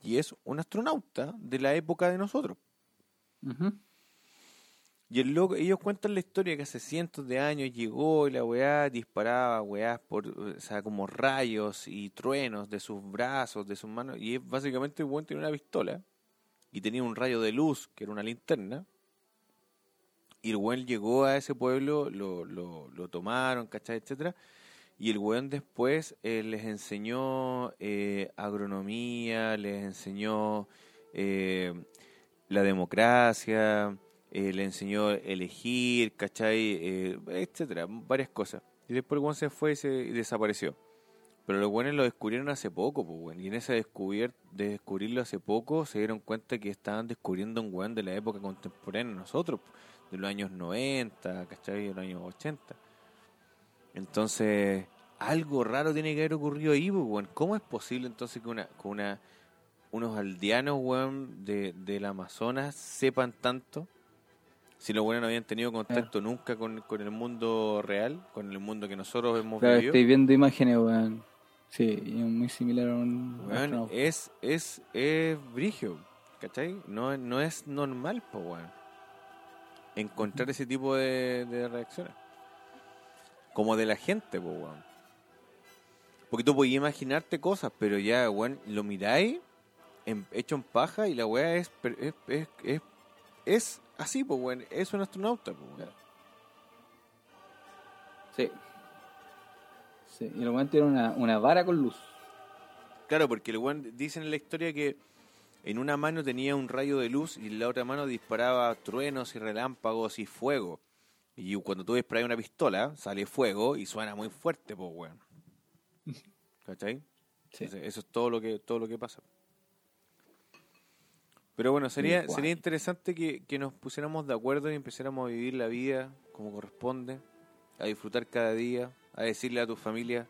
[SPEAKER 2] y es un astronauta de la época de nosotros. Y el loco, ellos cuentan la historia que hace cientos de años llegó y la weá disparaba weá por, o sea, como rayos y truenos de sus brazos, de sus manos. Y es básicamente el weón tenía una pistola y tenía un rayo de luz que era una linterna. Y el weón llegó a ese pueblo, lo, lo, lo tomaron, ¿cachai? etcétera. Y el weón después eh, les enseñó eh, agronomía, les enseñó eh, la democracia, eh, le enseñó a elegir, ¿cachai? Eh, etcétera, varias cosas. Y después el weón se fue y, se, y desapareció. Pero los weones lo descubrieron hace poco, pues, weón. Y en ese descubrir, de descubrirlo hace poco se dieron cuenta que estaban descubriendo un weón de la época contemporánea de nosotros, po, de los años 90, ¿cachai? De los años 80. Entonces, algo raro tiene que haber ocurrido ahí, pues, weón. ¿Cómo es posible entonces que una, que una unos aldeanos, weón, de, del Amazonas sepan tanto? Si los weones no habían tenido contacto nunca con, con el mundo real, con el mundo que nosotros hemos
[SPEAKER 1] Claro,
[SPEAKER 2] vivido.
[SPEAKER 1] estoy viendo imágenes, weón. Sí, y es muy similar a un.
[SPEAKER 2] Weón,
[SPEAKER 1] astronauta.
[SPEAKER 2] es, es, es brigio, ¿cachai? No, no es normal, po, weón. Encontrar ese tipo de, de reacciones. Como de la gente, po, weón. Porque tú podías imaginarte cosas, pero ya, weón, lo miráis en- hecho en paja y la weá es, per- es, es, es, es así, po, weón. Es un astronauta, po, weón.
[SPEAKER 1] Sí. Sí, y el weón tiene una, una vara con luz.
[SPEAKER 2] Claro, porque el weón dicen en la historia que en una mano tenía un rayo de luz y en la otra mano disparaba truenos y relámpagos y fuego. Y cuando tú disparas una pistola, sale fuego y suena muy fuerte, pues weón. ¿Cachai? Entonces, eso es todo lo que, todo lo que pasa. Pero bueno, sería,
[SPEAKER 1] Igual.
[SPEAKER 2] sería interesante que, que nos pusiéramos de acuerdo y empezáramos a vivir la vida como corresponde, a disfrutar cada día, a decirle a tu familia,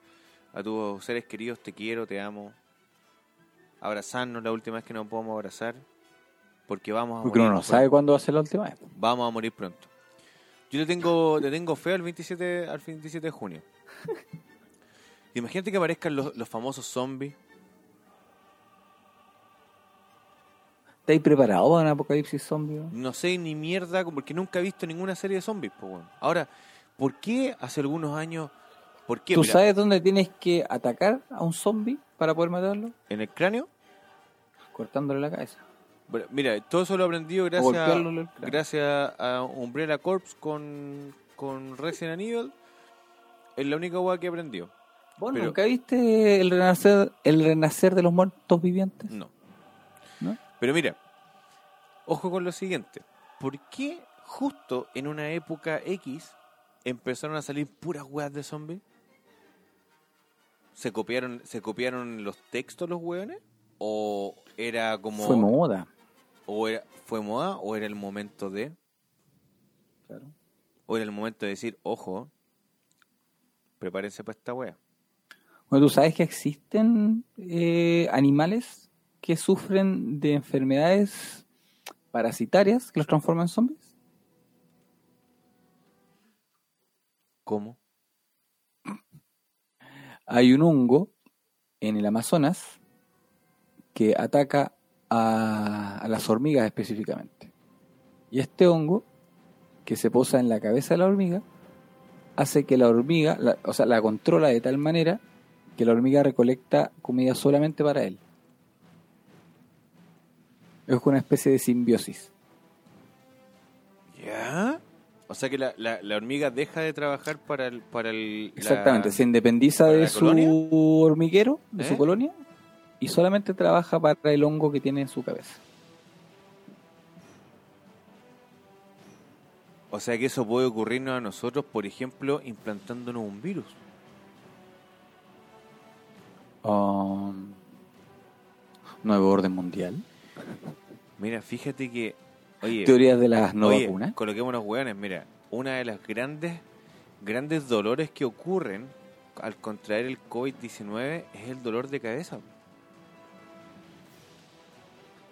[SPEAKER 2] a tus seres queridos, te quiero, te amo. Abrazarnos la última vez que nos podamos abrazar, porque vamos a
[SPEAKER 1] Porque uno
[SPEAKER 2] morir
[SPEAKER 1] no
[SPEAKER 2] pronto.
[SPEAKER 1] sabe cuándo va a ser la última vez.
[SPEAKER 2] Vamos a morir pronto. Yo le tengo, le tengo fe al 27, al 27 de junio. Imagínate que aparezcan los, los famosos zombies.
[SPEAKER 1] ¿Estáis preparados para un apocalipsis zombie? weón?
[SPEAKER 2] No sé ni mierda, porque nunca he visto ninguna serie de zombies. po, weón. Ahora, ¿por qué hace algunos años? ¿Por qué?
[SPEAKER 1] ¿Tú
[SPEAKER 2] Mira,
[SPEAKER 1] sabes dónde tienes que atacar a un zombie para poder matarlo?
[SPEAKER 2] ¿En el cráneo?
[SPEAKER 1] Cortándole la cabeza.
[SPEAKER 2] Bueno, Mira, todo eso lo he aprendido gracias,
[SPEAKER 1] golpearlo en el cráneo.
[SPEAKER 2] gracias a Umbrella Corps con, con Resident Evil. Es la única hueá que aprendió.
[SPEAKER 1] ¿Vos
[SPEAKER 2] Pero-
[SPEAKER 1] nunca viste el renacer, el renacer de los muertos vivientes?
[SPEAKER 2] No.
[SPEAKER 1] ¿No?
[SPEAKER 2] Pero mira, ojo con lo siguiente. ¿Por qué justo en una época X empezaron a salir puras weas de zombies? ¿Se copiaron, ¿Se copiaron los textos los weones? ¿O era como...
[SPEAKER 1] Fue moda.
[SPEAKER 2] o era, ¿Fue moda o era el momento de...?
[SPEAKER 1] Claro.
[SPEAKER 2] ¿O era el momento de decir, ojo, prepárense para esta wea?
[SPEAKER 1] Bueno, tú sabes que existen eh, animales que sufren de enfermedades parasitarias que los transforman en zombies.
[SPEAKER 2] ¿Cómo?
[SPEAKER 1] Hay un hongo en el Amazonas que ataca a, a las hormigas específicamente. Y este hongo, que se posa en la cabeza de la hormiga, hace que la hormiga, la- o sea, la controla de tal manera que la hormiga recolecta comida solamente para él. Es una especie de simbiosis.
[SPEAKER 2] ¿Ya? O sea que la, la- la hormiga deja de trabajar para el... Para el la-
[SPEAKER 1] Exactamente, se independiza
[SPEAKER 2] ¿Para
[SPEAKER 1] de
[SPEAKER 2] la
[SPEAKER 1] su
[SPEAKER 2] colonia?
[SPEAKER 1] hormiguero, de
[SPEAKER 2] ¿Eh?
[SPEAKER 1] su colonia, y solamente trabaja para el hongo que tiene en su cabeza.
[SPEAKER 2] O sea que eso puede ocurrirnos a nosotros, por ejemplo, implantándonos un virus.
[SPEAKER 1] Um, nuevo orden mundial.
[SPEAKER 2] Mira, fíjate que. Oye,
[SPEAKER 1] Teorías de las no
[SPEAKER 2] oye,
[SPEAKER 1] vacunas.
[SPEAKER 2] Coloquémonos hueones, mira. Una de las grandes, grandes dolores que ocurren al contraer el COVID-19 es el dolor de cabeza.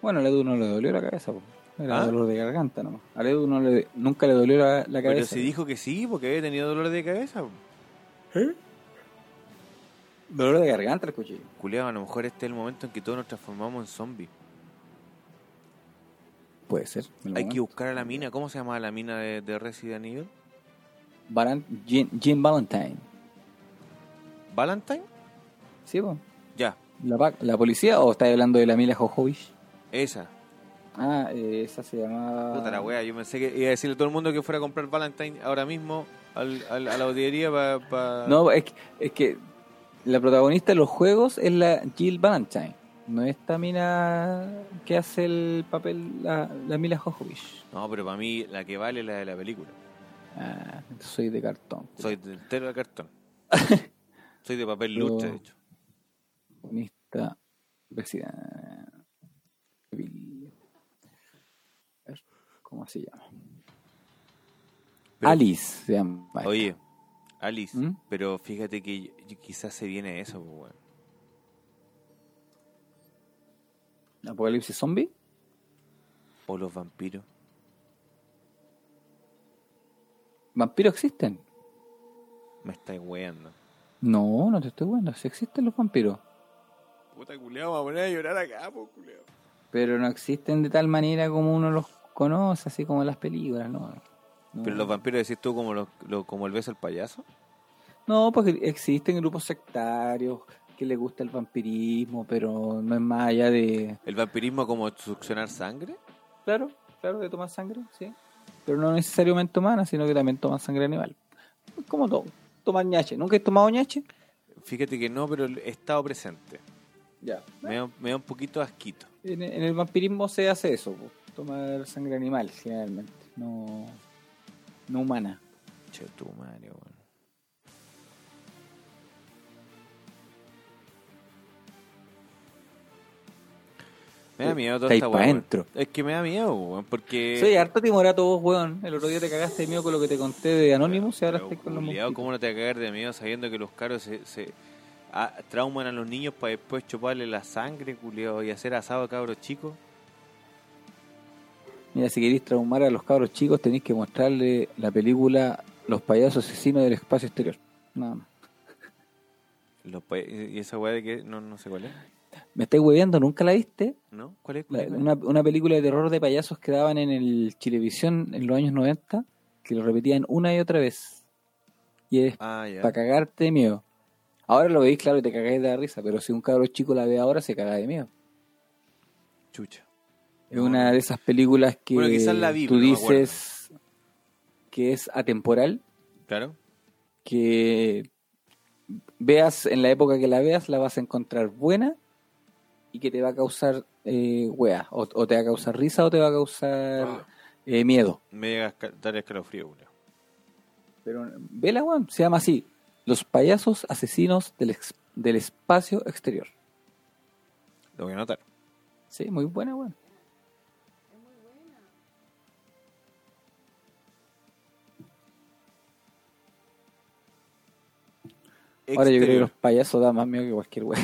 [SPEAKER 1] Bueno, a Edu no le dolió la cabeza. po. Era dolor de garganta nomás. A Edu no le- nunca le dolió la, la
[SPEAKER 2] ¿Ah? Pero
[SPEAKER 1] cabeza.
[SPEAKER 2] si dijo que sí, porque había tenido dolor de cabeza.
[SPEAKER 1] Dolor de garganta escuché.
[SPEAKER 2] Culeado, a lo mejor este es el momento en que todos nos transformamos en zombies.
[SPEAKER 1] Puede ser.
[SPEAKER 2] Hay que buscar a la mina. ¿Cómo se llama la mina de, de Resident Evil?
[SPEAKER 1] Baran- Jean, Jean Valentine.
[SPEAKER 2] ¿Valentine?
[SPEAKER 1] ¿Sí, po?
[SPEAKER 2] Ya,
[SPEAKER 1] ¿La, pa- la policía o estáis hablando de la Mila Jojovich?
[SPEAKER 2] esa.
[SPEAKER 1] Ah, eh, esa se llamaba...
[SPEAKER 2] Puta la wea, yo pensé que iba a decirle a todo el mundo que fuera a comprar Valentine ahora mismo al, al- a la botillería para...
[SPEAKER 1] No, es que, es que la protagonista de los juegos es la Jill Valentine. No es esta mina que hace el papel, la, la Mila Jojovich.
[SPEAKER 2] No, pero para mí la que vale es la de la película.
[SPEAKER 1] Ah, soy de cartón.
[SPEAKER 2] Soy de entero de cartón. Soy de papel
[SPEAKER 1] Pero-
[SPEAKER 2] lustre, de hecho.
[SPEAKER 1] Protagonista, Resident Evil. A ver, ¿Cómo se llama? Alice se llama.
[SPEAKER 2] Oye, Alice,
[SPEAKER 1] ¿Mm?
[SPEAKER 2] pero fíjate que yo- yo- quizás se viene eso, pues, weón.
[SPEAKER 1] ¿Apocalipsis Zombie?
[SPEAKER 2] O los vampiros.
[SPEAKER 1] ¿Vampiros existen?
[SPEAKER 2] Me estáis weando.
[SPEAKER 1] No, no te estoy bueno. Si existen los vampiros.
[SPEAKER 2] Puta culeado, vamos a poner a llorar acá, pues, culeado.
[SPEAKER 1] Pero no existen de tal manera como uno los conoce, así como en las películas, ¿no? No,
[SPEAKER 2] Pero los vampiros decís tú como, los- lo- como el beso al payaso.
[SPEAKER 1] No, porque existen grupos sectarios que les gusta el vampirismo, pero no es más allá de...
[SPEAKER 2] El vampirismo como succionar sangre.
[SPEAKER 1] Claro, claro, de tomar sangre, sí. Pero no necesariamente humana, sino que también toman sangre animal. Como todo. Tomar ñache. ¿Nunca he tomado ñache?
[SPEAKER 2] Fíjate que no, pero he estado presente.
[SPEAKER 1] Ya.
[SPEAKER 2] Me da, me da un poquito asquito.
[SPEAKER 1] En, en el vampirismo se hace eso, po, tomar sangre animal, generalmente. No, no humana.
[SPEAKER 2] Che, tu madre, weón. Me da
[SPEAKER 1] Eh,
[SPEAKER 2] miedo toda
[SPEAKER 1] estáis
[SPEAKER 2] esta
[SPEAKER 1] pa'
[SPEAKER 2] weá, weón.
[SPEAKER 1] dentro.
[SPEAKER 2] Es que me da miedo, weón, porque...
[SPEAKER 1] Soy harto timorato vos, weón. El otro día te cagaste de miedo con lo que te conté de Anonymous y ahora
[SPEAKER 2] Pero,
[SPEAKER 1] estoy con los
[SPEAKER 2] culiao,
[SPEAKER 1] mosquitos.
[SPEAKER 2] ¿Cómo no te va a cagar de miedo sabiendo que los caros se, se- a- trauman a los niños para después chuparle la sangre, culiao, y hacer asado a cabros chicos?
[SPEAKER 1] Mira, si queréis traumar a los cabros chicos, tenéis que mostrarle la película Los payasos asesinos del espacio exterior. Nada más.
[SPEAKER 2] Los pa- ¿Y esa weá de que no, no sé cuál es?
[SPEAKER 1] ¿Me estáis hueveando? ¿Nunca la viste?
[SPEAKER 2] ¿No? ¿Cuál es?
[SPEAKER 1] La-
[SPEAKER 2] cuál es?
[SPEAKER 1] una, una película de terror de payasos que daban en el Chilevisión en los años 90, que lo repetían una y otra vez. Y es
[SPEAKER 2] Ah, ya.
[SPEAKER 1] para cagarte de miedo. Ahora lo veis, claro, y te cagáis de la risa, pero si un cabro chico la ve ahora, se caga de miedo.
[SPEAKER 2] Chucha.
[SPEAKER 1] Es una de esas películas que
[SPEAKER 2] Bueno, quizás la vi,
[SPEAKER 1] tú
[SPEAKER 2] pero no me acuerdo.
[SPEAKER 1] dices que es atemporal,
[SPEAKER 2] Claro.
[SPEAKER 1] que veas en la época que la veas, la vas a encontrar buena y que te va a causar eh, wea, o, o te va a causar risa o te va a causar
[SPEAKER 2] Ah.
[SPEAKER 1] eh, miedo.
[SPEAKER 2] Me llega a esca- dar escalofrío, culiao.
[SPEAKER 1] Pero vela, weón, se llama así, Los payasos asesinos del, ex- del espacio exterior.
[SPEAKER 2] Lo voy a notar.
[SPEAKER 1] Sí, muy buena, weón. Ahora yo creo que
[SPEAKER 2] Exterior.
[SPEAKER 1] los payasos dan más miedo que cualquier wea.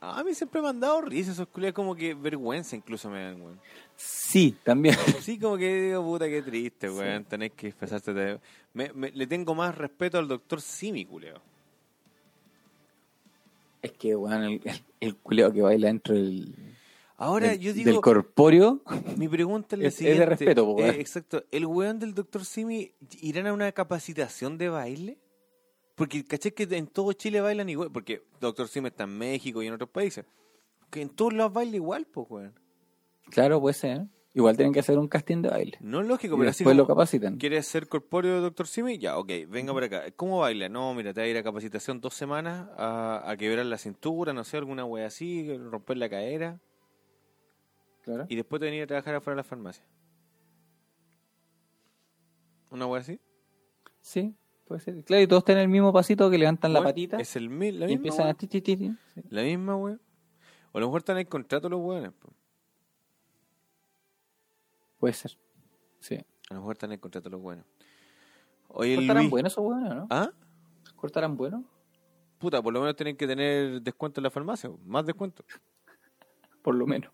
[SPEAKER 2] Ah, A mí siempre me han dado risas esos culiados, como que vergüenza incluso me dan, weón.
[SPEAKER 1] Sí, también.
[SPEAKER 2] Sí, como que digo, puta, qué triste, weón. Tenés que expresarte. de- Me, me- le tengo más respeto al doctor Simi, culeo.
[SPEAKER 1] Es que, weón, el, el, el culeo que baila dentro del,
[SPEAKER 2] Ahora
[SPEAKER 1] del-
[SPEAKER 2] yo digo,
[SPEAKER 1] del corpóreo.
[SPEAKER 2] mi pregunta es la
[SPEAKER 1] es- es de
[SPEAKER 2] siguiente.
[SPEAKER 1] respeto, po, weón.
[SPEAKER 2] Eh, exacto. ¿El weón del doctor Simi irán a una capacitación de baile? Porque caché que en todo Chile bailan igual. Porque doctor Simi está en México y en otros países. Que en todos lados baila igual, pues, weón.
[SPEAKER 1] Claro, puede ser. ¿eh? Igual tienen que hacer un casting de baile.
[SPEAKER 2] No es lógico,
[SPEAKER 1] Y
[SPEAKER 2] pero así
[SPEAKER 1] después lo
[SPEAKER 2] como-
[SPEAKER 1] capacitan.
[SPEAKER 2] ¿Quieres ser corpóreo, doctor Simi? Ya, ok, venga para acá. ¿Cómo baila? No, mira, te va a ir a capacitación dos semanas a, a quebrar la cintura, no sé, alguna wea así, romper la cadera.
[SPEAKER 1] Claro.
[SPEAKER 2] Y después te venir a trabajar afuera de la farmacia. ¿Una wea así?
[SPEAKER 1] Sí, puede ser. Claro, y todos tienen el mismo pasito que levantan la
[SPEAKER 2] Bueno,
[SPEAKER 1] patita
[SPEAKER 2] Es el mi- la
[SPEAKER 1] y
[SPEAKER 2] misma
[SPEAKER 1] empiezan
[SPEAKER 2] wea.
[SPEAKER 1] a... ti, ti, ti, ti. Sí.
[SPEAKER 2] La misma wea. O a lo mejor están en el contrato los weones. po.
[SPEAKER 1] Puede ser. Sí.
[SPEAKER 2] A lo mejor están en el contrato los weones. Oye,
[SPEAKER 1] ¿Cortarán
[SPEAKER 2] Luis.
[SPEAKER 1] bueno esos weones o no?
[SPEAKER 2] ¿Ah?
[SPEAKER 1] ¿Cortarán bueno?
[SPEAKER 2] Puta, por lo menos tienen que tener descuento en la farmacia. po. Más descuento.
[SPEAKER 1] Por lo menos.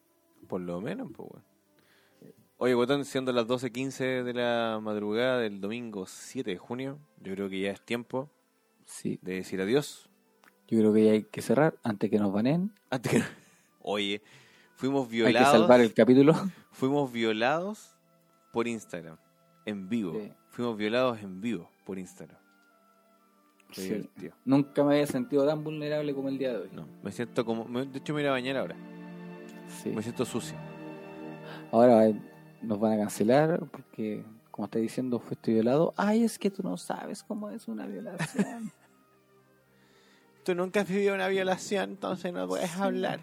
[SPEAKER 2] Por lo menos, pues, weón. Oye, Guatón, siendo las 12.15 de la madrugada del domingo 7 de junio, yo creo que ya es tiempo de decir adiós.
[SPEAKER 1] Yo creo que ya hay que cerrar antes que nos banen.
[SPEAKER 2] Antes que- Oye, fuimos
[SPEAKER 1] Hay que
[SPEAKER 2] violados.
[SPEAKER 1] salvar el capítulo.
[SPEAKER 2] Fuimos violados por Instagram, en vivo. Fuimos violados en vivo por Instagram.
[SPEAKER 1] Sí.
[SPEAKER 2] Fue divertido.
[SPEAKER 1] Nunca me había sentido tan vulnerable como el día de hoy.
[SPEAKER 2] Me siento como. me- de hecho, me voy a ir a bañar ahora. Me siento sucio.
[SPEAKER 1] Ahora eh, nos van a cancelar porque, como está diciendo, fuiste violado. Ay, es que tú no sabes cómo es una violación.
[SPEAKER 2] Tú nunca has vivido una violación, entonces no puedes hablar.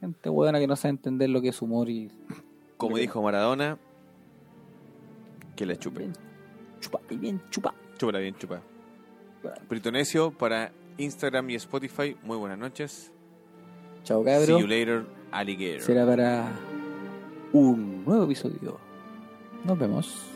[SPEAKER 1] Gente buena que no sabe entender lo que es humor y
[SPEAKER 2] Como dijo Maradona, que la chupe.
[SPEAKER 1] chupa, y bien chupa.
[SPEAKER 2] Chúpala bien, chupa. Britonesio para Instagram y Spotify. Muy buenas noches.
[SPEAKER 1] Chao,
[SPEAKER 2] See
[SPEAKER 1] cabro.
[SPEAKER 2] you later, alligator.
[SPEAKER 1] Será para un nuevo episodio. Nos vemos.